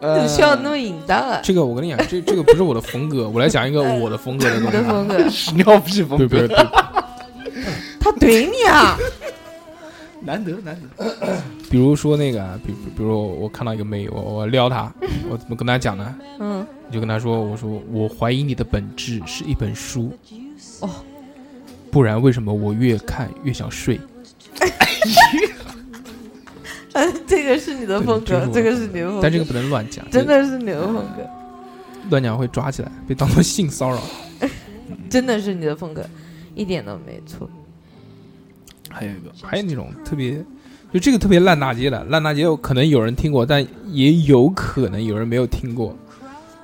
Speaker 1: 呃
Speaker 3: 怎么 笑得那么淫荡啊？
Speaker 1: 这个我跟你讲，这这个不是我的风格，我来讲一个
Speaker 3: 哎
Speaker 1: 我的风格的东西。啊
Speaker 3: 你的风格
Speaker 6: 屎 尿屁风格
Speaker 1: 对对对，
Speaker 3: 他怼你啊！
Speaker 6: 难得难得，
Speaker 1: 比如说那个啊，比比如我看到一个妹，我我撩她，我怎么跟她讲呢？
Speaker 3: 嗯，
Speaker 1: 我就跟她说，我说我怀疑你的本质是一本书，
Speaker 3: 哦，
Speaker 1: 不然为什么我越看越想睡？
Speaker 3: 哦嗯，这个是你的风格，这
Speaker 1: 这
Speaker 3: 个
Speaker 1: 个
Speaker 3: 是你的风格，
Speaker 1: 但这个不能乱讲
Speaker 3: 真的是你的风格，
Speaker 1: 乱讲会抓起来，被当做性骚扰。嗯
Speaker 3: 真的是你的风格，一点都没错。
Speaker 6: 还有一个，
Speaker 1: 还有那种特别，就这个特别烂大街的，烂大街可能有人听过，但也有可能有人没有听过，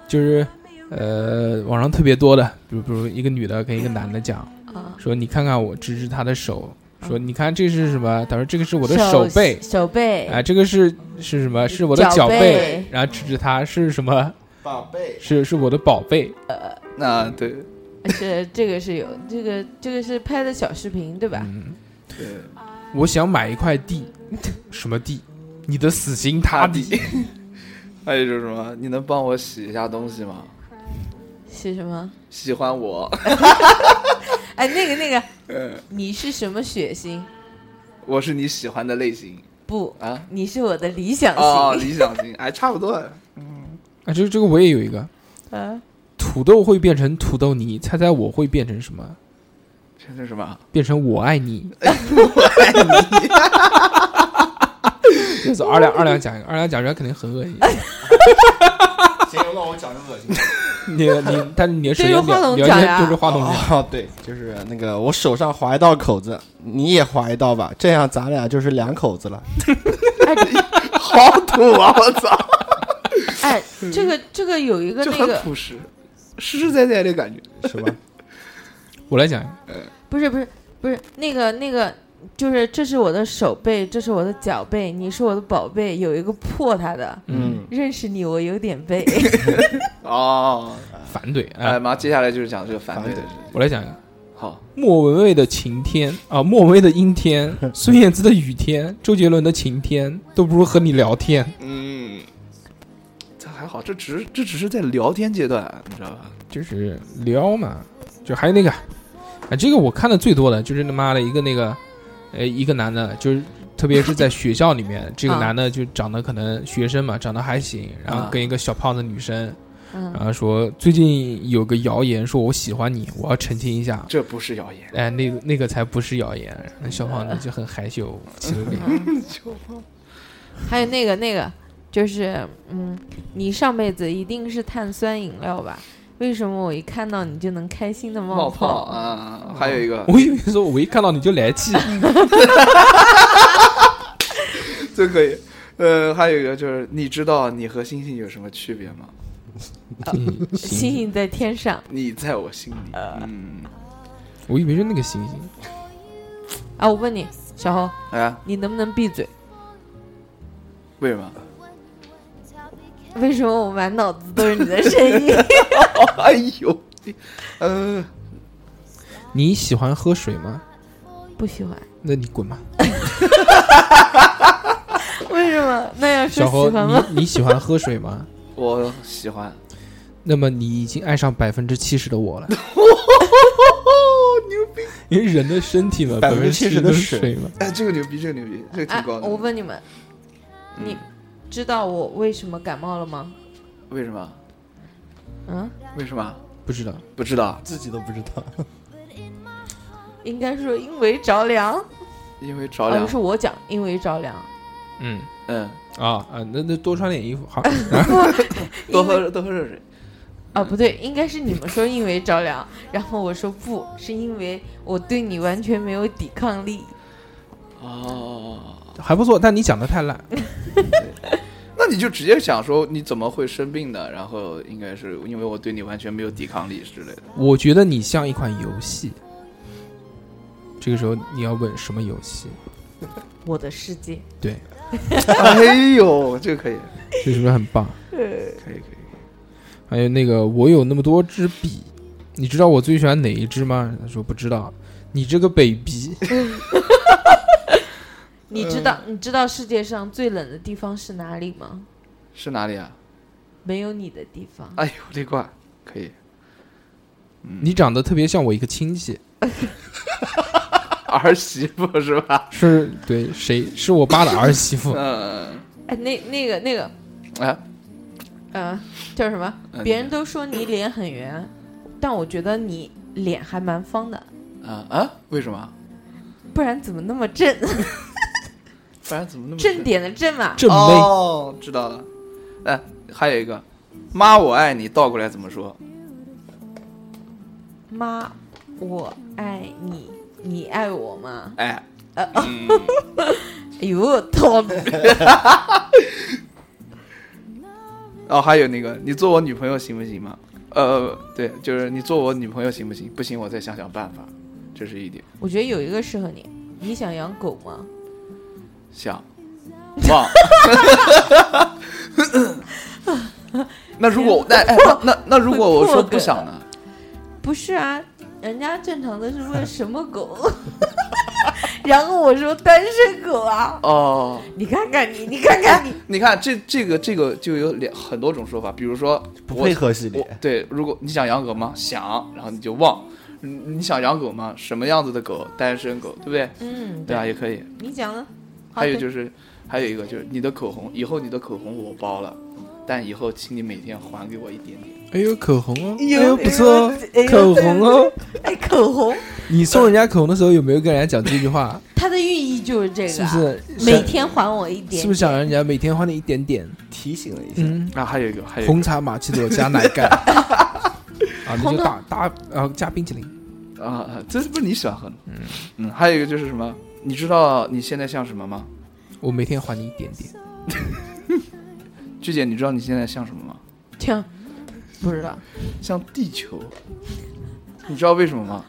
Speaker 1: 就是呃网上特别多的，比如比如一个女的跟一个男的讲，
Speaker 3: 啊
Speaker 1: 说你看看我指指他的手，说你看这是什么？他说这个是我的手背，
Speaker 3: 嗯手背
Speaker 1: 啊，这个是是什么？是我的
Speaker 3: 脚
Speaker 1: 脚
Speaker 3: 背
Speaker 1: 然后指指他是什么？
Speaker 9: 宝贝，
Speaker 1: 是是我的宝贝。
Speaker 6: 那对
Speaker 3: 是这个是有这个这个是拍的小视频对吧？
Speaker 1: 嗯
Speaker 6: 对，
Speaker 1: 我想买一块地，什么地？你的死心塌地。
Speaker 6: 还有一种什么？你能帮我洗一下东西吗？
Speaker 3: 是什么？
Speaker 6: 喜欢我，
Speaker 3: 哎，那个那
Speaker 6: 嗯
Speaker 3: 个，你是什么血型？
Speaker 6: 我是你喜欢的类型
Speaker 3: 不，
Speaker 6: 啊。
Speaker 3: 你是我的理想
Speaker 6: 哦，
Speaker 3: 型。
Speaker 6: 理想型，哎，差不多。
Speaker 1: 啊，这个这个我也有一个，
Speaker 3: 啊，
Speaker 1: 土豆会变成土豆泥，猜猜我会变成什么？
Speaker 6: 这是什 么？
Speaker 1: 变成我爱你。 这是二两二两讲一个，二两讲出来肯定很恶心。
Speaker 9: 行，那我讲个恶 心的。
Speaker 1: 你你，但是你的首先你要你要先对着话筒讲，
Speaker 9: 哦，对，就是那个我手上划一道口子，你也划一道吧，这样咱俩就是两口子了。
Speaker 6: 好土啊！我操，
Speaker 3: 哎，这个这个有一 个
Speaker 6: 就
Speaker 3: 那
Speaker 6: 很
Speaker 3: 个
Speaker 6: 朴实，实实在在的感觉。
Speaker 9: 是吧？
Speaker 1: 我来讲一个。
Speaker 3: 不是不是不是那个那个，就是这是我的手背，这是我的脚背，你是我的宝贝，有一个破它的，
Speaker 1: 嗯，
Speaker 3: 认识你我有点 背，
Speaker 6: 哦，
Speaker 1: 反对。
Speaker 6: 哎妈，接下来就是讲这个反对的事。
Speaker 1: 我来讲一个。
Speaker 6: 好，
Speaker 1: 莫文蔚的晴天啊，莫文蔚的阴天，孙燕姿的雨天，周杰伦的晴天，都不如和你聊天。
Speaker 6: 嗯，这还好，这只是这只是在聊天阶段，啊你知道吧？
Speaker 1: 就是撩嘛，就还有那个，啊，这个我看的最多的就是他妈的一个那个，呃，一个男的，就是特别是在学校里 面，这个
Speaker 13: 啊
Speaker 1: 男的就长得可能学生嘛，长得还行，然
Speaker 3: 啊
Speaker 1: 后跟一个小胖子女生，
Speaker 13: 嗯
Speaker 6: 啊
Speaker 1: 然后说最近有个谣言说我喜欢你，我要澄清一下，
Speaker 6: 这不是谣言，
Speaker 1: 哎，那个那个才不是谣言，那小胖子就很害羞，起 了脸，
Speaker 3: 还有那个那个，就是嗯，你上辈子一定是碳酸饮料吧？为什么我一看到你就能开心的冒哦
Speaker 6: 冒泡啊，还有一个，
Speaker 1: 我以为说我一看到你就来气，
Speaker 6: 这可以。呃，还有一个就是，你知道你和星星有什么区别吗？
Speaker 3: 星星在天上
Speaker 6: 你在我心里，嗯，
Speaker 1: 我以为是那个星星，
Speaker 3: 啊！我问你，小侯，
Speaker 6: 哎呀，
Speaker 3: 你能不能闭嘴？
Speaker 6: 为什么？
Speaker 3: 为什么我满脑子都是你的声音？
Speaker 6: 哎呦，呃，
Speaker 1: 你喜欢喝水吗？
Speaker 3: 不喜欢，
Speaker 1: 那你滚吧。
Speaker 3: 为什么？那要说
Speaker 1: 小侯，
Speaker 3: 喜欢吗？
Speaker 1: 你你喜欢喝水吗？
Speaker 6: 我喜欢。
Speaker 1: 那么你已经爱上百分之七十的我了。
Speaker 6: 哦，牛逼！
Speaker 1: 因为人的身体嘛，
Speaker 6: 百分之七十的
Speaker 1: 水
Speaker 6: 水
Speaker 1: 嘛。
Speaker 6: 哎，这个牛逼，这个牛逼，这个 挺
Speaker 3: 哎
Speaker 6: 高，的。嗯
Speaker 3: 我问你们，你知道我为什么感冒了吗？
Speaker 6: 为什么？
Speaker 3: 嗯，
Speaker 6: 为什么？
Speaker 1: 不知道，
Speaker 6: 不知道，
Speaker 9: 自己都不知道。
Speaker 3: 应该说因为着凉。
Speaker 6: 因为着凉
Speaker 3: 啊、。是我讲，因为着凉。
Speaker 1: 嗯
Speaker 6: 嗯
Speaker 1: 啊啊，那那多穿点衣服好。
Speaker 6: 多喝多喝热水。
Speaker 3: 啊，不对，应该是你们说因为着凉，然后我说不是因为我对你完全没有抵抗力。
Speaker 6: 哦，
Speaker 1: 还不错，但你讲的太烂。
Speaker 6: 那你就直接想说你怎么会生病的，然后应该是因为我对你完全没有抵抗力之类 的。
Speaker 1: 我觉得你像一款游戏。这个时候你要问什么游戏？
Speaker 3: 我的世界，
Speaker 1: 对，
Speaker 6: 哎呦，这个可以，
Speaker 1: 这是不是很棒？
Speaker 6: 可以可以。
Speaker 1: 还有那个，我有那么多支笔，你知道我最喜欢哪一支吗？他说不知道。你这个北鼻，
Speaker 3: 你知道、
Speaker 6: 嗯
Speaker 3: 你知道世界上最冷的地方是哪里吗？
Speaker 6: 是哪里啊？
Speaker 3: 没有你的地方。
Speaker 6: 哎呦，我的乖，可以。
Speaker 1: 你长得特别像我一个亲戚，
Speaker 6: 儿媳妇是吧？
Speaker 1: 是对谁？是我爸的儿媳 妇。
Speaker 6: 嗯，
Speaker 3: 哎，那那个那个，
Speaker 6: 哎，
Speaker 3: 呃，叫什么
Speaker 6: 嗯？
Speaker 3: 别人都说你脸很圆，但我觉得你脸还蛮方的，
Speaker 6: 啊啊，为什么？
Speaker 3: 不然怎么那么 正？
Speaker 1: 嗯
Speaker 6: 不然怎么那么
Speaker 3: 正点的正嘛。
Speaker 6: 哦，知道了。哎，还有一个，妈我爱你，倒过来怎么说？
Speaker 3: 妈，我爱你，你爱我吗？
Speaker 6: 哎，
Speaker 3: 呃，哎呦， 痛！
Speaker 6: 哦，还有那个，你做我女朋友行不行嘛？呃，对，就是你做我女朋友行不行？不行，我再想想办法。这是一点，
Speaker 3: 我觉得有一个适合你，你想养狗吗？
Speaker 6: 想忘。 那如果那哎那那那如果我说不想呢？
Speaker 3: 不是啊，人家正常的是问什么狗， 然后我说单身狗啊，
Speaker 6: 哦，
Speaker 3: 你看看你，你看看你，
Speaker 6: 你看这这个这个就有两很多种说法，比如说
Speaker 9: 不
Speaker 6: 我
Speaker 9: 配合系列
Speaker 6: 我对，如果你想养狗吗？想，然后你就忘。嗯你想养狗吗？什么样子的狗？单身狗，对不对？
Speaker 3: 嗯
Speaker 6: 对啊，也可以。
Speaker 3: 你讲了，好
Speaker 6: 还有
Speaker 3: 对
Speaker 6: 就是，还有一个就是你的口红，以后你的口红我包了，但以后请你每天还给我一点点。
Speaker 1: 哎呦，口红哦，哎
Speaker 6: 呦
Speaker 1: 呦不错哦
Speaker 6: 哎，呦
Speaker 1: 口红哦。
Speaker 3: 哎，口红
Speaker 1: 你送人家口红的时候有没有跟人家讲这句话？
Speaker 3: 它的寓意就是这个啊，
Speaker 1: 是不是
Speaker 3: 每天还我一点？
Speaker 1: 是不是想让人家每天花你一点点？
Speaker 9: 提醒了一
Speaker 1: 下嗯
Speaker 6: 啊，还有一个，还有一个
Speaker 1: 红茶玛奇朵加奶盖啊，你
Speaker 6: 红
Speaker 1: 就
Speaker 6: 糖
Speaker 1: 打打啊加冰淇淋。
Speaker 6: 啊啊，这不是你喜欢喝的。嗯嗯，还有一个就是什么？你知道你现在像什么吗？
Speaker 1: 我每天还你一点点。
Speaker 6: 鞠姐，你知道你现在像什么吗？
Speaker 3: 听，不知道，
Speaker 6: 像地球。你知道为什么吗？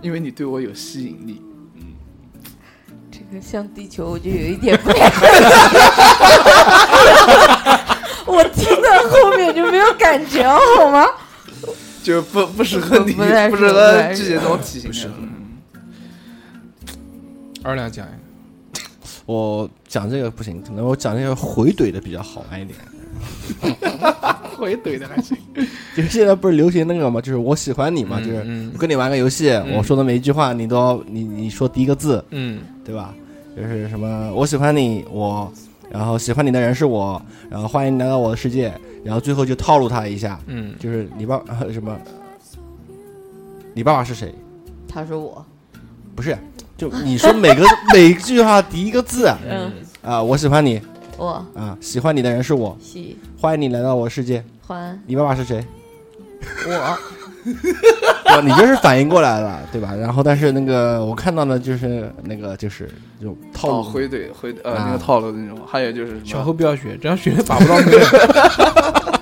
Speaker 6: 因为你对我有吸引力。
Speaker 3: 这个像地球，我就有一点不太。 我听到后面就没有感觉了，好吗？
Speaker 6: 就是不不适合你，
Speaker 3: 不太
Speaker 6: 不
Speaker 3: 适
Speaker 6: 适
Speaker 3: 合不
Speaker 6: 合
Speaker 3: 太
Speaker 6: 季
Speaker 3: 适
Speaker 6: 姐这
Speaker 3: 合
Speaker 6: 种体型。嗯
Speaker 1: 二两讲一个，
Speaker 9: 我讲这个不行，可能我讲这个回怼的比较好玩一点。
Speaker 6: 回怼的还行。
Speaker 9: 就是现在不是流行那个嘛，就是我喜欢你嘛，
Speaker 1: 嗯
Speaker 9: 就是
Speaker 1: 嗯
Speaker 9: 我跟你玩个游戏，
Speaker 1: 嗯
Speaker 9: 我说的每一句话你都要你你说第一个字，
Speaker 1: 嗯，
Speaker 9: 对吧？就是什么我喜欢你，我然后喜欢你的人是我，然后欢迎你来到我的世界，然后最后就套路他一下，
Speaker 1: 嗯，
Speaker 9: 就是你爸什么，你爸爸是谁？
Speaker 3: 他说我，
Speaker 9: 不是，就你说每个 每一句话第一个字，
Speaker 3: 嗯，
Speaker 9: 啊，我喜欢你，
Speaker 3: 我
Speaker 9: 啊，喜欢你的人是我，
Speaker 3: 喜
Speaker 9: 欢迎你来到我的世界，
Speaker 3: 欢
Speaker 9: 你爸爸是谁？
Speaker 3: 我，
Speaker 9: 哇，你这是反应过来了，对吧？然后，但是那个我看到的就是那个就是就套
Speaker 6: 哦，
Speaker 9: 路
Speaker 6: 回怼回怼呃
Speaker 9: 啊
Speaker 6: 那个套路那种，还有就是什么
Speaker 1: 小何不要学，这样学把不到那个。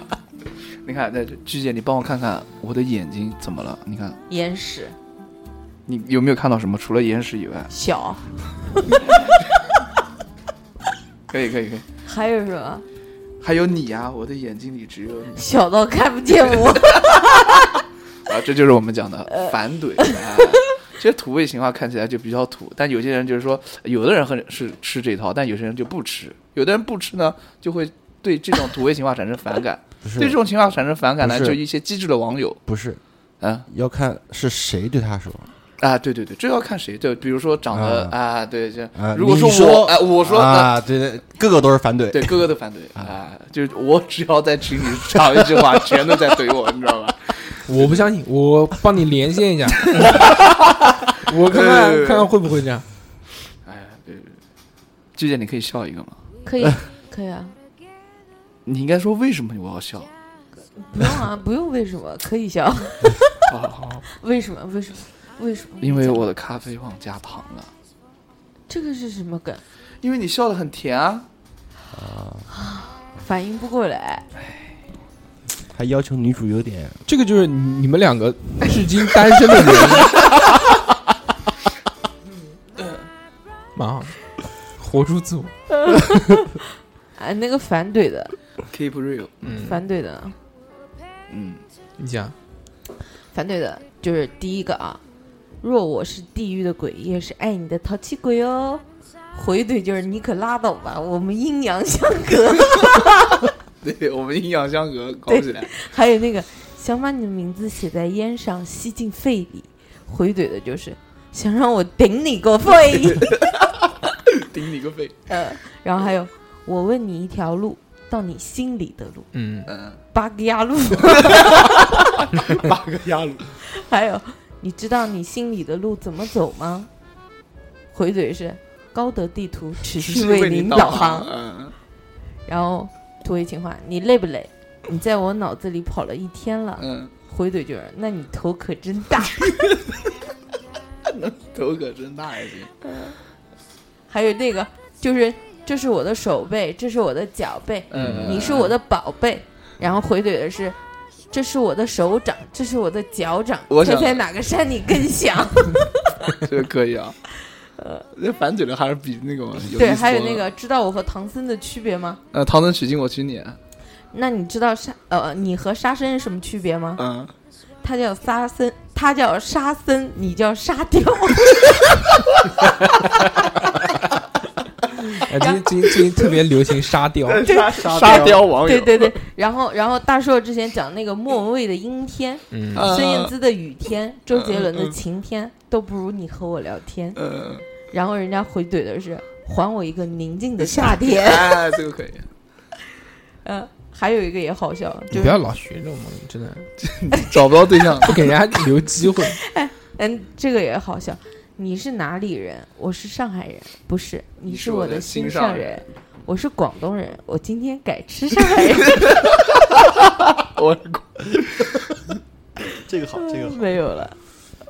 Speaker 6: 你看，那鞠姐，你帮我看看我的眼睛怎么了？你看
Speaker 3: 眼屎
Speaker 6: 你有没有看到什么？除了眼屎以外，
Speaker 3: 小，
Speaker 6: 可以可以可以，
Speaker 3: 还有什么
Speaker 6: 还有你呀、啊我的眼睛里只有你
Speaker 3: 小到看不见我？
Speaker 6: 啊！这就是我们讲
Speaker 3: 呃
Speaker 6: 的反怼。 啊其实土味情话看起来就比较土，但有些人就是说，有的人很是吃这一套，但有些人就不吃。有的人不吃呢，就会对这种土味情话产生反感。
Speaker 9: 是
Speaker 6: 对这种情话产生反感呢，
Speaker 9: 不是
Speaker 6: 就一些机智的网友。
Speaker 9: 不是
Speaker 6: 啊，
Speaker 9: 要看是谁对他说，
Speaker 6: 啊，对对对，这要看谁。就比如说长得啊，对，就
Speaker 9: 啊
Speaker 6: 如果
Speaker 9: 你
Speaker 6: 我，哎，我说
Speaker 9: 啊，
Speaker 6: 那
Speaker 9: 对对，个个都是反对，
Speaker 6: 对，个个都反对啊，就是我只要在群里讲一句话，全都在怼我，你知道吧？
Speaker 1: 我不相信，我帮你连线一下，我看看
Speaker 6: 对对对
Speaker 1: 看看会不会这样。
Speaker 6: 哎，对对对，季姐，你可以笑一个吗？
Speaker 3: 可以，可以啊，
Speaker 6: 你应该说为什么我要笑？
Speaker 3: 不用啊，不用为什么，可以笑。
Speaker 6: 好好好，
Speaker 3: 为什么？为什么？为什么？
Speaker 6: 因为我的咖啡忘加糖了。
Speaker 3: 这个是什么梗？
Speaker 6: 因为你笑的很甜啊，
Speaker 3: 反应不过来。
Speaker 9: 还要求女主 有点
Speaker 1: 这个就是你你们两个至今单身的原因，蛮好的，活出自我。
Speaker 3: 哎，那个反怼的，
Speaker 6: Keep real，
Speaker 1: 嗯
Speaker 3: 反怼的，
Speaker 6: 嗯，
Speaker 1: 你讲，
Speaker 3: 反怼的，就是第一个啊。若我是地狱的鬼，也是爱你的淘气鬼哦。回怼就是你可拉倒吧，我们阴阳相隔。
Speaker 6: 对我们阴阳相隔搞起来，
Speaker 3: 还有那个想把你的名字写在烟上，吸进肺里。回怼的就是想让我顶你个肺。
Speaker 6: 顶你个肺。
Speaker 3: 呃，然后还有我问你一条路，到你心里的路，
Speaker 1: 嗯
Speaker 6: 嗯，
Speaker 3: 八个鸭路，
Speaker 6: 八个鸭路，
Speaker 3: 还有你知道你心里的路怎么走吗？回怼是高德地图持续为您导航，
Speaker 6: 嗯，
Speaker 3: 然后土味情话，你累不累？ 你在我脑子里跑了一天了，
Speaker 6: 嗯，
Speaker 3: 回怼就是，那你头可真大。
Speaker 6: 啊 头可真大呀！这个
Speaker 3: 还有那个就是这是我的手背，这是我的脚背，
Speaker 6: 嗯
Speaker 3: 你是我的宝贝。然后回怼的是，这是我的手掌，这是我的脚掌，
Speaker 6: 我
Speaker 3: 猜
Speaker 6: 想
Speaker 3: 猜哪个山你更像？
Speaker 6: 这个可以啊。呃，那反嘴的还是比那个嘛 有意
Speaker 3: 对，
Speaker 6: 思
Speaker 3: 还有
Speaker 6: 多
Speaker 3: 那
Speaker 6: 了
Speaker 3: 个知道我和唐僧的区别吗？
Speaker 6: 呃，唐僧取经我娶你，
Speaker 3: 那你知道沙呃你和沙僧是什么区别吗？
Speaker 6: 嗯，
Speaker 3: 他叫沙僧，他叫沙僧，你叫沙雕。
Speaker 1: 哎，最近最近最近特别流行沙雕，
Speaker 6: 嗯
Speaker 3: 对
Speaker 6: 沙雕王友
Speaker 3: 对对对，然后然后大硕之前讲那个莫文蔚的阴天，
Speaker 1: 嗯
Speaker 3: 孙燕姿的雨天，周杰伦的晴天，都不如你和我聊天。
Speaker 6: 嗯，
Speaker 3: 然后人家回怼的是还我一个宁静的夏天。
Speaker 6: 哎，这个可以。
Speaker 3: 嗯，还有一个也好笑，
Speaker 1: 你
Speaker 3: 就
Speaker 1: 不
Speaker 3: 是
Speaker 1: 要老学这种东西，真的
Speaker 6: 找不到对 象，
Speaker 1: 不给人家留机会。
Speaker 3: 嗯，这个也好笑。你是哪里人？我是上海人，不是，你是我的心上人。我是广东人，我今天改吃上 海人。
Speaker 6: 我
Speaker 9: 这个好，这个好，
Speaker 3: 没有了。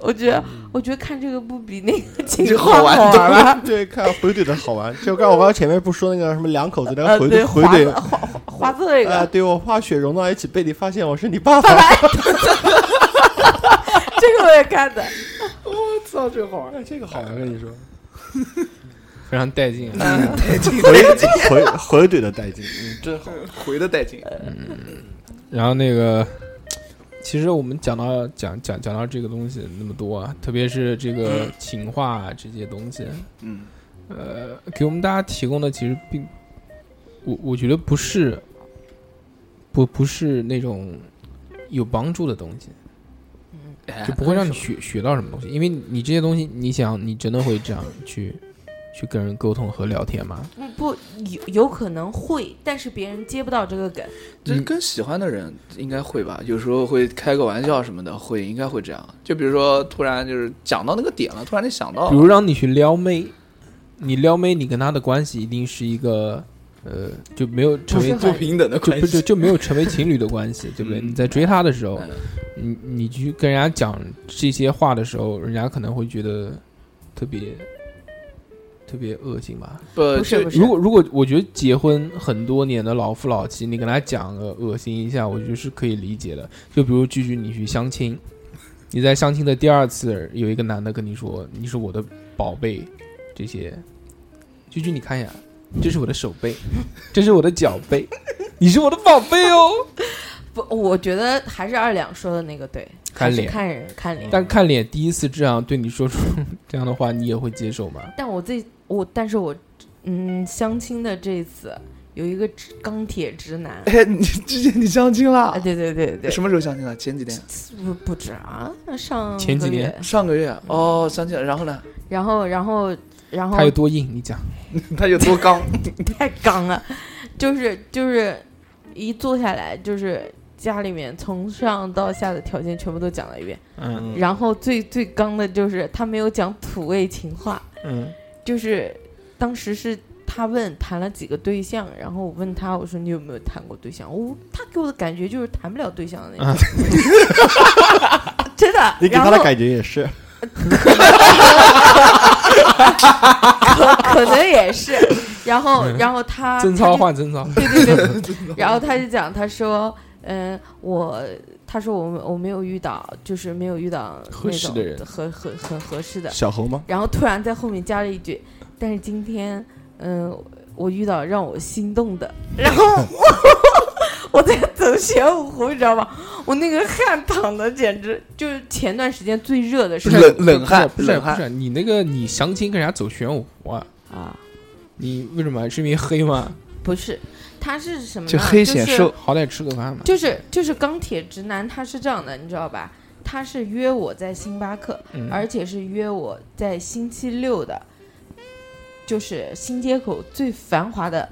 Speaker 3: 我觉得，我觉得看嗯这个不比那个情
Speaker 9: 这
Speaker 3: 况
Speaker 9: 玩
Speaker 3: 好玩吧？
Speaker 9: 对，看回怼的好玩。就刚我刚前面不是说那个什么两口子那
Speaker 3: 呃
Speaker 9: 个回
Speaker 3: 对
Speaker 9: 怼回
Speaker 3: 划
Speaker 9: 怼
Speaker 3: 子划划字那
Speaker 9: 啊，
Speaker 3: 个，
Speaker 9: 对我化雪融到一起，被你发现我是你 爸爸。
Speaker 3: 这个我也看的。
Speaker 6: 我操，这个哎好玩，
Speaker 9: 这个好玩，跟你说，
Speaker 1: 非常带劲啊。
Speaker 9: 回回回怼的带劲， 嗯，真好。
Speaker 6: 回的带劲。
Speaker 3: 呃
Speaker 1: 然后那个，其实我们讲到讲讲讲到这个东西那么多啊，特别是这个情话、啊、这些东西，
Speaker 6: 嗯，
Speaker 1: 呃，给我们大家提供的其实并，我我觉得不是，不不是那种有帮助的东西，
Speaker 6: 哎
Speaker 1: 就不会让你
Speaker 3: 哎
Speaker 1: 学学到什么东西，因为你这些东西，你想你真的会这样去去跟人沟通和聊天吗？
Speaker 3: 不不有有可能会，但是别人接不到这个梗。
Speaker 6: 就是跟喜欢的人应该会吧，有时候会开个玩笑什么的，会应该会这样。就比如说，突然就是讲到那个点了，突然就想到
Speaker 1: 比，如让你去撩妹，你撩妹，你跟她的关系一定是一个呃，就没有成为
Speaker 3: 不是很
Speaker 6: 平等的
Speaker 1: 就
Speaker 6: 关
Speaker 1: 不就
Speaker 6: 系，
Speaker 1: 就没有成为情侣的关系，对不对？你在追她的时候
Speaker 6: 嗯，
Speaker 1: 你你去跟人家讲这些话的时候，人家可能会觉得特别特别恶心吧。
Speaker 6: 不
Speaker 3: 不是
Speaker 6: 就
Speaker 3: 不是
Speaker 1: 如果如果我觉得结婚很多年的老夫老妻，你跟他讲个恶心一下，我觉得是可以理解的。就比如句句你去相亲，你在相亲的第二次，有一个男的跟你说你是我的宝贝，这些，句句你看一下，这是我的手背， 这是我的脚背， 你是我的宝贝哦。
Speaker 3: 不，我觉得还是二两说的那个对，
Speaker 1: 看
Speaker 3: 还是
Speaker 1: 脸
Speaker 3: 看人看脸。嗯
Speaker 1: 但看脸第一次这样对你说出这样的话，你也会接受吗？
Speaker 3: 但我自己我，但是我嗯，相亲的这一次有一个直钢铁直 男，啊
Speaker 6: 哎，你之前你相亲了？
Speaker 3: 对对对对，
Speaker 6: 什么时候相亲了？前几天？
Speaker 3: 不不止啊，那上
Speaker 1: 前几
Speaker 3: 个月
Speaker 1: 年
Speaker 6: 上个月哦，相亲了，然后呢？
Speaker 3: 然后然后然后
Speaker 1: 他有多硬？你讲，
Speaker 6: 他有多 刚？
Speaker 3: 太刚了，就是就是一坐下来就是家里面从上到下的条件全部都讲了一遍，
Speaker 1: 嗯
Speaker 3: 然后最最刚的就是他没有讲土味情话，
Speaker 1: 嗯，
Speaker 3: 就是当时是他问谈了几个对象，然后我问他我说你有没有谈过对象？我、他给我的感觉就是谈不了对象的那种， 真的。
Speaker 9: 啊你给
Speaker 3: 然
Speaker 9: 他的
Speaker 3: 后
Speaker 9: 感觉也是，
Speaker 3: 可可能也是。然后，然后啊他
Speaker 1: 贞操换贞操，
Speaker 3: 对对对，然后他就讲，他说，嗯，我，他说我没我没有遇到，就是没有遇到
Speaker 9: 合适的人
Speaker 3: 很很很合适
Speaker 7: 呃
Speaker 3: 的
Speaker 9: 小猴吗
Speaker 3: 然后突然在后面加了一句，但是今天，嗯、我遇到让我心动的，然后我我 在走玄武湖，你知道吗？我那个汗淌的简直就是前段时间最热的时候，
Speaker 1: 不是不是，你那个你相亲跟人家走玄武湖啊？
Speaker 3: 啊，
Speaker 1: 你为什么是因为黑吗？
Speaker 3: 不是，他是什么呢？嗯是
Speaker 1: 好歹吃个饭嘛。
Speaker 3: 就是就是钢铁直男，他是这样的，你知道吧？他是约我在星巴克，
Speaker 1: 嗯
Speaker 3: 而且是约我在星期六的，就是新街口最繁华的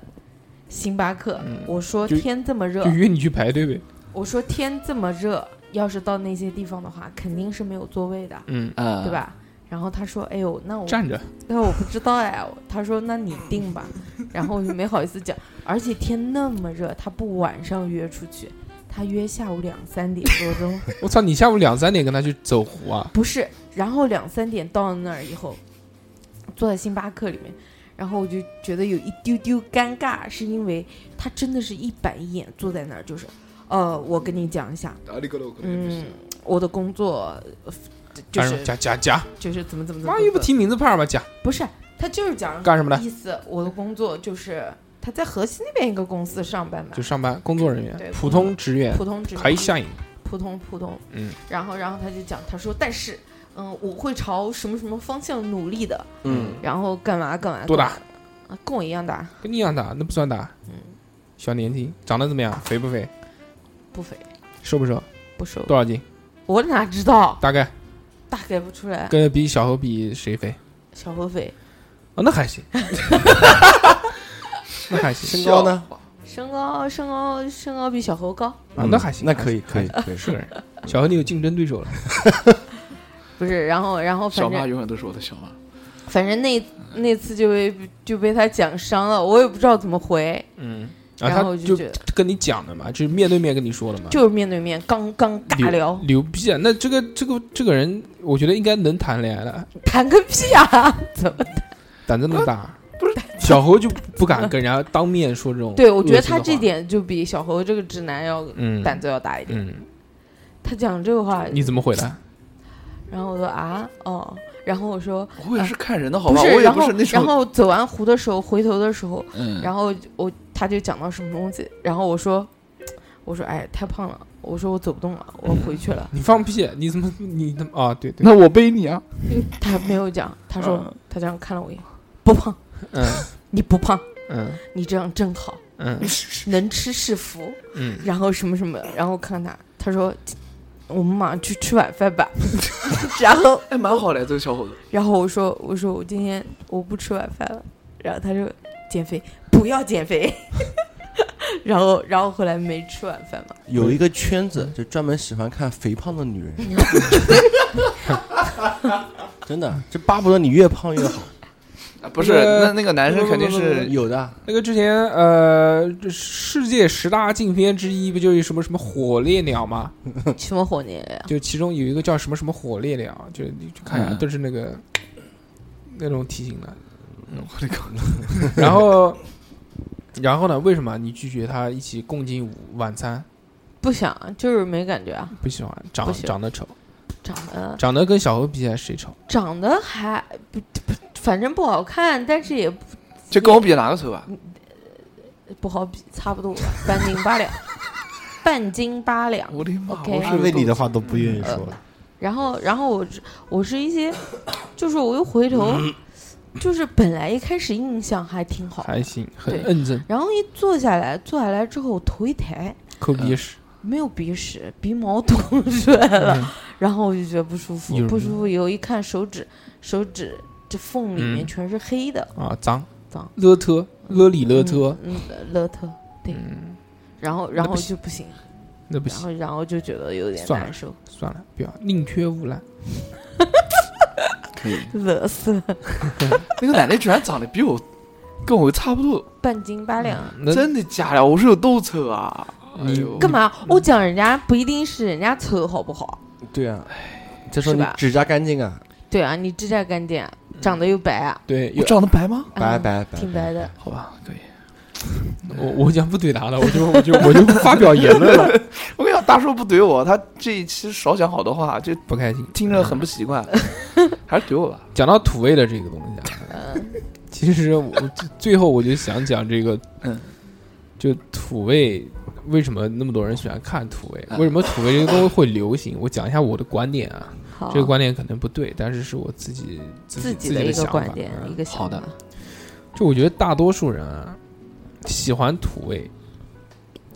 Speaker 3: 星巴克。我说
Speaker 1: 嗯就
Speaker 3: 天这么热
Speaker 1: 就，约你去排队呗。
Speaker 3: 我说天这么热，要是到那些地方的话，肯定是没有座位的，
Speaker 1: 嗯啊
Speaker 6: 呃
Speaker 3: 对吧？然后他说：“哎呦，那我
Speaker 1: 站着，
Speaker 3: 那我不知道哎。”他说：“那你定吧。”然后我就没好意思讲，而且天那么热，他不晚上约出去，他约下午两三点多钟，
Speaker 1: 我操，你下午两三点跟他去走湖啊？
Speaker 3: 不是。然后两三点到了那儿以后，坐在星巴克里面，然后我就觉得有一丢丢尴尬，是因为他真的是一板一眼坐在那儿，就是，呃，我跟你讲一下，嗯，我的工作呃就
Speaker 1: 干什
Speaker 3: 是
Speaker 1: 么？假假假！
Speaker 3: 就是怎么怎么怎么，
Speaker 1: 妈又不提名字怕什么假？
Speaker 3: 不是，他就是讲
Speaker 1: 干什么的
Speaker 3: 意思。我的工作就是他在河西那边一个公司上班嘛，
Speaker 1: 就上班工作人
Speaker 3: 对
Speaker 1: 员，普通职员，
Speaker 3: 普通职员
Speaker 1: 还下瘾。
Speaker 3: 普通普通，
Speaker 1: 嗯
Speaker 3: 然后然后他就讲，他说但是，嗯，我会朝什么什么方向努力的，
Speaker 1: 嗯
Speaker 3: 然后干嘛干嘛，
Speaker 1: 多大
Speaker 3: 干嘛？啊跟我一样大，
Speaker 1: 跟你一样大，那不算大。
Speaker 3: 嗯
Speaker 1: 小年轻，长得怎么样？肥不肥？
Speaker 3: 不肥，
Speaker 1: 瘦不瘦？
Speaker 3: 不瘦
Speaker 1: 多少斤？
Speaker 3: 我哪知道，
Speaker 1: 大概
Speaker 3: 大概不出来，
Speaker 1: 跟比小猴比谁肥？
Speaker 3: 小合肥，
Speaker 1: 啊，
Speaker 3: 哦
Speaker 1: 那还行， 那还行。
Speaker 9: 身高呢？
Speaker 3: 身高身高身高比小猴高，
Speaker 1: 啊，那还
Speaker 7: 嗯
Speaker 1: 行，
Speaker 9: 那可以
Speaker 1: 还行
Speaker 9: 可以可以
Speaker 1: 是个人。小何，你有竞争对手了。啊
Speaker 3: 不是，然后然后反
Speaker 6: 小
Speaker 3: 正
Speaker 6: 妈永远都是我的小妈。
Speaker 3: 反正那那次就被就被他讲伤了，我也不知道怎么回，
Speaker 1: 嗯，啊，
Speaker 3: 然后
Speaker 1: 他
Speaker 3: 我
Speaker 1: 就
Speaker 3: 觉得
Speaker 1: 跟你讲的嘛，就是面对面跟你说的嘛，
Speaker 3: 就是面对面刚刚尬聊，
Speaker 1: 牛逼啊！那这个这个这个人，我觉得应该能谈恋爱了，
Speaker 3: 谈个屁啊！怎么？
Speaker 1: 胆子那么
Speaker 3: 啊
Speaker 1: 大，小猴就不敢跟人家当面说这种恶心
Speaker 3: 对，
Speaker 1: 的话。
Speaker 3: 我觉得他这点就比小猴这个直男要
Speaker 1: 嗯
Speaker 3: 胆子要大一点。
Speaker 1: 嗯，
Speaker 3: 他讲这个话，
Speaker 1: 你怎么回答？
Speaker 3: 然后我说啊，哦，然后我说
Speaker 6: 我也是看人的好
Speaker 3: 啊不
Speaker 6: 吧，
Speaker 3: 是，
Speaker 6: 我也
Speaker 3: 然
Speaker 6: 不
Speaker 3: 后
Speaker 6: 是那种。
Speaker 3: 然后走完湖的时候，回头的时候，
Speaker 6: 嗯
Speaker 3: 然后我他就讲到什么东西，然后我说，我说哎，太胖了，我说我走不动了，我回去了。
Speaker 1: 你放屁！你怎么你他妈啊？对 对，
Speaker 6: 那我背你啊！
Speaker 3: 他没有讲，他说、
Speaker 1: 嗯
Speaker 3: 他这样看了我一眼，不胖，
Speaker 1: 嗯，
Speaker 3: 你不胖，
Speaker 1: 嗯，
Speaker 3: 你这样真好，
Speaker 1: 嗯，
Speaker 3: 能吃是福，
Speaker 1: 嗯
Speaker 3: 然后什么什么，然后看他，他说我们马上去吃晚 饭吧，然后
Speaker 6: 哎，蛮好的这个小伙子。
Speaker 3: 然后我说我说我今天我不吃晚饭了，然后他说减肥不要减肥， 然后然后后来没吃晚饭嘛，
Speaker 7: 有一个圈子就专门喜欢看肥胖的 女人，
Speaker 9: 真的，这巴不得你越胖越好。
Speaker 6: 啊，不是，
Speaker 1: 呃
Speaker 6: 那那个男生肯定
Speaker 1: 不不不不
Speaker 6: 是
Speaker 1: 不
Speaker 9: 有的。
Speaker 1: 那个之前呃，这世界十大禁片之一不就是什么什么火烈鸟吗？
Speaker 3: 什么火年呀？
Speaker 1: 就其中有一个叫什么什么火烈鸟，就你去看一下，
Speaker 6: 嗯
Speaker 1: 都是那个那种体型的。
Speaker 6: 我的靠！
Speaker 1: 然后，然后呢？为什么你拒绝他一起共进午晚餐？
Speaker 3: 不想就是没感觉啊，
Speaker 1: 不喜欢，长
Speaker 3: 不喜欢嗯
Speaker 1: 长得丑，
Speaker 3: 长得
Speaker 1: 长得跟小猴比起来谁丑？
Speaker 3: 长得还不不，反正不好看，但是也不
Speaker 6: 就跟我比哪个丑啊？
Speaker 3: 不好比，差不多吧，半斤八两， 半斤八两。
Speaker 6: 我的妈
Speaker 3: OK，
Speaker 9: 安慰你的话都不愿意
Speaker 3: 嗯
Speaker 9: 说了。
Speaker 3: 然后，然后我我是一些，就是我又回头，就是本来一开始印象还挺好，
Speaker 1: 还行，很
Speaker 3: 对
Speaker 1: 认真，
Speaker 3: 然后一坐下来，坐下来之后头一抬，
Speaker 1: 抠鼻屎，
Speaker 3: 没有鼻屎，鼻毛吐 出来了，然后我就觉得不舒服
Speaker 1: 嗯有，
Speaker 3: 不舒服以后一看手指，手指这缝里面
Speaker 1: 嗯
Speaker 3: 全是黑的，
Speaker 1: 啊，脏
Speaker 3: 脏，
Speaker 1: 勒特勒里勒特，
Speaker 3: 嗯，勒特，对，然后
Speaker 1: 那
Speaker 3: 然
Speaker 1: 不
Speaker 3: 后
Speaker 1: 行
Speaker 3: 就不行，
Speaker 1: 那不
Speaker 3: 然后
Speaker 1: 行，
Speaker 3: 然后就觉得有点
Speaker 1: 算了
Speaker 3: 难受，
Speaker 1: 算了，不要，宁缺毋滥。
Speaker 6: 可以。
Speaker 3: 乐死了，
Speaker 6: 那个奶奶居然长得比我跟我差不多，
Speaker 3: 半斤八两。
Speaker 1: 嗯
Speaker 6: 真的假的？我是有斗扯啊！哎呦，
Speaker 3: 干嘛？
Speaker 1: 嗯
Speaker 3: 我讲人家不一定是人家丑，好不好？
Speaker 1: 呃
Speaker 9: 对啊，再说你
Speaker 3: 是吧
Speaker 9: 指甲干净啊，
Speaker 3: 对啊，你指甲干净啊，
Speaker 1: 嗯
Speaker 3: 长得又白啊，
Speaker 1: 对，
Speaker 6: 我长得白吗？
Speaker 9: 白
Speaker 3: 嗯
Speaker 9: 白白
Speaker 3: 挺白的。
Speaker 6: 好吧， 可以。
Speaker 1: 我我讲不怼他了，我就我就 我就不发表
Speaker 6: 哦
Speaker 1: 言论了，
Speaker 6: 我跟你讲，大叔不怼我，他这一期少讲好多话，就
Speaker 1: 不开心。
Speaker 6: 听着很不习 惯，还是怼我吧。
Speaker 1: 讲到土味的这个东西啊，
Speaker 3: 嗯
Speaker 1: 其实我最最后我就想讲这个，
Speaker 6: 嗯，
Speaker 1: 就土味为什么那么多人喜欢看土味？
Speaker 6: 嗯
Speaker 1: 为什么土味这个东西会流行？我讲一下我的观点啊，
Speaker 3: 好，
Speaker 1: 这个观点可能不对，但是是我自己
Speaker 3: 哦自
Speaker 1: 己自
Speaker 3: 的一个
Speaker 1: 想
Speaker 3: 观
Speaker 1: 法
Speaker 3: 点，
Speaker 1: 嗯
Speaker 3: 一个想
Speaker 6: 好的
Speaker 3: 法
Speaker 1: 就我觉得大多数人啊，喜欢土味，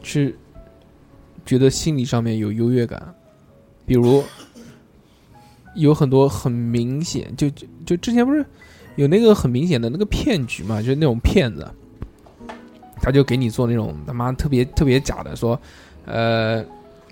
Speaker 1: 是觉得心理上面有优越感，比如有很多很明显，就就就之前不是有那个很明显的那个骗局嘛，就是那种骗子，他就给你做那种他妈特别特别假的，说呃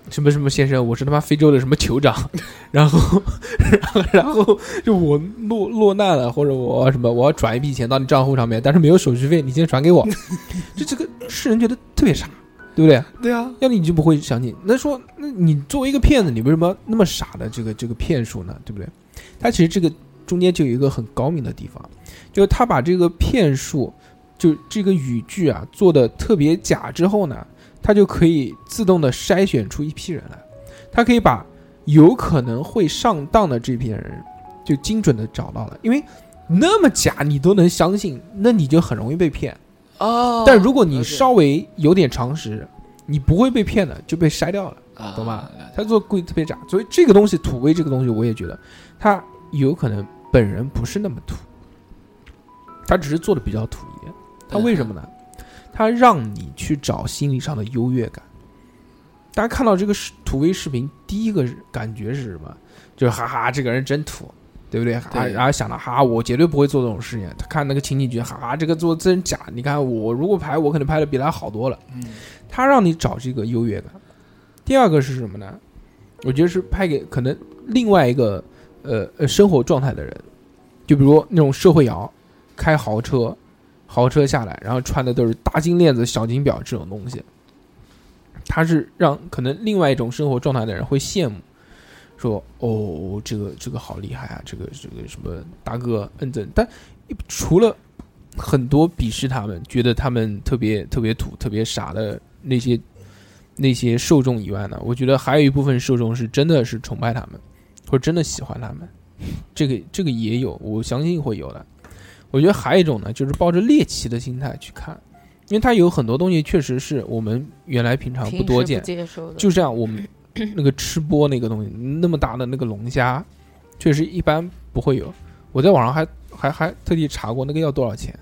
Speaker 1: 什么什么先生，我是他妈非洲的什么酋长， 然后 然后然后就我落落难了，或者我什么我要转一笔钱到你账户上面，但是没有手续费，你先转给我， 就这个世人觉得特别傻，对不对？
Speaker 6: 对啊，
Speaker 1: 要你就不会相信。那说，那你作为一个骗子，你为什么那么傻的这个这个骗术呢？对不对？他其实这个中间就有一个很高明的地方，就是他把这个骗术，就这个语句啊做的特别假之后呢，他就可以自动的筛选出一批人来，他可以把有可能会上当的这批人就精准的找到了，因为那么假你都能相信，那你就很容易被骗。
Speaker 6: 哦
Speaker 1: 但如果你
Speaker 6: 烧
Speaker 1: 稍微有点常识，你不会被骗的，就被筛掉了，
Speaker 6: 啊，
Speaker 1: 懂吧
Speaker 6: 了解？
Speaker 1: 他做故意特别假，所以这个东西土味这个东西，我也觉得他有可能本人不是那么土，他只是做的比较土一点。他为什么呢？他让你去找心理上的优越感。大家看到这个视土味视频，第一个感觉是什么？就是哈哈，这个人真土，对不对？哈哈，
Speaker 6: 对
Speaker 1: 然后想到哈哈，我绝对不会做这种事情。他看那个情景剧，哈哈，这个做真假。你看我如果拍，我可能拍的比他好多了。
Speaker 6: 嗯，
Speaker 1: 他让你找这个优越感。第二个是什么呢？我觉得是拍给可能另外一个呃呃生活状态的人，就比如那种社会摇，开豪车，豪车下来，然后穿的都是大金链子、小金表这种东西，他是让可能另外一种生活状态的人会羡慕，说哦，这个这个好厉害啊，这个这个什么大哥嗯怎？但除了很多鄙视他们、觉得他们特别特别土、特别傻的那些那些受众以外呢，我觉得还有一部分受众是真的是崇拜他们，或者真的喜欢他们，这个这个也有，我相信会有的。我觉得还有一种呢，就是抱着猎奇的心态去看，因为它有很多东西确实是我们原来平常
Speaker 3: 平
Speaker 1: 啊不
Speaker 3: 时
Speaker 1: 多见，
Speaker 3: 接受的，
Speaker 1: 就这样，我们那个吃播那个东西，那么大的那个龙虾，确实一般不会有。我在网上还还还特地查过那个要多少钱，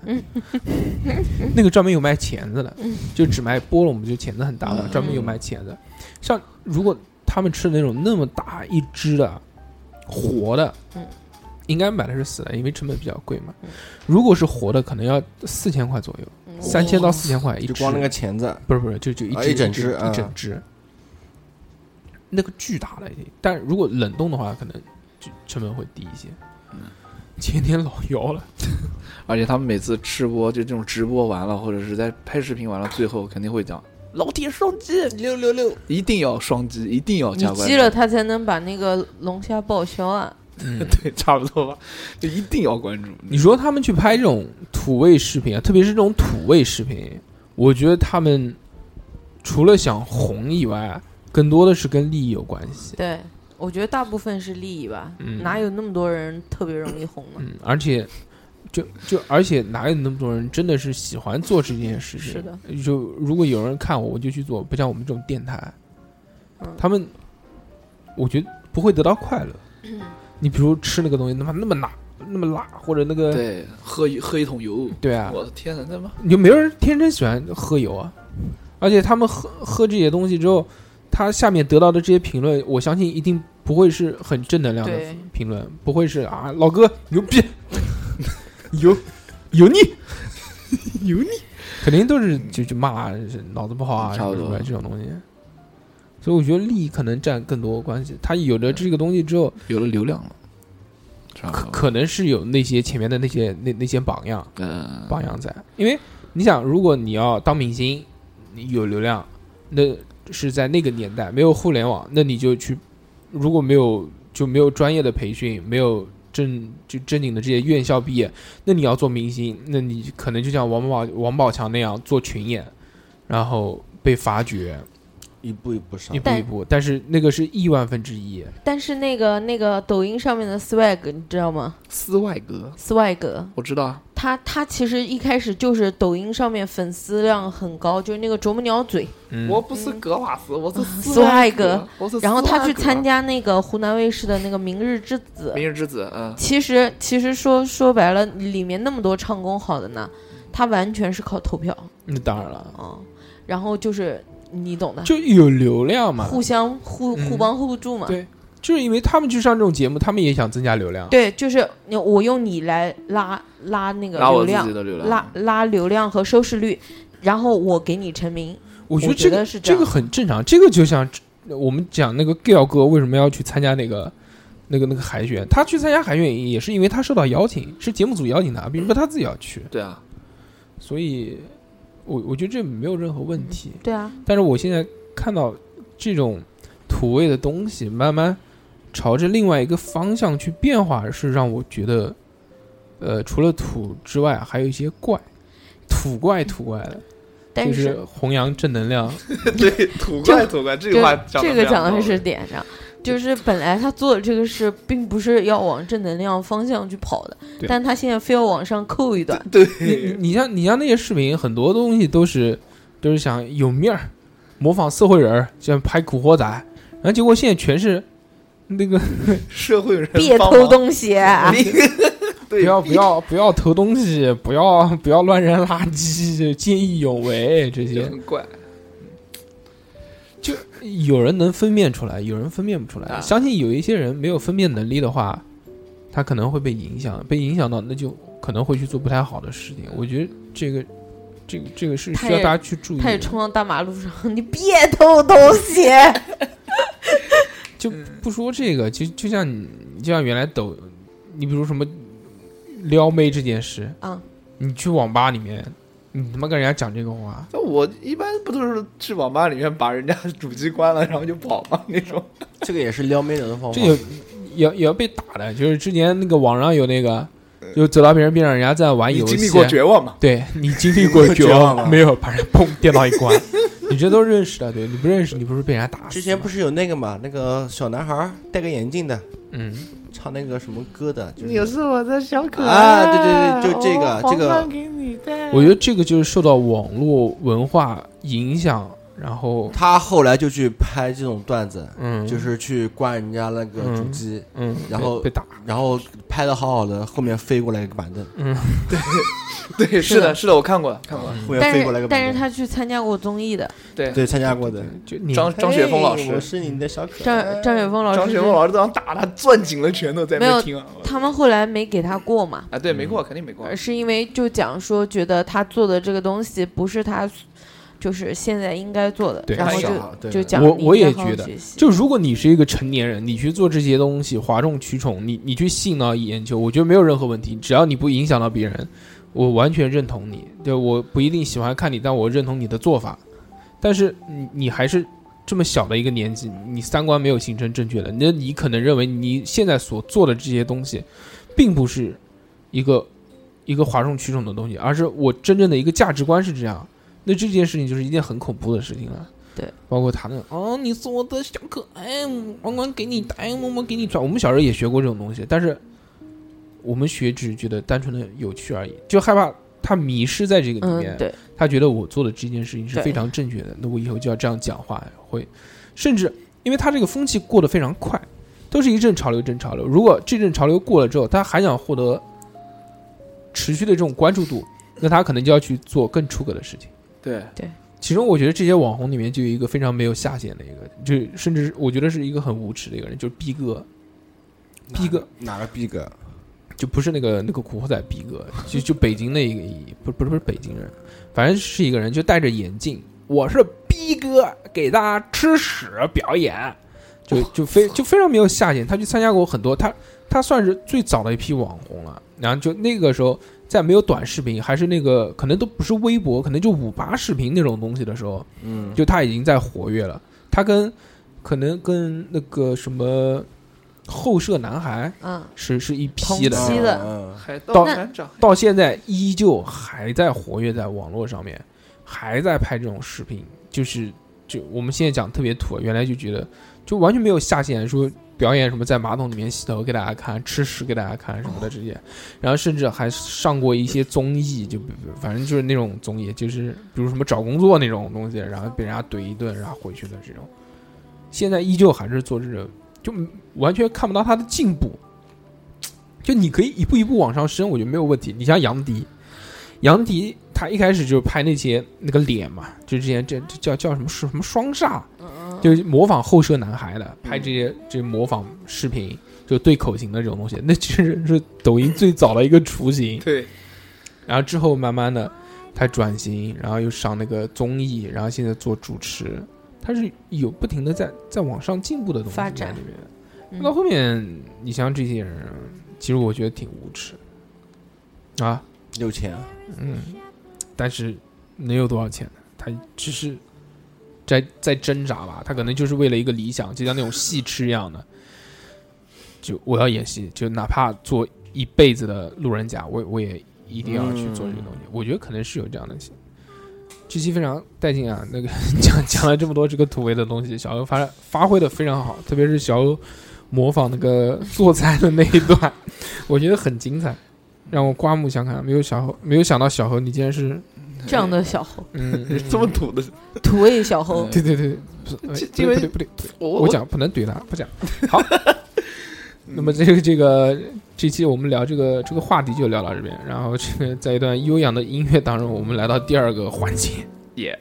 Speaker 1: 那个专门有卖钳子的，就只卖波龙，不就钳子很大嘛，专门有卖钳子。像如果他们吃的那种那么大一只的活的
Speaker 3: 嗯，
Speaker 1: 应该买的是死的，因为成本比较贵嘛。如果是活的，可能要四千块左右，
Speaker 3: 哦
Speaker 1: 三千到四千块一只。
Speaker 9: 就光那个钳子，
Speaker 1: 不是不是，就就一
Speaker 9: 啊
Speaker 1: 只
Speaker 9: 一整
Speaker 1: 只
Speaker 9: 只啊
Speaker 1: 一整只，那个巨大的，但如果冷冻的话，可能就成本会低一些。
Speaker 9: 嗯
Speaker 1: 前天老姚了，
Speaker 6: 而且他们每次吃播就这种直播完了，或者是在拍视频完了，最后肯定会讲老铁双击六六六，一定要双击，一定要
Speaker 3: 你
Speaker 6: 加关
Speaker 3: 激
Speaker 6: 注。
Speaker 3: 了他才能把那个龙虾报销啊！
Speaker 6: 对，差不多吧，就一定要关注。
Speaker 1: 你说他们去拍这种土味视频啊，特别是这种土味视频，我觉得他们除了想红以外，啊更多的是跟利益有关系。
Speaker 3: 对，我觉得大部分是利益吧，
Speaker 1: 嗯
Speaker 3: 哪有那么多人特别容易红呢？
Speaker 1: 嗯，而且就就而且哪有那么多人真的是喜欢做这件事情？
Speaker 3: 是的，
Speaker 1: 就如果有人看我，我就去做，不像我们这种电台，
Speaker 3: 嗯
Speaker 1: 他
Speaker 3: 嗯
Speaker 1: 们我觉得不会得到快乐。你比如吃那个东西，他妈那么大那么辣，或者那个
Speaker 6: 对，喝一喝一桶油，
Speaker 1: 对啊，
Speaker 6: 我的天哪，他妈
Speaker 1: 有没有人天生喜欢喝油啊？而且他们喝喝这些东西之后，他下面得到的这些评论，我相信一定不会是很正能量的
Speaker 3: 对
Speaker 1: 评论，不会是啊，老哥牛逼， 油油腻，油腻， 肯定都是就就骂是脑子不好啊，
Speaker 6: 差不多
Speaker 1: 什么什么这种东西。所以我觉得利益可能占更多关系。他有了这个东西之后，
Speaker 6: 有了流量了，差不
Speaker 1: 可
Speaker 6: 多
Speaker 1: 可能是有那些前面的那些那那些榜样，
Speaker 6: 嗯，
Speaker 1: 榜样在。因为你想，如果你要当明星，你有流量，那是在那个年代没有互联网，那你就去，如果没有就没有专业的培训，没有正就正经的这些院校毕业，那你要做明星，那你可能就像王宝王宝强那样做群演，然后被发掘，
Speaker 9: 一步一步上
Speaker 1: 一步一步。但是那个是亿万分之一，
Speaker 3: 但是那个那个抖音上面的 swag 你知道吗
Speaker 6: 斯外格，
Speaker 3: ？swag
Speaker 6: 我知道啊，
Speaker 3: 他他其实一开始就是抖音上面粉丝量很高，就是那个啄木鸟嘴
Speaker 6: 嗯我不是格瓦斯，我是斯
Speaker 3: 啊外
Speaker 6: 格，我是
Speaker 3: 然后他去参
Speaker 6: 加
Speaker 3: 加那个湖南卫视的那个《明日之子》，
Speaker 6: 明日之子，嗯，
Speaker 3: 其实其实说说白了，里面那么多唱功好的呢，他完全是靠投票，
Speaker 1: 那当然了，
Speaker 3: 嗯然后就是你懂的，
Speaker 1: 就有流量嘛，
Speaker 3: 互相互
Speaker 1: 嗯
Speaker 3: 互帮互助嘛。
Speaker 1: 对就是因为他们去上这种节目，他们也想增加流量。
Speaker 3: 对就是你我用你来拉拉那个
Speaker 1: 拉我
Speaker 3: 流量，
Speaker 1: 自己的流量
Speaker 3: 拉
Speaker 6: 嗯
Speaker 3: 拉流量和收视率，然后我给你成名。
Speaker 1: 我
Speaker 3: 我
Speaker 1: 觉得这
Speaker 3: 得
Speaker 1: 个
Speaker 3: 是
Speaker 1: 这
Speaker 3: 样
Speaker 1: 个很正常，这个就像我们讲那个 Giao 哥为什么要去参加那个那个那个海选，他去参加海选也是因为他受到邀请，是节目组邀请他，并不是他自己要去，
Speaker 6: 对啊，
Speaker 1: 所以我我觉得这没有任何问题。
Speaker 3: 对啊，
Speaker 1: 但是我现在看到这种土味的东西慢慢朝着另外一个方向去变化，是让我觉得，呃，除了土之外，还有一些怪，土怪土怪的，
Speaker 3: 但
Speaker 1: 就是是弘扬正能量。
Speaker 6: 对，土
Speaker 3: 就
Speaker 6: 怪土怪，这个话讲得
Speaker 3: 这个
Speaker 6: 非常
Speaker 3: 讲的
Speaker 6: 到
Speaker 3: 是
Speaker 6: 位
Speaker 3: 点上，就是本来他做的这个事，并不是要往正能量方向去跑的，
Speaker 1: 对
Speaker 3: 但他现在非要往上扣一段。
Speaker 6: 对
Speaker 1: 你你像你像那些视频，很多东西都是都是想有面儿，模仿社会人儿，像拍古惑仔，然后结果现在全是那个
Speaker 6: 社会人
Speaker 3: 别
Speaker 6: 帮
Speaker 3: 偷
Speaker 6: 忙
Speaker 3: 东西啊
Speaker 1: 不要 不要不要偷东西，不要不要乱扔垃圾，见义勇为这些，
Speaker 6: 很怪，
Speaker 1: 就有人能分辨出来，有人分辨不出来。相信有一些人没有分辨能力的话，他可能会被影响，被影响到，那就可能会去做不太好的事情。我觉得这个这个这个是
Speaker 3: 他
Speaker 1: 需要
Speaker 3: 也
Speaker 1: 大家去注意
Speaker 3: 他
Speaker 1: 的
Speaker 3: 也。冲到大马路上，你别偷东 西。
Speaker 1: 就不说这个，就就像你，就像原来抖，你比如什么撩妹这件事，
Speaker 3: 啊，
Speaker 1: 你去网吧里面，你他妈跟人家讲这个话，
Speaker 6: 那我一般不都是去网吧里面把人家主机关了，然后就跑吗？ 那种
Speaker 7: 这个也是撩妹人的方法
Speaker 1: 这。有也也要被打的。就是之前那个网上有那个，就走到别人边上，人家在玩
Speaker 6: 你
Speaker 1: 游戏，
Speaker 6: 经历过绝望吗
Speaker 1: 对你经历过
Speaker 7: 绝
Speaker 1: 绝
Speaker 7: 望吗
Speaker 1: 没有？把人 砰电脑一关，你这都认识的，对你不认识，你不是被人家打死
Speaker 7: 之前不是有那个嘛，那个小男孩儿戴个眼镜的，
Speaker 1: 嗯，
Speaker 7: 唱那个什么歌的，就是
Speaker 13: 你是我的小可爱
Speaker 7: 啊，对对对，就这
Speaker 3: 哦
Speaker 7: 个
Speaker 13: 我皇
Speaker 7: 这个
Speaker 13: 冠，给你戴
Speaker 1: 我觉得这个就是受到网络文化影响，然后
Speaker 7: 他后来就去拍这种段子，
Speaker 1: 嗯
Speaker 7: 就是去关人家那个主
Speaker 1: 嗯
Speaker 7: 机，
Speaker 1: 嗯
Speaker 7: 然后
Speaker 1: 被被打，
Speaker 7: 然后拍的好好的，后面飞过来一个板凳，
Speaker 1: 嗯，
Speaker 6: 对对是的是的，我看过看过，
Speaker 7: 后面
Speaker 3: 但
Speaker 7: 飞过来一
Speaker 3: 是
Speaker 7: 个板
Speaker 3: 但
Speaker 7: 凳，
Speaker 3: 是他去参加过综艺的，
Speaker 6: 对哎
Speaker 7: 对，参加过的，
Speaker 1: 就
Speaker 6: 张张雪峰老师，
Speaker 7: 我是你的小可
Speaker 3: 张
Speaker 7: 爱。
Speaker 3: 张雪峰老师
Speaker 6: 呃张雪峰老师当时打他，攥紧了拳头在
Speaker 3: 没
Speaker 6: 那
Speaker 3: 有
Speaker 6: 听啊，
Speaker 3: 他们后来没给他过嘛，
Speaker 6: 啊，对，没过，肯定没过
Speaker 3: 呃，是因为就讲说觉得他做的这个东西不是他，就是现在应该做的，
Speaker 1: 对，
Speaker 3: 然后
Speaker 1: 太小
Speaker 3: 就
Speaker 7: 啊
Speaker 1: 了对
Speaker 3: 就讲
Speaker 1: 我
Speaker 3: 你
Speaker 1: 我
Speaker 3: 应该
Speaker 1: 也
Speaker 3: 好好
Speaker 1: 觉得
Speaker 3: 学习，
Speaker 1: 就如果你是一个成年人，你去做这些东西，哗众取宠，你你去吸引到眼球，我觉得没有任何问题，只要你不影响到别人，我完全认同你。对，我不一定喜欢看你，但我认同你的做法。但是你你还是这么小的一个年纪，你三观没有形成正确的，那你可能认为你现在所做的这些东西，并不是一个一个哗众取宠的东西，而是我真正的一个价值观是这样。那这件事情就是一件很恐怖的事情了。
Speaker 3: 对，
Speaker 1: 包括他那种哦，你是我的小可爱，王冠给你戴，么么给你穿。我们小时候也学过这种东西，但是我们学只是觉得单纯的有趣而已，就害怕他迷失在这个里面。
Speaker 3: 嗯对，
Speaker 1: 他觉得我做的这件事情是
Speaker 3: 对
Speaker 1: 非常正确的，那我以后就要这样讲话，会甚至因为他这个风气过得非常快，都是一阵潮流一阵潮流。如果这阵潮流过了之后，他还想获得持续的这种关注度，那他可能就要去做更出格的事情。
Speaker 6: 对
Speaker 3: 对，
Speaker 1: 其中我觉得这些网红里面就有一个非常没有下限的一个，就甚至我觉得是一个很无耻的一个人，就是逼哥。逼哥
Speaker 9: 哪个逼哥？
Speaker 1: 就不是那个那个古惑仔逼哥，就就北京那一个，不不是不是北京人，反正是一个人，就戴着眼镜，我是逼哥给大家吃屎表演，就就非就非常没有下限。他去参加过很多，他他算是最早的一批网红了。然后就那个时候，在没有短视频，还是那个可能都不是微博，可能就五八视频那种东西的时候，
Speaker 9: 嗯
Speaker 1: 就他已经在活跃了。他跟可能跟那个什么后舍男孩，
Speaker 3: 嗯
Speaker 1: 是是一
Speaker 3: 同
Speaker 1: 批
Speaker 3: 期
Speaker 1: 的，
Speaker 7: 嗯
Speaker 3: 的
Speaker 6: 海
Speaker 1: 到
Speaker 3: 那
Speaker 1: 到现在依旧还在活跃在网络上面，还在拍这种视频，就是就我们现在讲特别土，原来就觉得就完全没有下限，说表演什么在马桶里面洗头给大家看，吃屎给大家看什么的这些，然后甚至还上过一些综艺，就反正就是那种综艺，就是比如什么找工作那种东西，然后被人家怼一顿，然后回去的这种，现在依旧还是做这种，就完全看不到他的进步。就你可以一步一步往上升，我觉得没有问题。你像杨迪，杨迪他一开始就是拍那些那个脸嘛，就之前这这叫叫什么是什么双煞，
Speaker 3: 嗯
Speaker 1: 就是模仿后舍男孩的，拍这些这模仿视频，就对口型的这种东西，那其实是抖音最早的一个雏形。
Speaker 6: 对，
Speaker 1: 然后之后慢慢的他转型，然后又上那个综艺，然后现在做主持，他是有不停的在在往上进步的东西在
Speaker 3: 发展嗯
Speaker 1: 里面。到后面，你像这些人，其实我觉得挺无耻啊，
Speaker 9: 有钱，
Speaker 1: 嗯，但是能有多少钱呢？他只是在在挣扎吧，他可能就是为了一个理想，就像那种戏痴一样的，就我要演戏，就哪怕做一辈子的路人甲，我我也一定要去做这个东西。我觉得可能是有这样的心。这期非常带劲啊！那个讲讲了这么多这个土味的东西，小欧发发挥的非常好，特别是小欧模仿那个做菜的那一段，我觉得很精彩，让我刮目相看。没有小猴，没有想到小猴你竟然是
Speaker 3: 这样的小猴，
Speaker 1: 嗯
Speaker 6: 这么土的
Speaker 3: 土味小猴，
Speaker 1: 对对对，不是哎
Speaker 6: 这
Speaker 1: 不
Speaker 6: 因为
Speaker 1: 对不对不对，
Speaker 6: 我嗯
Speaker 1: 我
Speaker 6: 我
Speaker 1: 讲不能怼他， 不讲。好，那么这个这个这期我们聊这个这个话题就聊到这边，然后这个在一段悠扬的音乐当中，我们来到第二个环节。
Speaker 6: 也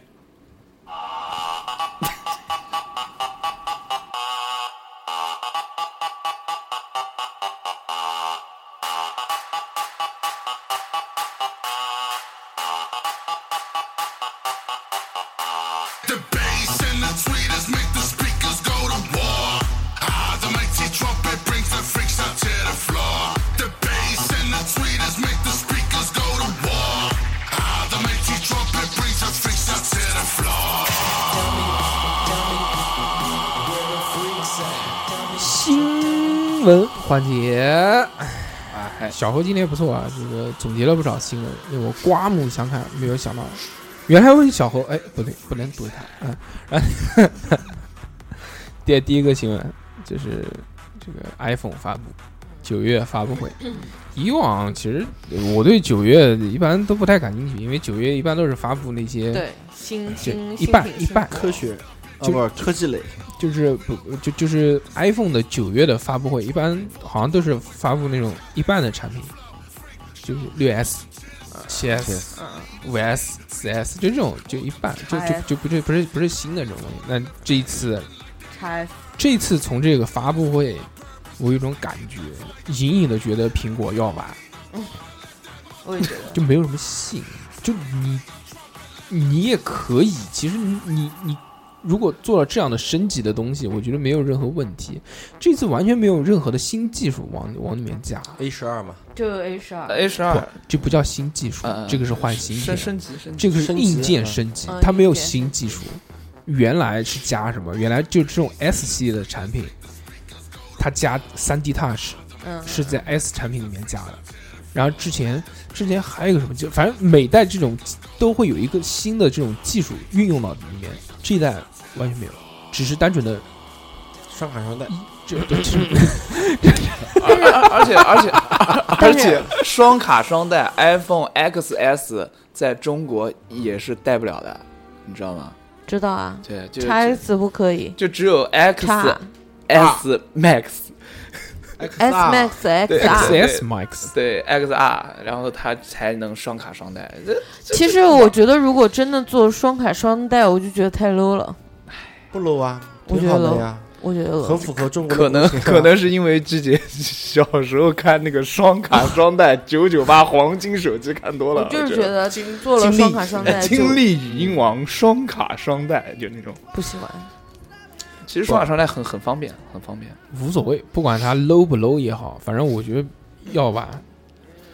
Speaker 14: Ah, Ah,
Speaker 1: 新闻环节。
Speaker 6: 哎
Speaker 1: 小何今天不错啊，这个总结了不少新闻，令我刮目相看。没有想到，原来我是小何，哎，不对，不能怼他啊。然后第第一个新闻就是这个 iPhone 发布，九月发布会。
Speaker 3: 嗯
Speaker 1: 以往其实我对九月一般都不太感兴趣，因为九月一般都是发布那些
Speaker 3: 对，新
Speaker 1: 就
Speaker 3: 新
Speaker 1: 一半一半
Speaker 9: 科学，啊
Speaker 1: 就
Speaker 9: 不是科技类，
Speaker 1: 就是不就就是 iPhone 的九月的发布会，一般好像都是发布那种一半的产品，就是六 S、七啊 S、五
Speaker 3: 嗯
Speaker 1: S、四 S，就这种就一半，就就
Speaker 3: XS
Speaker 1: 就不是不是不是新的这种东西。那这一次
Speaker 3: 拆
Speaker 1: 这一次从这个发布会，我有一种感觉，隐隐的觉得苹果要完，
Speaker 3: 嗯我也觉 得
Speaker 1: 就没有什么信，就你你也可以，其实你你你如果做了这样的升级的东西，我觉得没有任何问题。这次完全没有任何的新技术往往里面加
Speaker 9: A 十二嘛，
Speaker 3: 就 A 十二
Speaker 6: A 十
Speaker 1: 不
Speaker 6: 二，
Speaker 1: 这不叫新技术，这个是换新
Speaker 6: 呃升
Speaker 1: 品，
Speaker 6: 升级升级
Speaker 1: 这个是
Speaker 6: 升级
Speaker 1: 硬件
Speaker 6: 嗯
Speaker 1: 升级
Speaker 6: 嗯，
Speaker 1: 它没有
Speaker 6: 硬件
Speaker 1: 新技术。原来是加什么？原来就这种 S 系的产品，它加三 D Touch，
Speaker 3: 嗯
Speaker 1: 是在 S 产品里面加的。然后之前之前还有一个什么，就反正每代这种都会有一个新的这种技术运用到里面，这一代完全没有，只是单纯的
Speaker 9: 双卡双待，
Speaker 3: 嗯
Speaker 1: 这这 这
Speaker 6: 而且而且而
Speaker 1: 但
Speaker 6: 且
Speaker 1: 是
Speaker 6: 双卡双待 iPhone XS 在中国也是带不了的，你知道吗？
Speaker 3: 知道啊，
Speaker 6: 对，就
Speaker 3: 叉 S 不可以，
Speaker 6: 就只有 X
Speaker 3: 叉
Speaker 6: S Max
Speaker 3: S Max X 啊 R
Speaker 1: XS Max
Speaker 6: 对 XR，然后它才能双卡双待。这
Speaker 3: 其实我觉得，如果真的做双卡双待，我就觉得太 low 了。
Speaker 9: 不 low 啊，
Speaker 3: 我觉
Speaker 9: 挺
Speaker 3: 得
Speaker 9: 好的
Speaker 3: low，
Speaker 9: 呀
Speaker 3: 我觉得 low
Speaker 9: 很符合中国
Speaker 6: 可
Speaker 9: 的
Speaker 6: 能
Speaker 9: 国情啊
Speaker 6: 可能是因为之前 小时候看那个双卡双待九九八黄金手机看多了，
Speaker 3: 我就是
Speaker 6: 觉
Speaker 3: 觉得做了双卡双待就
Speaker 6: 金立语音王双卡双待就那种
Speaker 3: 不喜欢。
Speaker 6: 其实双卡双待很很方便，很方便。
Speaker 1: 无所谓，不管它 low 不 low 也好，反正我觉得要吧。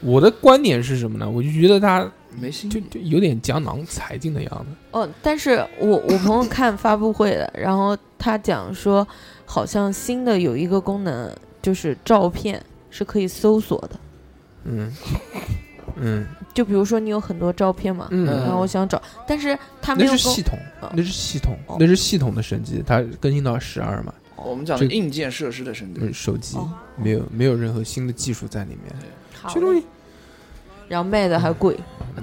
Speaker 1: 我的观点是什么呢？我就觉得它
Speaker 6: 没心
Speaker 1: 就就有点江郎才尽的样子。
Speaker 3: 哦，但是我我朋友看发布会的，然后他讲说，好像新的有一个功能，就是照片是可以搜索的。
Speaker 1: 嗯嗯，
Speaker 3: 就比如说你有很多照片嘛，
Speaker 1: 嗯
Speaker 3: 然后我想找，但是他没
Speaker 1: 那
Speaker 3: 有
Speaker 1: 是
Speaker 3: 跟
Speaker 1: 系统，
Speaker 3: 啊
Speaker 1: 那是系统，那是系统的升级，它更新到十二嘛。
Speaker 6: 我们讲的
Speaker 1: 这
Speaker 6: 硬件设施的升级
Speaker 1: 嗯，手机
Speaker 3: 哦
Speaker 1: 没有没有任何新的技术在里面。
Speaker 3: 这东西，然后卖的还贵，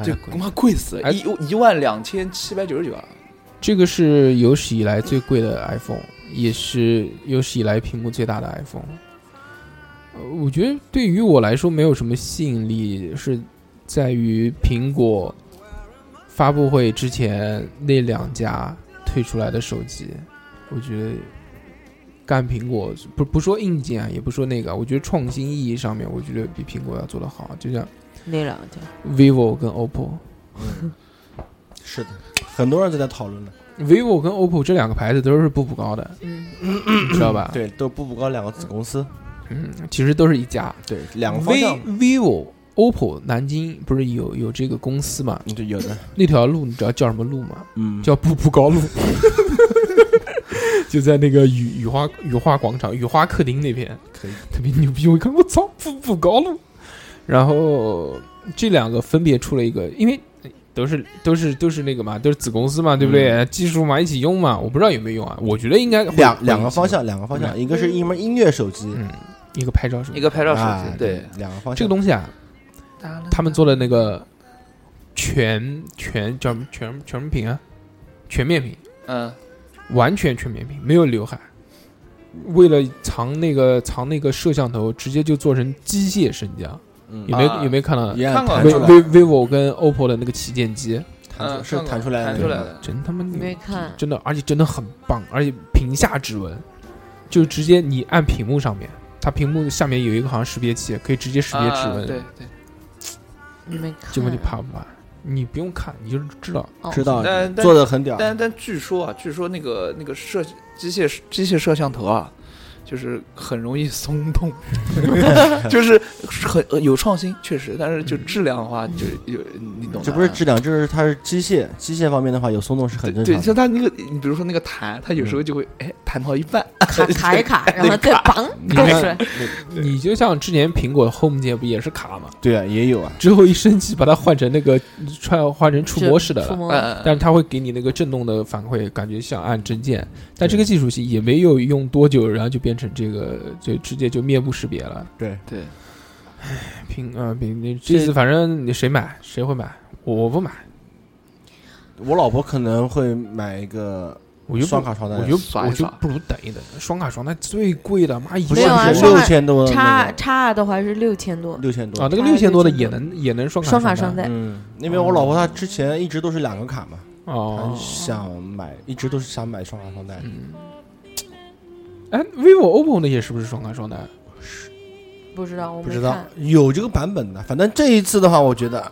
Speaker 6: 对，他妈贵死了，一一万两千七百九十九啊！
Speaker 1: 这个是有史以来最贵的 iPhone，也是有史以来屏幕最大的 iPhone。呃我觉得对于我来说没有什么吸引力，是在于苹果发布会之前那两家推出来的手机，我觉得干苹果不不说硬件啊，也不说那个，我觉得创新意义上面，我觉得比苹果要做得好，就像
Speaker 3: 那两家
Speaker 1: 嗯 vivo 跟 OPPO。
Speaker 9: 是的，很多人都在讨论呢。
Speaker 1: vivo 跟 OPPO 这两个牌子都是步步高的，你知道吧？
Speaker 9: 对，都步步高两个子公司，
Speaker 1: 嗯，其实都是一家，
Speaker 9: 对，两个方向
Speaker 1: V vivo、OPPO 南京不是有有这个公司嘛？
Speaker 9: 对，有的。
Speaker 1: 那条路你知道叫什么路吗？
Speaker 9: 嗯
Speaker 1: 叫步步高路， 就在那个雨雨花雨花广场、雨花客厅那边，
Speaker 9: 可以
Speaker 1: 特别牛逼。我一看，我操，步步高路。然后这两个分别出了一个，因为都是都是都是那个嘛，都是子公司嘛，对不对？技术嘛，一起用嘛。我不知道有没有用啊，我觉得应该会
Speaker 9: 嗯两
Speaker 1: 会
Speaker 9: 两个
Speaker 1: 一起
Speaker 9: 方向，
Speaker 1: 用
Speaker 9: 两个方向，
Speaker 1: 嗯
Speaker 9: 一个是一门音乐手机，
Speaker 1: 一个拍照手机，
Speaker 6: 一个拍照手
Speaker 9: 啊
Speaker 6: 机，对，
Speaker 9: 两个方向。
Speaker 1: 这个东西啊，他们做的那个全全叫什么全全什么屏啊，全面屏，
Speaker 6: 嗯，
Speaker 1: 完全全面屏，没有刘海。为了藏那个藏那个摄像头，直接就做成机械升降。
Speaker 9: 嗯
Speaker 1: 有没有、
Speaker 6: 啊
Speaker 1: 有没有看到
Speaker 9: 一样
Speaker 6: 看过
Speaker 1: v
Speaker 6: 看过
Speaker 1: v vivo 跟 OPPO 的那个旗舰机，
Speaker 9: 弹出是弹出来
Speaker 6: 嗯
Speaker 9: 的
Speaker 6: 弹出
Speaker 9: 那个
Speaker 6: 来的，
Speaker 1: 真他妈牛
Speaker 3: 没看
Speaker 1: 真的，而且真的很棒，而且屏下指纹，就直接你按屏幕上面，它屏幕下面有一个好像识别器，可以直接识别指
Speaker 6: 啊
Speaker 1: 纹。
Speaker 6: 对对。
Speaker 3: 你没看？哦
Speaker 1: 这问你怕不怕？你不用看，你就是知道，
Speaker 9: 知道
Speaker 6: 但但
Speaker 9: 啊做的很屌，
Speaker 6: 但但据说啊，据说那个那个摄机械机械摄像头啊，就是很容易松 动， 就是很呃有创新，确实，但是就质量的话，就有你懂的啊。
Speaker 9: 这不是质量，这是它是机械机械方面的话有松动是很正
Speaker 6: 对，
Speaker 9: 常的。嗯
Speaker 6: 像它那个，你比如说那个弹，它有时候就会哎弹到一半，
Speaker 3: 卡卡一卡，然后再绑
Speaker 1: 你
Speaker 3: 搞出来
Speaker 1: 看，，你就像之前苹果 Home 键不也是卡吗？
Speaker 9: 对啊，也有啊。
Speaker 1: 之后一升级，把它换成那个串换成触摸式的
Speaker 3: 触摸
Speaker 6: 呃
Speaker 1: 了，嗯但是它会给你那个震动的反馈，感觉像按真键。但这个技术性也没有用多久，然后就变成这个，就直接就面部识别了。
Speaker 9: 对
Speaker 6: 对，
Speaker 1: 苹啊苹，你这次反正你谁买谁会买，我不买，
Speaker 9: 我老婆可能会买一个
Speaker 1: 我就不
Speaker 9: 双卡双待，
Speaker 1: 我就我就不如等一等，双卡双待最贵的，妈一
Speaker 3: 没有啊，
Speaker 1: 万多
Speaker 3: 双卡
Speaker 9: 6000多那个
Speaker 3: 叉叉的话是六千多，
Speaker 9: 六千多
Speaker 1: 啊，那个六千多的也能也能双卡
Speaker 3: 双卡
Speaker 1: 卡
Speaker 3: 双待
Speaker 9: 嗯，因为我老婆
Speaker 6: 哦
Speaker 9: 她之前一直都是两个卡嘛，
Speaker 1: 哦
Speaker 9: 她想买，一直都是想买双卡双待。
Speaker 1: 哎，vivo、OPPO 那些是不是双卡双待？
Speaker 3: 不知道我
Speaker 9: 不
Speaker 3: 没
Speaker 9: 知道
Speaker 3: 看
Speaker 9: 有这个版本的，反正这一次的话，我觉得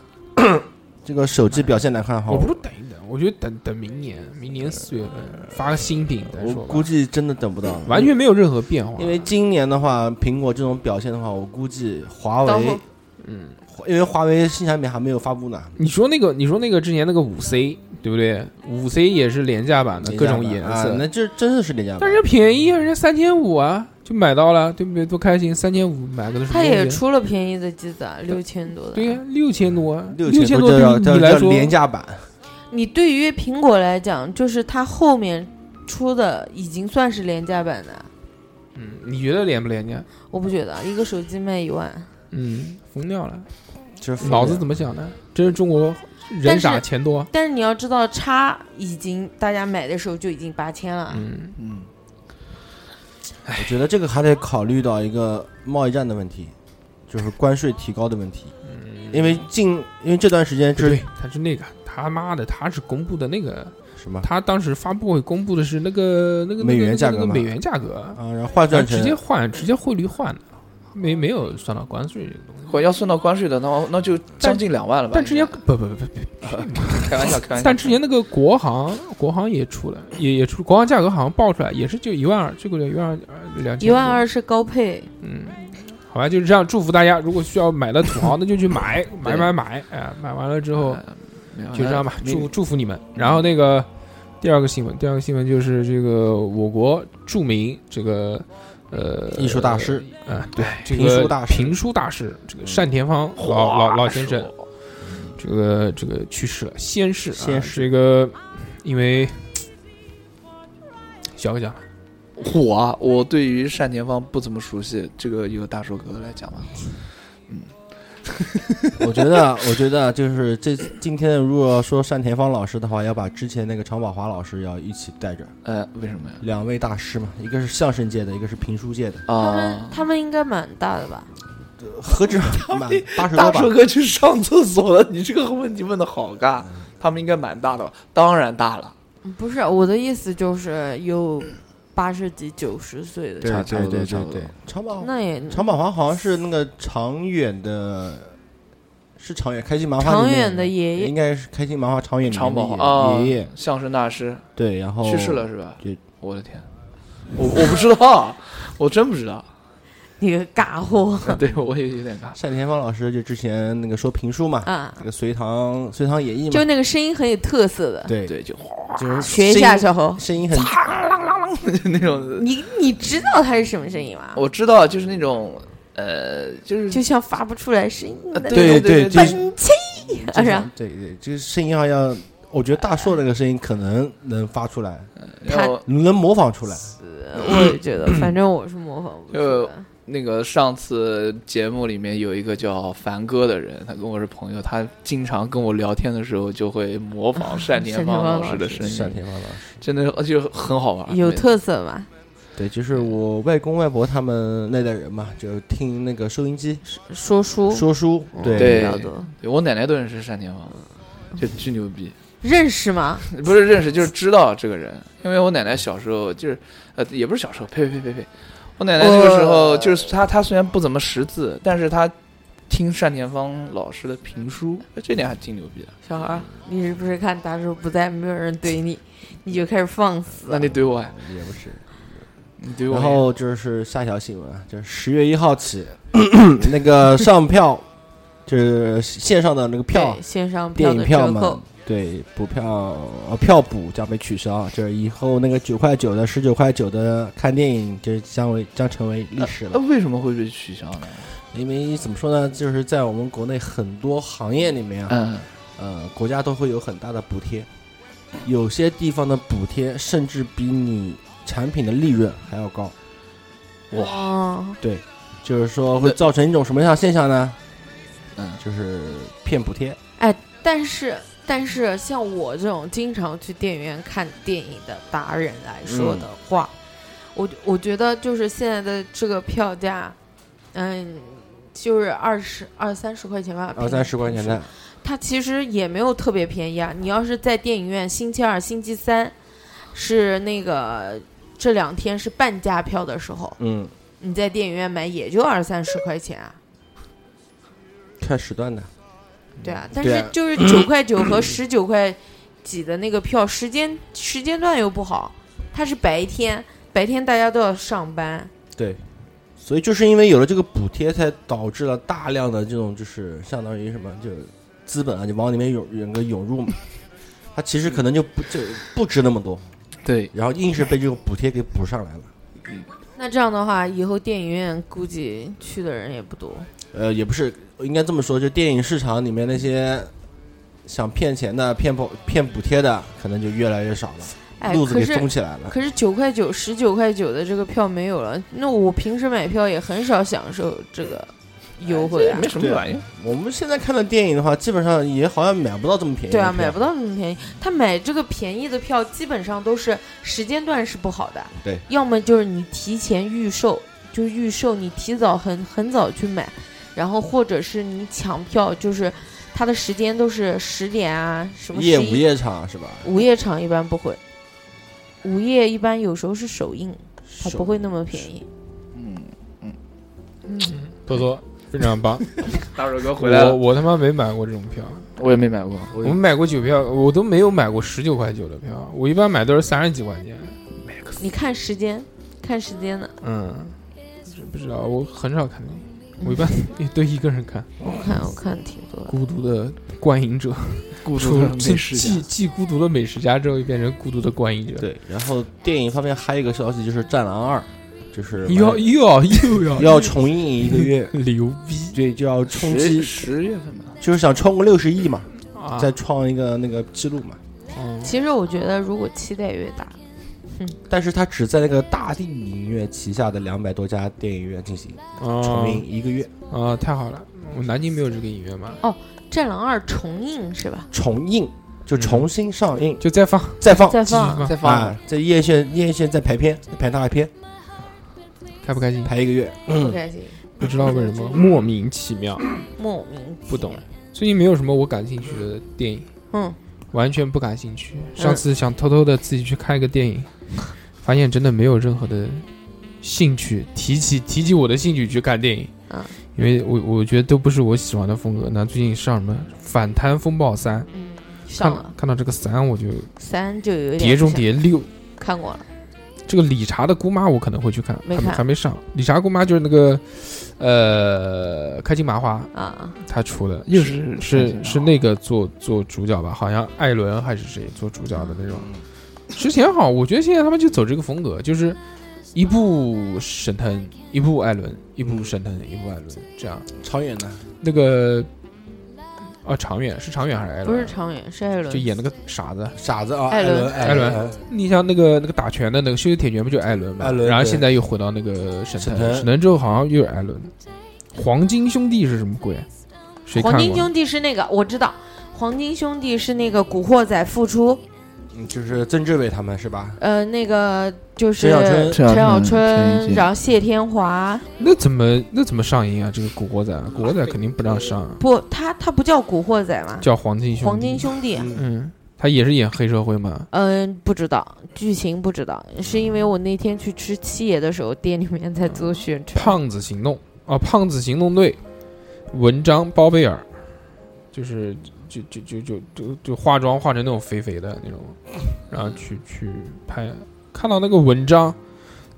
Speaker 9: 这个手机表现来看的话，
Speaker 1: 我不如等一等，我觉得等等明年，明年四月份发个新品再
Speaker 9: 我
Speaker 1: 说吧
Speaker 9: 估。计真的等不到，
Speaker 1: 完全没有任何变化
Speaker 9: 因为今年的话，苹果这种表现的话，我估计华
Speaker 1: 到
Speaker 9: 为
Speaker 1: 后，嗯，
Speaker 9: 因为华为新产品还没有发布呢，
Speaker 1: 你说那个，你说那个之前那个五 C 对不对？五 C 也是廉价版的，各种颜
Speaker 9: 廉价版啊
Speaker 1: 色，
Speaker 9: 那这真的是廉价版
Speaker 1: 但。是便宜啊，人家三千五啊，就买到了，对不对？多开心，三千五买个什么东西？
Speaker 3: 他也出了便宜的机子啊，六千多的。
Speaker 1: 对呀，六千多啊，六
Speaker 9: 千
Speaker 1: 千
Speaker 9: 多
Speaker 1: 对于
Speaker 9: 叫
Speaker 1: 你
Speaker 9: 叫
Speaker 1: 来
Speaker 9: 叫
Speaker 1: 说
Speaker 9: 廉价版，
Speaker 3: 你对于苹果来讲，就是它后面出的已经算是廉价版的，
Speaker 1: 嗯，你觉得廉不廉价？
Speaker 3: 我不觉得一个手机卖一万，
Speaker 1: 嗯，疯掉了，
Speaker 9: 就是
Speaker 1: 脑子怎么想的？真是中国人傻
Speaker 3: 但是
Speaker 1: 钱多，
Speaker 3: 但是你要知道，叉已经大家买的时候就已经八千了，
Speaker 1: 嗯
Speaker 6: 嗯，
Speaker 7: 我觉得这个还得考虑到一个贸易战的问题，就是关税提高的问题。因为近，因为这段时间
Speaker 1: 嗯不对，他是那个他妈的，他是公布的那个
Speaker 7: 什么？
Speaker 1: 他当时发布会公布的是那个那个那个
Speaker 7: 啊美元价格
Speaker 1: 那个
Speaker 7: 嘛
Speaker 1: 美元价格
Speaker 7: 啊然后换算成
Speaker 1: 直接换，直接汇率换的，没没有算到关税这个东西。
Speaker 6: 我要算到关税的，那那就将近两万了吧？
Speaker 1: 但之前不不不不，
Speaker 6: 开玩笑，开玩笑。
Speaker 1: 但之前那个国行，国行也出了，也也出国行价格好像报出来，也是就一万二，这个就一万二两千，
Speaker 3: 一万二是高配，
Speaker 1: 嗯，好吧，就是这样。祝福大家，如果需要买的土豪，那就去 买买
Speaker 6: 对
Speaker 1: 买买，哎，买完了之后
Speaker 6: 呃没有
Speaker 7: 啊
Speaker 1: 就这样吧，
Speaker 6: 那
Speaker 1: 祝祝福你们。然后那个第二个新闻，第二个新闻就是这个我国著名这个呃
Speaker 7: 艺术大师
Speaker 1: 啊，对，这
Speaker 7: 哎评
Speaker 1: 个
Speaker 7: 书大师嗯
Speaker 1: 评书大师这个单田芳老老老先生，这个这个去世了，先逝啊，
Speaker 7: 仙逝
Speaker 1: 这个因为讲一讲。
Speaker 6: 我啊我对于单田芳不怎么熟悉，这个由大叔哥哥来讲吧。
Speaker 7: 我觉得啊，我觉得啊就是这今天如果说单田芳老师的话，要把之前那个常宝华老师要一起带着。
Speaker 6: 呃，为什么呀？
Speaker 7: 两位大师嘛，一个是相声界的，一个是评书界的。
Speaker 1: 啊
Speaker 3: 他
Speaker 6: 啊
Speaker 3: 们他们应该蛮大的吧？
Speaker 7: 何止 满八十
Speaker 6: 大
Speaker 7: 多
Speaker 6: 叔
Speaker 7: 吧？
Speaker 6: 哥去上厕所了，你这个问题问的好尬。他们应该蛮大的吧？当然大了，
Speaker 3: 不是我的意思，就是有八十几、九十岁的，
Speaker 7: 对哎
Speaker 6: 差不多
Speaker 7: 对对
Speaker 6: 差
Speaker 7: 对
Speaker 6: 不多
Speaker 7: 对，长宝
Speaker 3: 那也
Speaker 7: 长宝华好像是那个长远的，是长远开心麻花
Speaker 3: 长
Speaker 7: 里面
Speaker 3: 远的爷爷
Speaker 7: 应该是开心麻花长远里
Speaker 6: 长
Speaker 7: 面的
Speaker 6: 宝啊，
Speaker 7: 爷爷爷
Speaker 6: 相声大师
Speaker 7: 对，然后
Speaker 6: 去世了是吧？
Speaker 7: 对，
Speaker 6: 我的天，我我不知道，啊我真不知道。
Speaker 3: 你个尬货！
Speaker 6: 对，我也有点尬。
Speaker 7: 单田芳老师就之前那个说评书嘛，
Speaker 3: 啊
Speaker 7: 这个隋唐隋唐演义嘛，
Speaker 3: 就那个声音很有特色的，
Speaker 7: 对
Speaker 6: 对，就
Speaker 7: 就是
Speaker 3: 学一下
Speaker 7: 声
Speaker 3: 小
Speaker 7: 音
Speaker 3: 侯，
Speaker 7: 声音很
Speaker 6: 那种
Speaker 3: 你你知道他是什么声音吗？
Speaker 6: 我知道，就是那种呃，就是
Speaker 3: 就像发不出来声音
Speaker 6: 呃
Speaker 3: 的那种，
Speaker 7: 对对就是
Speaker 3: 本气，是吧？
Speaker 7: 对对，这个声音好像，我觉得大硕这个声音可能能发出来，
Speaker 6: 然后
Speaker 7: 能模仿出来。
Speaker 3: 我也觉
Speaker 7: 嗯
Speaker 3: 得，反正我是模仿不出
Speaker 6: 就那个上次节目里面有一个叫凡哥的人，他跟我是朋友，他经常跟我聊天的时候就会模仿单田芳老师的声音，
Speaker 7: 单田芳老师
Speaker 6: 真的就很好玩，
Speaker 3: 有特色嘛？
Speaker 7: 对，就是我外公外婆他们那代人嘛，就听那个收音机
Speaker 3: 说书嗯
Speaker 7: 说书，对
Speaker 6: 对，对我奶奶都认识单田芳，就巨牛逼。
Speaker 3: 认识吗？
Speaker 6: 不是认识，就是知道这个人，因为我奶奶小时候就是，呃，也不是小时候，呸呸呸呸呸，我奶奶那个时候就是她，她虽然不怎么识字，但是她听单田芳老师的评书，这点还挺牛逼的。
Speaker 3: 小孩儿，你是不是看大叔不在，没有人怼你，你就开始放肆？
Speaker 6: 那你怼我呀？
Speaker 7: 也不是，
Speaker 6: 你怼我呀。
Speaker 7: 然后就是下一条新闻啊，就是十月一号起， 那个上票就是线上的那个票
Speaker 3: 对，线上票
Speaker 7: 电
Speaker 3: 的
Speaker 7: 影票
Speaker 3: 折
Speaker 7: 嘛
Speaker 3: 扣，
Speaker 7: 对补票呃票补将被取消，啊就是以后那个九块九的、十九块九的看电影，就是将为将成为历史
Speaker 6: 那
Speaker 7: 了。
Speaker 6: 为什么会被取消呢？
Speaker 7: 因为怎么说呢，就是在我们国内很多行业里面啊，
Speaker 6: 嗯，
Speaker 7: 呃，国家都会有很大的补贴，有些地方的补贴甚至比你产品的利润还要高。
Speaker 6: 哇，
Speaker 3: 哦，
Speaker 7: 对，就是说会造成一种什么样的现象呢？
Speaker 6: 嗯，
Speaker 7: 就是骗补贴。
Speaker 3: 哎，但是但是像我这种经常去电影院看电影的达人来
Speaker 7: 嗯
Speaker 3: 说的话，我我觉得就是现在的这个票价，嗯，就是二十二三十块钱吧，
Speaker 7: 二三十块钱的，
Speaker 3: 它其实也没有特别便宜啊。你要是在电影院，星期二、星期三是那个这两天是半价票的时候，
Speaker 7: 嗯，
Speaker 3: 你在电影院买也就二三十块钱啊。
Speaker 7: 看时段的。
Speaker 3: 对啊，但
Speaker 7: 对
Speaker 3: 是
Speaker 7: 啊
Speaker 3: 就是九块九和十九块几的那个票，时间时间段又不好，它是白天，白天大家都要上班，
Speaker 7: 对，所以就是因为有了这个补贴，才导致了大量的这种就是相当于什么，就资本啊，就往里面涌涌个涌入嘛。 它其实可能就不就不值那么多，
Speaker 6: 对，
Speaker 7: 然后硬是被这个补贴给补上来了。
Speaker 3: 那这样的话，以后电影院估计去的人也不多。
Speaker 7: 呃，也不是，应该这么说，就电影市场里面那些想骗钱的、骗补骗补贴的，可能就越来越少了，
Speaker 3: 哎，
Speaker 7: 路子
Speaker 3: 可
Speaker 7: 给
Speaker 3: 是
Speaker 7: 封起来了。
Speaker 3: 可是九块九、哎十九块九的这个票没有了，那我平时买票也很少享受这个啊邮回来，
Speaker 6: 没什么啊玩意。
Speaker 9: 我们现在看的电影的话，基本上也好像买不到这么便宜。
Speaker 3: 对啊，买不
Speaker 9: 到。
Speaker 3: 到那么便宜。他买这个便宜的票，基本上都是时间段是不好的，
Speaker 9: 对，
Speaker 3: 要么就是你提前预售，就是预售你提早很很早去买，然后或者是你抢票，就是它的时间都是十点啊，什么
Speaker 9: 夜
Speaker 3: 11
Speaker 9: 午夜场是吧？
Speaker 3: 午夜场一般不会，午夜一般有时候是首映，它
Speaker 1: 首
Speaker 3: 不会那么便宜。嗯嗯
Speaker 1: 多多非常棒，
Speaker 6: 大手 哥回来了
Speaker 1: 我我他妈没买过这种票，
Speaker 6: 我也没买过，
Speaker 1: 我们买过酒票，我都没有买过十九块九的票，我一般买都是三十几块钱。
Speaker 3: 你看时间，看时间呢？
Speaker 1: 嗯，不知道，我很少看电影，我一般也都一个人看。
Speaker 3: 我看我看挺多的。
Speaker 1: 孤独的观影者，
Speaker 6: 孤
Speaker 9: 独的美食 家
Speaker 1: 既既孤独的美食家之后，又变成孤独的观影者。
Speaker 9: 对，然后电影方面还有一个消息就是《战狼二》，就是
Speaker 1: 又要又要又要
Speaker 9: 要重映一个月，
Speaker 1: 牛逼！
Speaker 9: 对，就要冲击，
Speaker 6: 十月份吧，
Speaker 9: 就是想超过六十亿嘛，
Speaker 1: 啊
Speaker 9: 再创一个那个记录嘛。
Speaker 3: 其实我觉得，如果期待越大，
Speaker 9: 但是它只在那个大地影业旗下的两百多家电影院进行
Speaker 1: 哦
Speaker 9: 重映一个月，
Speaker 1: 啊，太好了！我南京没有这个影院吗？
Speaker 3: 哦，《战狼二》重映是吧？
Speaker 9: 重映就重新上映，
Speaker 1: 就再放
Speaker 9: 再放
Speaker 3: 再放继续放
Speaker 6: 再放
Speaker 9: 啊！在院线院线再排片，再排大片，
Speaker 1: 开不开心？
Speaker 9: 排一个月，
Speaker 1: 嗯
Speaker 3: 不开心，
Speaker 1: 不知道为什么莫名其妙，
Speaker 3: 莫名
Speaker 1: 不懂。最近没有什么我感兴趣的电影，
Speaker 3: 嗯，
Speaker 1: 完全不感兴趣。
Speaker 3: 嗯
Speaker 1: 上次想偷偷的自己去看一个电 影，发现真的没有任何的兴趣，提起提起我的兴趣去看电影，
Speaker 3: 嗯，
Speaker 1: 因为我我觉得都不是我喜欢的风格。那最近上什么《反贪风暴三》，嗯看
Speaker 3: 上了
Speaker 1: 看到这个三我就《
Speaker 3: 三就有点
Speaker 1: 碟中谍六》，
Speaker 3: 看过了，
Speaker 1: 这个理查的姑妈我可能会去看，
Speaker 3: 没
Speaker 1: 还没
Speaker 3: 看
Speaker 1: 还没上。理查姑妈就是那个，呃，开心麻花
Speaker 3: 啊，
Speaker 1: 她出的，
Speaker 6: 又
Speaker 1: 是
Speaker 6: 是
Speaker 1: 是
Speaker 9: 啊
Speaker 1: 是那个做做主角吧？好像艾伦还是谁做主角的那种。
Speaker 9: 嗯
Speaker 1: 之前好，我觉得现在他们就走这个风格，就是一部沈腾，一部艾伦，一部
Speaker 9: 嗯
Speaker 1: 沈腾，一部艾伦，这样。
Speaker 9: 长远的
Speaker 1: 那个，啊，长远是长远还是艾伦？啊
Speaker 3: 不是长远，是艾伦，
Speaker 1: 就演那个傻子，
Speaker 9: 傻子啊
Speaker 3: 艾伦
Speaker 1: 艾伦，
Speaker 9: 艾伦
Speaker 1: 你像那个那个打拳的那个《修炼铁拳》不就艾伦吗？
Speaker 9: 艾伦
Speaker 1: 然后
Speaker 9: 对
Speaker 1: 现在又回到那个沈
Speaker 9: 沈
Speaker 1: 腾，
Speaker 9: 腾
Speaker 1: 沈腾之后好像又是艾伦。黄金兄弟是什么鬼？谁看
Speaker 3: 黄金
Speaker 1: 过？
Speaker 3: 兄弟是那个我知道，黄金兄弟是那个《古惑仔》复出，
Speaker 9: 嗯就是曾志伟他们是吧？
Speaker 3: 呃，那个就是
Speaker 9: 陈小春
Speaker 3: 陈小
Speaker 9: 陈小春
Speaker 3: 春，然后谢天华，
Speaker 1: 那怎么那怎么上映啊？这个《古惑仔》，《古惑仔》肯定不让上啊，
Speaker 3: 不，他他不叫《古惑仔》吗？
Speaker 1: 叫黄金兄弟。
Speaker 3: 黄金兄弟，啊
Speaker 1: 嗯，他也是演黑社会嘛。
Speaker 3: 嗯，不知道剧情，不知道，是因为我那天去吃七爷的时候，店里面在做宣传。
Speaker 1: 胖子行动啊，胖子行动队，文章包贝尔，就是就就就就就就化妆化成那种肥肥的那种，然后去去拍，看到那个文章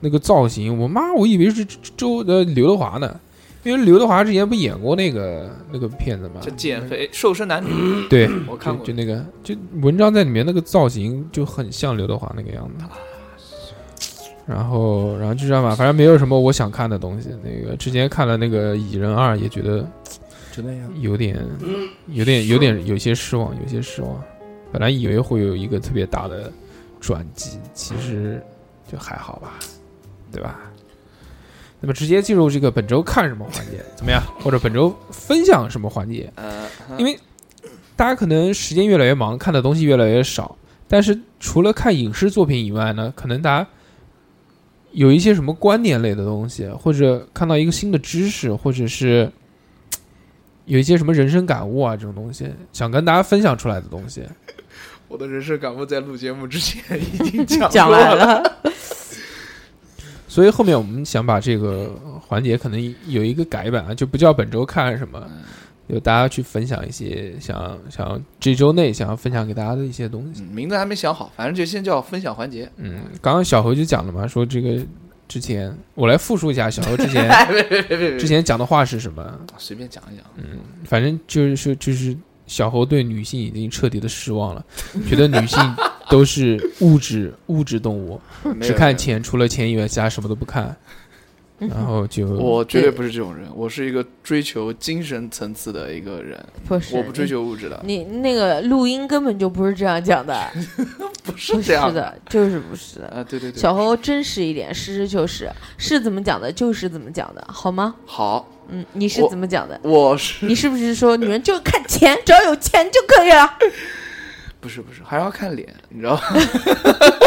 Speaker 1: 那个造型，我妈我以为是周呃刘德华呢，因为刘德华之前不演过那个那个片子嘛，
Speaker 6: 这减肥瘦身男女，
Speaker 1: 对，
Speaker 6: 我看
Speaker 1: 就
Speaker 6: 过
Speaker 1: 就，那个就文章在里面那个造型就很像刘德华那个样子。然后，然后就这样吧，反正没有什么我想看的东西。那个之前看了那个《蚁人二》，也觉得
Speaker 9: 就那样，
Speaker 1: 有点、有点、有点、有些失望，有些失望。本来以为会有一个特别大的转机，其实就还好吧，对吧？那么直接进入这个本周看什么环节，怎么样？或者本周分享什么环节？
Speaker 6: 呃，
Speaker 1: 因为大家可能时间越来越忙，看的东西越来越少，但是除了看影视作品以外呢，可能大家有一些什么观念类的东西，或者看到一个新的知识，或者是嘖有一些什么人生感悟啊这种东西，想跟大家分享出来的东西。
Speaker 6: 我的人生感悟在录节目之前已经讲
Speaker 3: 讲
Speaker 6: 过
Speaker 3: 完
Speaker 6: 了，
Speaker 3: 了，
Speaker 1: 所以后面我们想把这个环节可能有一个改版啊，就不叫本周看什么，就大家去分享一些想想这周内想要分享给大家的一些东西。
Speaker 6: 嗯名字还没想好，反正就先叫分享环节。
Speaker 1: 嗯，刚刚小何就讲了嘛，说这个之前我来复述一下小何之前
Speaker 6: 哎别别别别别
Speaker 1: 之前讲的话是什么，
Speaker 6: 随便讲一讲，
Speaker 1: 嗯，反正就是就是小侯对女性已经彻底的失望了，觉得 女性都是物质物质动物
Speaker 6: 没有，没
Speaker 1: 只
Speaker 6: 有
Speaker 1: 看钱，除了钱以外，其他什么都不 看，然后就
Speaker 6: 我绝对不是这种人，我是一个追求精神层次的一个人，
Speaker 3: 不是
Speaker 6: 我不追求物质的，
Speaker 3: 你那个录音根本就不是这 样讲的，
Speaker 6: 不
Speaker 3: 是
Speaker 6: 这样
Speaker 3: 的，就是不是的
Speaker 6: 啊，对对对，
Speaker 3: 小侯真实一点，实事求是，是怎么讲的就是怎么讲的，好吗？
Speaker 6: 好，
Speaker 3: 嗯，你是
Speaker 6: 我嗯
Speaker 3: 怎么讲的？
Speaker 6: 我是
Speaker 3: 你是不是说女人就看钱，只要有钱就可以了？
Speaker 6: 不是不是，还要看脸，你知道吗？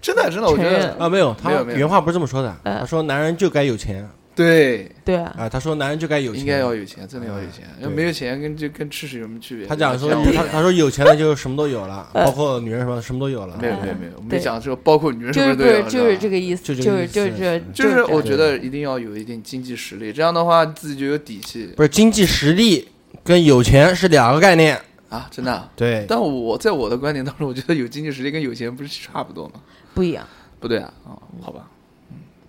Speaker 6: 真的真的，我觉得
Speaker 9: 啊，没有，他
Speaker 6: 没有没有
Speaker 9: 原话不是这么说的，他说男人就该有钱，
Speaker 6: 对
Speaker 3: 对
Speaker 9: 啊，他说男人就该有钱，
Speaker 6: 应该要有钱，真的要有钱，要没有钱跟就跟吃屎有什么区别？
Speaker 9: 他讲说
Speaker 6: 要有
Speaker 9: 他
Speaker 6: 钱
Speaker 9: 他说有钱了就什么都有了，
Speaker 6: 呃
Speaker 9: 包括女人什么什么都有了，
Speaker 6: 没有没有没有，我没
Speaker 3: 对
Speaker 6: 讲这个，包括女人
Speaker 3: 就
Speaker 6: 什
Speaker 3: 是
Speaker 6: 么
Speaker 3: 不
Speaker 6: 都有
Speaker 3: 是
Speaker 6: 了，
Speaker 3: 就是这个意思，
Speaker 9: 就这
Speaker 3: 就
Speaker 9: 个
Speaker 3: 是
Speaker 9: 意思
Speaker 3: 就是这
Speaker 6: 就是是我
Speaker 3: 这
Speaker 6: 觉得一定要有一定经济实力，这样的话自己就有底气
Speaker 9: 不是经济实力跟有钱是两个概念，
Speaker 6: 啊，真的啊。
Speaker 9: 对，
Speaker 6: 但我在我的观点当中，我觉得有经济实力跟有钱不是差不多吗？
Speaker 3: 不一样。
Speaker 6: 不对啊，啊，好吧，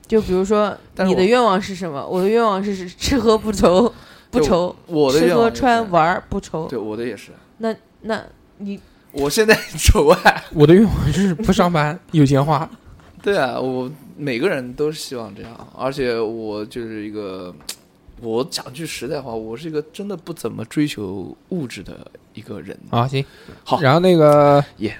Speaker 3: 就比如说
Speaker 6: 是
Speaker 3: 你的
Speaker 6: 我
Speaker 3: 愿望是什么？我的愿望是是吃喝不愁，不
Speaker 6: 对
Speaker 3: 愁，
Speaker 6: 我的
Speaker 3: 吃
Speaker 6: 愿
Speaker 3: 喝
Speaker 6: 望就是啊
Speaker 3: 穿玩儿不愁。
Speaker 6: 对我的也是，
Speaker 3: 那那你
Speaker 6: 我现在 愁啊，
Speaker 1: 我的愿望是不上班，有钱花。
Speaker 6: 对啊，我每个人都希望这样，而且我就是一个，我讲句实在话，我是一个真的不怎么追求物质的一个人
Speaker 1: 啊，行，
Speaker 6: 好。
Speaker 1: 然后那个
Speaker 6: 耶，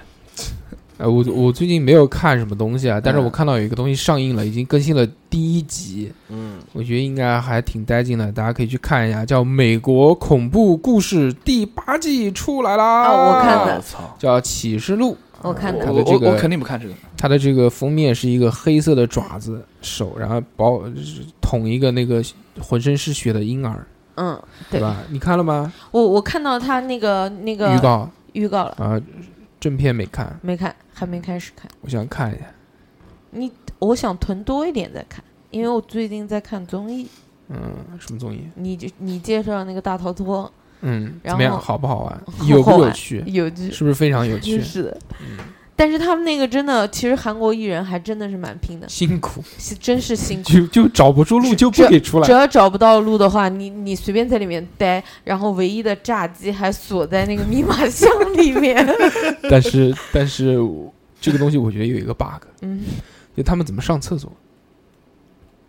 Speaker 1: 呃，我我最近没有看什么东西啊，但是
Speaker 6: 嗯
Speaker 1: 我看到有一个东西上映了，已经更新了第一集，
Speaker 9: 嗯，
Speaker 1: 我觉得应该还挺带劲的，大家可以去看一下，叫《美国恐怖故事》第八季出来啦，
Speaker 3: 啊我看了我
Speaker 6: 操，
Speaker 1: 叫《启示录》。
Speaker 3: 我看
Speaker 1: 它的
Speaker 3: 的，
Speaker 6: 我
Speaker 1: 这个
Speaker 6: 我肯定不看这个。
Speaker 1: 它的这个封面是一个黑色的爪子手，然后包捅一个那个浑身是血的婴儿，
Speaker 3: 嗯，
Speaker 1: 对
Speaker 3: 对，
Speaker 1: 吧？你看了吗？
Speaker 3: 我我看到他那个那个
Speaker 1: 预告
Speaker 3: 预告了，
Speaker 1: 啊，正片没看，
Speaker 3: 没看，还没开始看。
Speaker 1: 我想看一下。
Speaker 3: 你我想囤多一点再看，因为我最近在看综艺，
Speaker 1: 嗯，什么综艺？
Speaker 3: 你就你介绍那个大逃脱，
Speaker 1: 嗯，
Speaker 3: 然
Speaker 1: 怎么样？
Speaker 3: 后
Speaker 1: 好不好 玩？
Speaker 3: 好
Speaker 1: 有不
Speaker 3: 好
Speaker 1: 有
Speaker 3: 玩
Speaker 1: 趣？
Speaker 3: 有趣
Speaker 1: 是不是嗯非常有趣？
Speaker 3: 是的。但是他们那个真的，其实韩国艺人还真的是蛮拼的，
Speaker 1: 辛苦，
Speaker 3: 是真是辛苦。
Speaker 1: 就就找不出路，就不
Speaker 3: 只
Speaker 1: 给出来
Speaker 3: 只。要找不到路的话，你你随便在里面待，然后唯一的炸机还锁在那个密码箱里 面。
Speaker 1: 但是，但是我这个东西我觉得有一个 bug，
Speaker 3: 嗯
Speaker 1: 就他们怎么上厕所？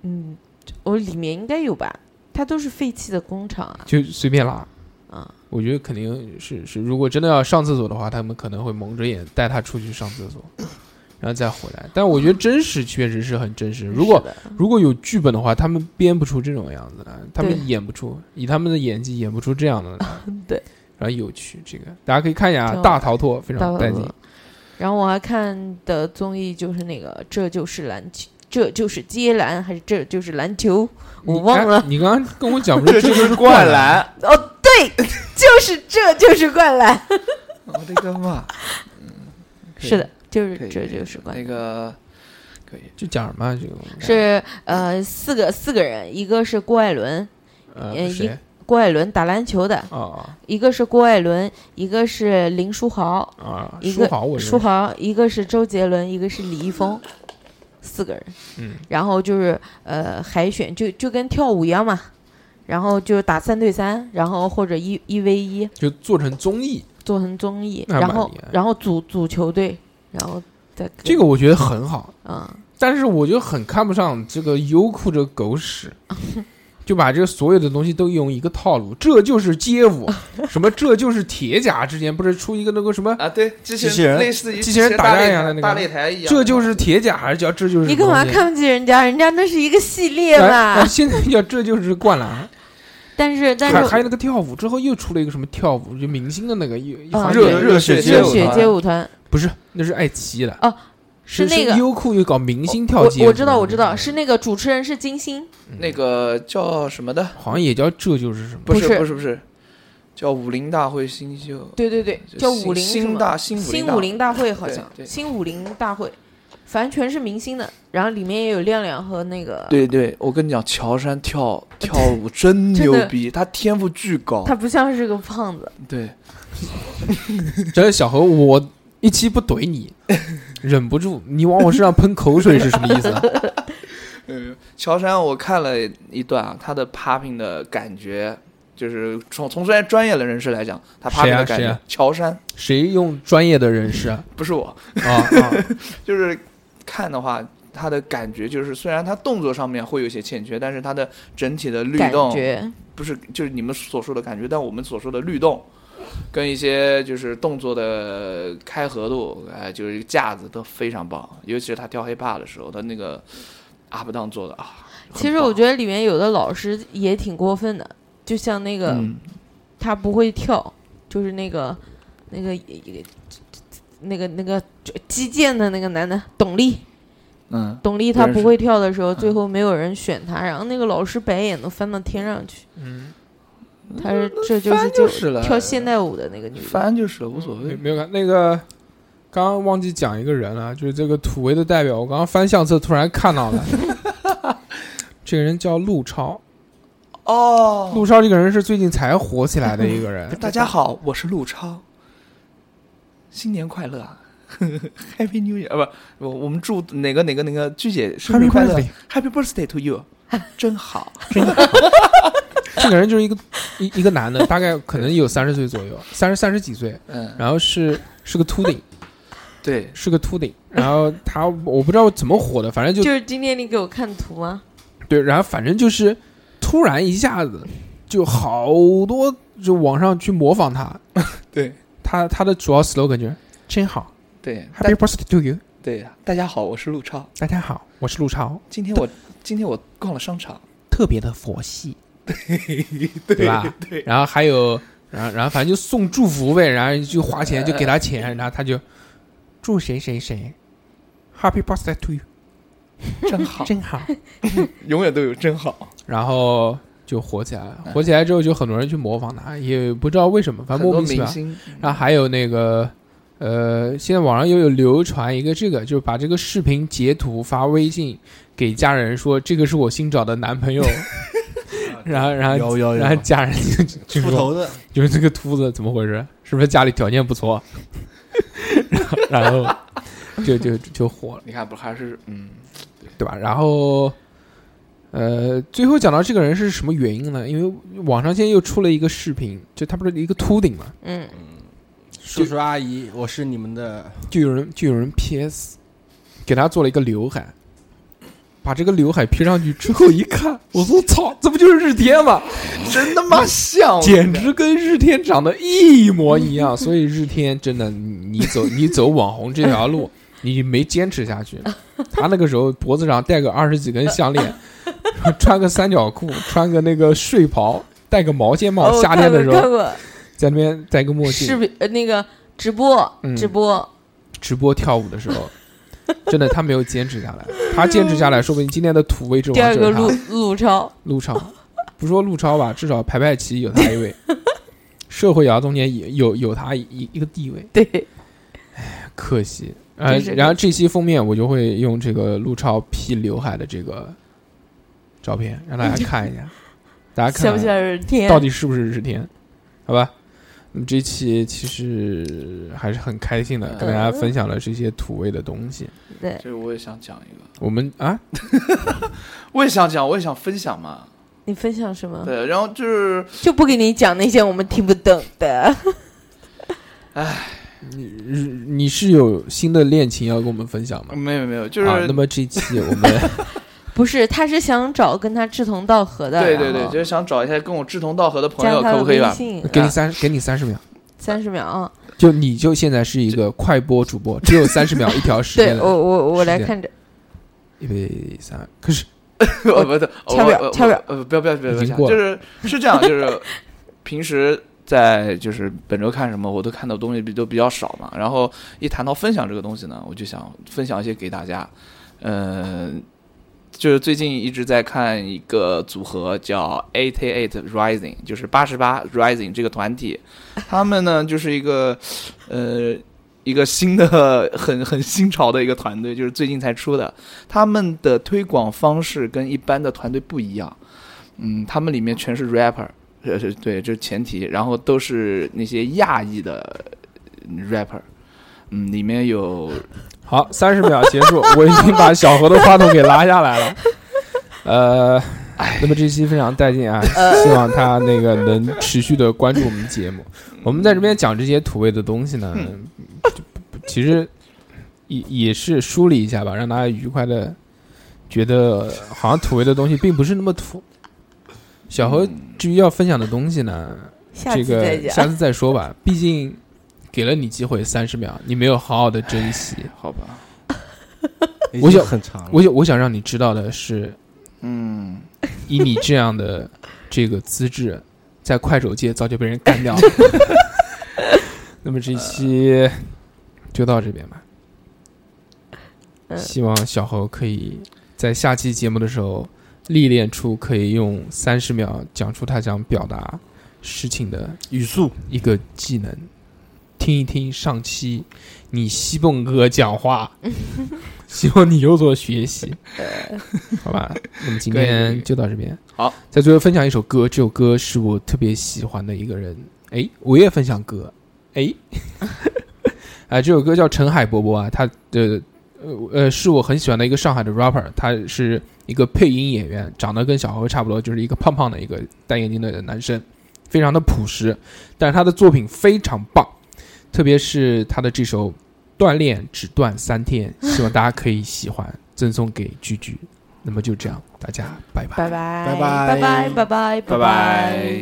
Speaker 3: 嗯，我里面应该有吧？它都是废弃的工厂啊。
Speaker 1: 就随便拉。
Speaker 3: 啊，
Speaker 1: 我觉得肯定是是，如果真的要上厕所的话，他们可能会蒙着眼带他出去上厕所，然后再回来。但我觉得真实确实是很真实。如果如果有剧本的话，他们编不出这种样子来，他
Speaker 3: 对
Speaker 1: 们演不出，以他们的演技演不出这样的来。
Speaker 3: 对，
Speaker 1: 然后有趣，这个大家可以看一下啊
Speaker 3: 挺
Speaker 1: 《
Speaker 3: 好
Speaker 1: 大
Speaker 3: 玩
Speaker 1: 逃脱》，非
Speaker 3: 大
Speaker 1: 常
Speaker 3: 逃
Speaker 1: 带劲
Speaker 3: 脱。然后我还看的综艺就是那个《这就是篮球》，这就是接篮还是这就是篮球？我
Speaker 1: 你
Speaker 3: 忘
Speaker 1: 刚
Speaker 6: 啊
Speaker 3: 了。
Speaker 1: 你刚刚跟我讲这
Speaker 6: 这 就
Speaker 1: 就是是
Speaker 6: 灌
Speaker 1: 灌篮，
Speaker 3: 哦，对，就是这就是灌篮。
Speaker 6: 我的个 妈！可以
Speaker 3: 是的，就是
Speaker 6: 可以
Speaker 3: 这就是灌篮。
Speaker 6: 那个可以，
Speaker 1: 就讲什么啊这个东西？
Speaker 3: 是呃四个四个人，一个是郭艾伦，
Speaker 1: 呃
Speaker 3: 呃一
Speaker 1: 谁
Speaker 3: 郭艾伦打篮球的，
Speaker 1: 啊
Speaker 3: 一个是郭艾伦，一个是林书豪，
Speaker 1: 啊？
Speaker 3: 一
Speaker 1: 书
Speaker 3: 个
Speaker 1: 豪，我认识
Speaker 3: 书豪，一个是周杰伦，一个是李易峰，四个人。
Speaker 1: 嗯，
Speaker 3: 然后就是呃海选，就就跟跳舞一样嘛，然后就打三对三，然后或者一一 v 一
Speaker 1: 就做成综艺，
Speaker 3: 做成综艺，
Speaker 1: 那
Speaker 3: 然
Speaker 1: 蛮
Speaker 3: 后
Speaker 1: 厉害
Speaker 3: 然后组组球队，然后再跟
Speaker 1: 这个我觉得很好。
Speaker 3: 啊、
Speaker 1: 但是我就很看不上这个优酷这狗屎， 就把这所有的东西都用一个套路，这就是街 舞，什么这就是铁甲，之前不是出一个那个什
Speaker 3: 哎
Speaker 1: 么
Speaker 6: 啊，对，机
Speaker 1: 机器人
Speaker 6: 类似于
Speaker 1: 机器人打
Speaker 6: 大
Speaker 1: 架一
Speaker 6: 擂
Speaker 1: 样的那
Speaker 6: 台
Speaker 1: 个，
Speaker 6: 大擂台一样的，
Speaker 1: 这就是铁甲，还是叫这就是
Speaker 3: 你干嘛
Speaker 1: 什么东西
Speaker 3: 看不起人家？人家那是一个系列
Speaker 1: 哎哎
Speaker 3: 嘛。
Speaker 1: 现在叫这就是灌篮，
Speaker 3: 但是但
Speaker 1: 还还有
Speaker 3: 是
Speaker 1: 那个跳舞，之后又出了一个什么跳舞，就明星的那个又
Speaker 3: 啊
Speaker 1: 又
Speaker 6: 热热血
Speaker 3: 热
Speaker 6: 街舞
Speaker 3: 血
Speaker 6: 团
Speaker 3: 街舞团
Speaker 1: 不是，那是爱奇艺的，
Speaker 3: 哦，是那个
Speaker 1: 优酷又搞明星跳
Speaker 3: 我
Speaker 1: 街舞
Speaker 3: 我知道
Speaker 1: 的
Speaker 3: 我知道是那个主持人是金星，
Speaker 6: 那个叫什么的？
Speaker 1: 好像也叫这就是什么，
Speaker 6: 不
Speaker 3: 不是
Speaker 6: 不是不是，叫武林大会新秀。
Speaker 3: 对对对，
Speaker 6: 就
Speaker 3: 叫
Speaker 6: 新
Speaker 3: 武林什
Speaker 6: 新
Speaker 3: 么
Speaker 6: 大新
Speaker 3: 新
Speaker 6: 武
Speaker 3: 武
Speaker 6: 林
Speaker 3: 林
Speaker 6: 大
Speaker 3: 大会好
Speaker 6: 对
Speaker 3: 像
Speaker 6: 对
Speaker 3: 新武林大会，反正全是明星的，然后里面也有亮亮和那个
Speaker 6: 对对，我跟你讲，乔杉跳跳舞真
Speaker 3: 真
Speaker 6: 牛
Speaker 3: 的
Speaker 6: 逼，他天赋巨高
Speaker 3: 他。不像是个胖子，
Speaker 6: 对，
Speaker 1: 真的，小何，我一期不怼你，忍不住，你往我身上喷口水是什么意 思啊？
Speaker 6: 嗯，乔杉我看了一段啊，他的 popping 的感觉，就是从从专专业的人士来讲，他
Speaker 1: 谁
Speaker 6: popping
Speaker 1: 啊
Speaker 6: 的感
Speaker 1: 谁
Speaker 6: 觉，
Speaker 1: 啊
Speaker 6: 乔杉
Speaker 1: 谁用专业的人士啊？
Speaker 6: 不是我，
Speaker 1: 啊啊
Speaker 6: 就是看的话，他的感觉就是，虽然他动作上面会有一些欠缺，但是他的整体的律
Speaker 3: 感
Speaker 6: 动
Speaker 3: 觉
Speaker 6: 不是就是你们所说的感觉，但我们所说的律动，跟一些就是动作的开合度，哎，就是一个架子都非常棒，尤其是他跳 hiphop 的时候，他那个 up down 做的啊，
Speaker 3: 其实我觉得里面有的老师也挺过分的，就像那个、
Speaker 6: 嗯
Speaker 3: 他不会跳，就是那个那个那个那个击剑的那个男的董力，
Speaker 6: 嗯，
Speaker 3: 董力他不会跳的
Speaker 1: 嗯
Speaker 3: 时候，最后没有人选他，然后那个老师白眼都翻到天上去。
Speaker 1: 嗯，
Speaker 3: 他是这就
Speaker 6: 翻
Speaker 3: 是
Speaker 6: 就是了
Speaker 3: 跳现代舞的那个女的，
Speaker 6: 翻就是了，无所谓。
Speaker 1: 没有看那个，刚刚忘记讲一个人了，就是这个土味的代表。我刚刚翻相册，突然看 到了，这个人叫陆超。
Speaker 6: 哦，
Speaker 1: 陆超这个人是最近才火起来的一个 人。
Speaker 6: 大家好，我是陆超，新年快乐啊 ，Happy New Year 啊！不，我我们祝哪个哪个哪个鞠姐生日
Speaker 1: Happy
Speaker 6: 快乐
Speaker 1: birthday
Speaker 6: ，Happy Birthday to you，真好，
Speaker 1: 这个人就是一个一一个男的，大概可能有三十岁左右，三十三十几岁，
Speaker 6: 嗯
Speaker 1: 然后是是个秃顶，
Speaker 6: 对，
Speaker 1: 是个秃顶。然后他我不知道怎么火的，反正就
Speaker 3: 就是今天你给我看图吗？
Speaker 1: 对，然后反正就是突然一下子就好多就网上去模仿他，
Speaker 6: 对
Speaker 1: 他他的主要 slogan 就是真好
Speaker 6: 对
Speaker 1: ，Happy birthday to you。
Speaker 6: 对，啊大家好，我是陆超。
Speaker 1: 大家好，我是陆超，
Speaker 6: 今天我今天我逛了商场，
Speaker 1: 特别的佛系，
Speaker 6: 对
Speaker 1: 对吧？
Speaker 6: 对，
Speaker 1: 然后还有，然后然后反正就送祝福呗，然后就花钱就给他钱，然后他就呃祝谁谁谁 Happy birthday to you，
Speaker 6: 真 好，
Speaker 1: 真好，
Speaker 6: 永远都有 真好。
Speaker 1: 然后就火起来了。火起来之后，就很多人去模仿他，也不知道为什么，反正
Speaker 6: 很
Speaker 1: 莫
Speaker 6: 多
Speaker 1: 名其
Speaker 6: 明
Speaker 1: 妙。
Speaker 6: 星，
Speaker 1: 然后还有那个，呃，现在网上又有流传一个这个，就是把这个视频截图发微信给家人说，这个是我新找的男 朋友。然后，然后，
Speaker 9: 啊有有有
Speaker 1: 然后家人就就
Speaker 9: 秃
Speaker 1: 说
Speaker 9: 头的，
Speaker 1: 就是这个秃子怎么回事？是不是家里条件不错？ 然后，然后就就就火了，
Speaker 6: 你看不还是 嗯，
Speaker 1: 对吧？然后，呃，最后讲到这个人是什么原因呢？因为网上现在又出了一个视频，就他不是一个秃顶嘛，
Speaker 3: 嗯，
Speaker 9: 叔叔阿姨，我是你们的，
Speaker 1: 就有人就有人 PS 给他做了一个刘海，把这个刘海 P 上去之后一看，我说操，这不就是日天吗？
Speaker 6: 真他妈像，
Speaker 1: 简直跟日天长得一模一样。 所以日天真的，你你走你走网红这条 路，你没坚持下去。他那个时候脖子上戴个二十几根项链， 穿个三角裤，穿个那个睡袍，戴个毛线帽，
Speaker 3: 哦
Speaker 1: 夏天的时
Speaker 3: 看
Speaker 1: 候
Speaker 3: 过看
Speaker 1: 在那边戴个墨
Speaker 3: 过
Speaker 1: 镜，
Speaker 3: 视频呃那个直播
Speaker 1: 嗯
Speaker 3: 直播，
Speaker 1: 直播跳舞的时候， 真的他没有坚持下来。他坚持 下来，说不定今天的土味之
Speaker 3: 第
Speaker 1: 王
Speaker 3: 二
Speaker 1: 就
Speaker 3: 个
Speaker 1: 是
Speaker 3: 陆
Speaker 1: 他。
Speaker 3: 陆超，
Speaker 1: 陆超，不说陆超吧，至少排排齐有他一 位，社会摇中间也有有他一一个地位。
Speaker 3: 对，
Speaker 1: 哎，可惜。呃，
Speaker 3: 真是可惜
Speaker 1: 然后这期封面我就会用这个陆超披刘海的这个照片让大家看一下，大家看
Speaker 3: 像不像日天？
Speaker 1: 到底是不是日天？好吧，那么这期其实还是很开心的，跟大
Speaker 3: 嗯
Speaker 1: 家分享了这些土味的东西。
Speaker 3: 对，
Speaker 6: 这个我也想讲一个，
Speaker 1: 我们啊，
Speaker 6: 我也想讲，我也想分享嘛。
Speaker 3: 你分享什
Speaker 1: 嗯
Speaker 3: 么？
Speaker 6: 对，然后就是
Speaker 3: 就不给你讲那些我们听不懂的。
Speaker 1: 你你是有新的恋情要跟我们分享吗？
Speaker 6: 没有没有，嗯就是、
Speaker 1: 啊，那么这期我们
Speaker 3: 不是，他是想找跟他志同道合的。
Speaker 6: 对对
Speaker 3: 然
Speaker 1: 啊
Speaker 6: 对，
Speaker 3: 后
Speaker 6: 就是想找一些跟我志同道合的朋友，
Speaker 3: 加他的
Speaker 6: 可不可以吧
Speaker 3: 微信？啊
Speaker 1: 给你三给你三十秒，
Speaker 3: 三十秒啊！
Speaker 1: 就你就现在是一个快播主播，只有三十秒一条时间
Speaker 3: 对
Speaker 1: 的。
Speaker 3: 哦我我我来
Speaker 1: 时间
Speaker 3: 看着，
Speaker 1: 一备三，可是
Speaker 6: 我不是，
Speaker 3: 跳
Speaker 6: 我
Speaker 3: 表
Speaker 6: 我
Speaker 3: 跳表
Speaker 6: 呃，不要不要不要，
Speaker 1: 已
Speaker 6: 不要
Speaker 1: 经
Speaker 6: 讲
Speaker 1: 过了
Speaker 6: 就是是这样，就是 平时在就是本周看什么，我都看到东西比都比较少嘛。然后一谈到分享这个东西呢，我就想分享一些给大家。呃，就是最近一直在看一个组合叫 Eighty Eight Rising，就是八十八 Rising 这个团体，他们呢就是一个呃一个新的很很新潮的一个团队，就是最近才出的。他们的推广方式跟一般的团队不一样，嗯，他们里面全是 rapper，呃，是对，这是前提，然后都是那些亚裔的嗯 rapper，嗯，里面有
Speaker 1: 好，三十秒结束，我已经把小何的话筒给拉下来了。呃，那么这期非常带劲啊，
Speaker 3: 哎
Speaker 1: 希望他那个能持续的关注我们节目。我们在这边讲这些土味的东西呢，
Speaker 3: 嗯
Speaker 1: 就不其实也也是梳理一下吧，让大家愉快的觉得好像土味的东西并不是那么土。小何
Speaker 6: 嗯
Speaker 1: 至于要分享的东西呢，
Speaker 3: 嗯下
Speaker 1: 这
Speaker 3: 次再
Speaker 1: 个
Speaker 3: 讲
Speaker 1: 下次再说吧，毕竟给了你机会三十秒，你没有好好的珍惜。
Speaker 6: 好吧，
Speaker 1: 我想
Speaker 9: 很长了
Speaker 1: 我想我想让你知道的是，
Speaker 6: 嗯，
Speaker 1: 以你这样的这个资质，在快手界早就被人干掉了。那么这期就到这边吧，希望小侯可以在下期节目的时候历练出可以用三十秒讲出他想表达事情的
Speaker 7: 语速
Speaker 1: 一个技能。听一听上期你西蹦哥讲话，希望你有所学习，
Speaker 3: 呃
Speaker 1: 好吧？那么今天就到这边。
Speaker 6: 好，
Speaker 1: 在最后分享一首歌，这首歌是我特别喜欢的一个人。哎，我也分享歌。哎， 啊，这首歌叫陈海波波啊，他的呃呃是我很喜欢的一个上海的 rapper，他是一个配音演员，长得跟小何差不多，就是一个胖胖的一个戴眼镜的男生，非常的朴实，但是他的作品非常棒。特别是他的这首《锻炼只断三天》，希望大家可以喜欢，赠送给居居。那么就这样，大家拜拜，
Speaker 3: 拜拜，
Speaker 7: 拜
Speaker 3: 拜拜，拜拜，
Speaker 6: 拜拜。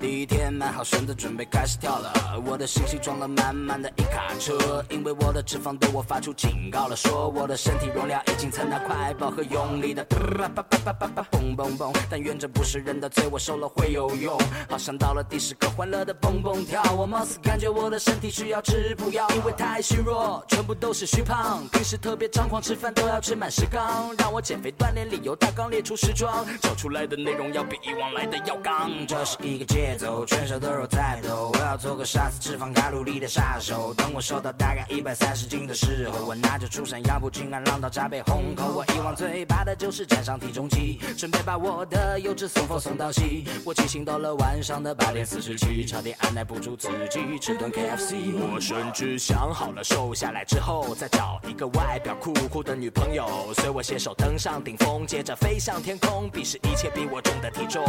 Speaker 9: 第一天买好绳子，准备开始跳了。我的信息装了满满的一卡车，因为我的脂肪对我发出警告了，说我的身体容量已经参到快饱和用力的啪啪啪啪啪啪蹦蹦蹦。但愿这不是人的罪，我瘦了会有用。好像到了第十个欢乐的蹦蹦跳，我貌似感觉我的身体需要吃补药，因为太虚弱，全部都是虚胖。平时特别张狂，吃饭都要吃满十缸，让我减肥锻炼理由大纲列出时装，找出来的内容要比以往来的要刚。这是一个节奏，全身都肉在抖，我要做个杀死脂肪卡路里的杀手。等我瘦到大概一百三十斤的时候，我拿着出山羊步竟然浪到闸北虹口。我以往最怕的就是站上体重机，准备把我的优质送风送到西。我清醒到了晚上的八点四十七，差点按耐不住自己吃顿 KFC。我甚至想好了瘦下来之后再找一个外表酷酷的女朋友，随我携手登上顶峰，接着飞上天空，鄙视一切比我重的体重。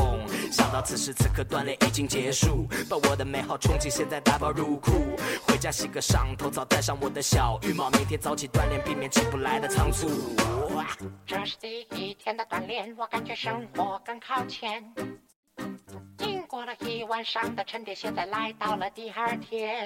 Speaker 9: 想到此时此刻锻炼已经结束，把我的美好冲击现在打包入库，回家洗个上头澡，戴上我的小浴帽，明天早起锻炼，避免起不来的仓促。
Speaker 14: 这是第一天的锻炼，我感觉生活更靠前。经过了一晚上的沉淀，现在来到了第二天。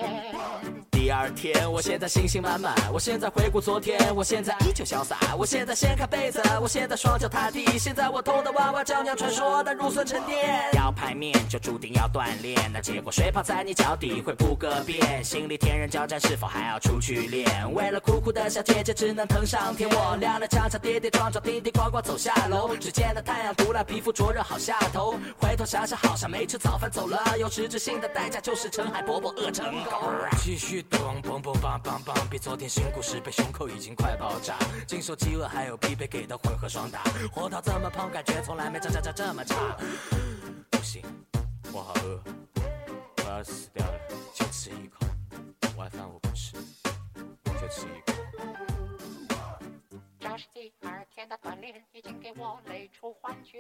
Speaker 9: 第二天，我现在信心满满，我现在回顾昨天，我现在依旧潇洒，我现在掀开被子，我现在双脚踏地，现在我头的娃娃叫娘传说的乳酸沉淀。要排面就注定要锻炼，那结果水泡在你脚底会不个遍，心里天人交战，是否还要出去练？为了酷酷的小姐姐，只能腾上天。我踉踉跄跄，跌跌撞撞，叮叮咣咣走下楼，只见那太阳毒辣，皮肤灼热好下头。回头想想，好像没吃早饭，走了，有实质性的代价就是陈海伯伯饿成狗。继续咚嘣嘣梆梆梆，比昨天辛苦十倍，胸口已经快爆炸，经受饥饿还有疲惫给的混合双打，活到这么胖，感觉从来没这这这这么差。不行，我好饿，我要死掉了，就吃一口，晚饭我不吃，就吃一口。
Speaker 14: 这是第二天的锻炼，已经给我累出幻觉。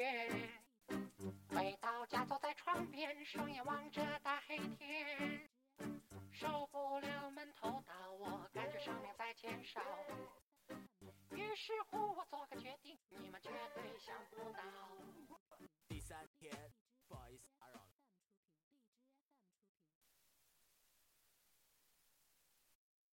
Speaker 14: 回到家，坐在床边，双眼望着大黑天，受不了闷头大，我感觉生命在减少。于是乎，我。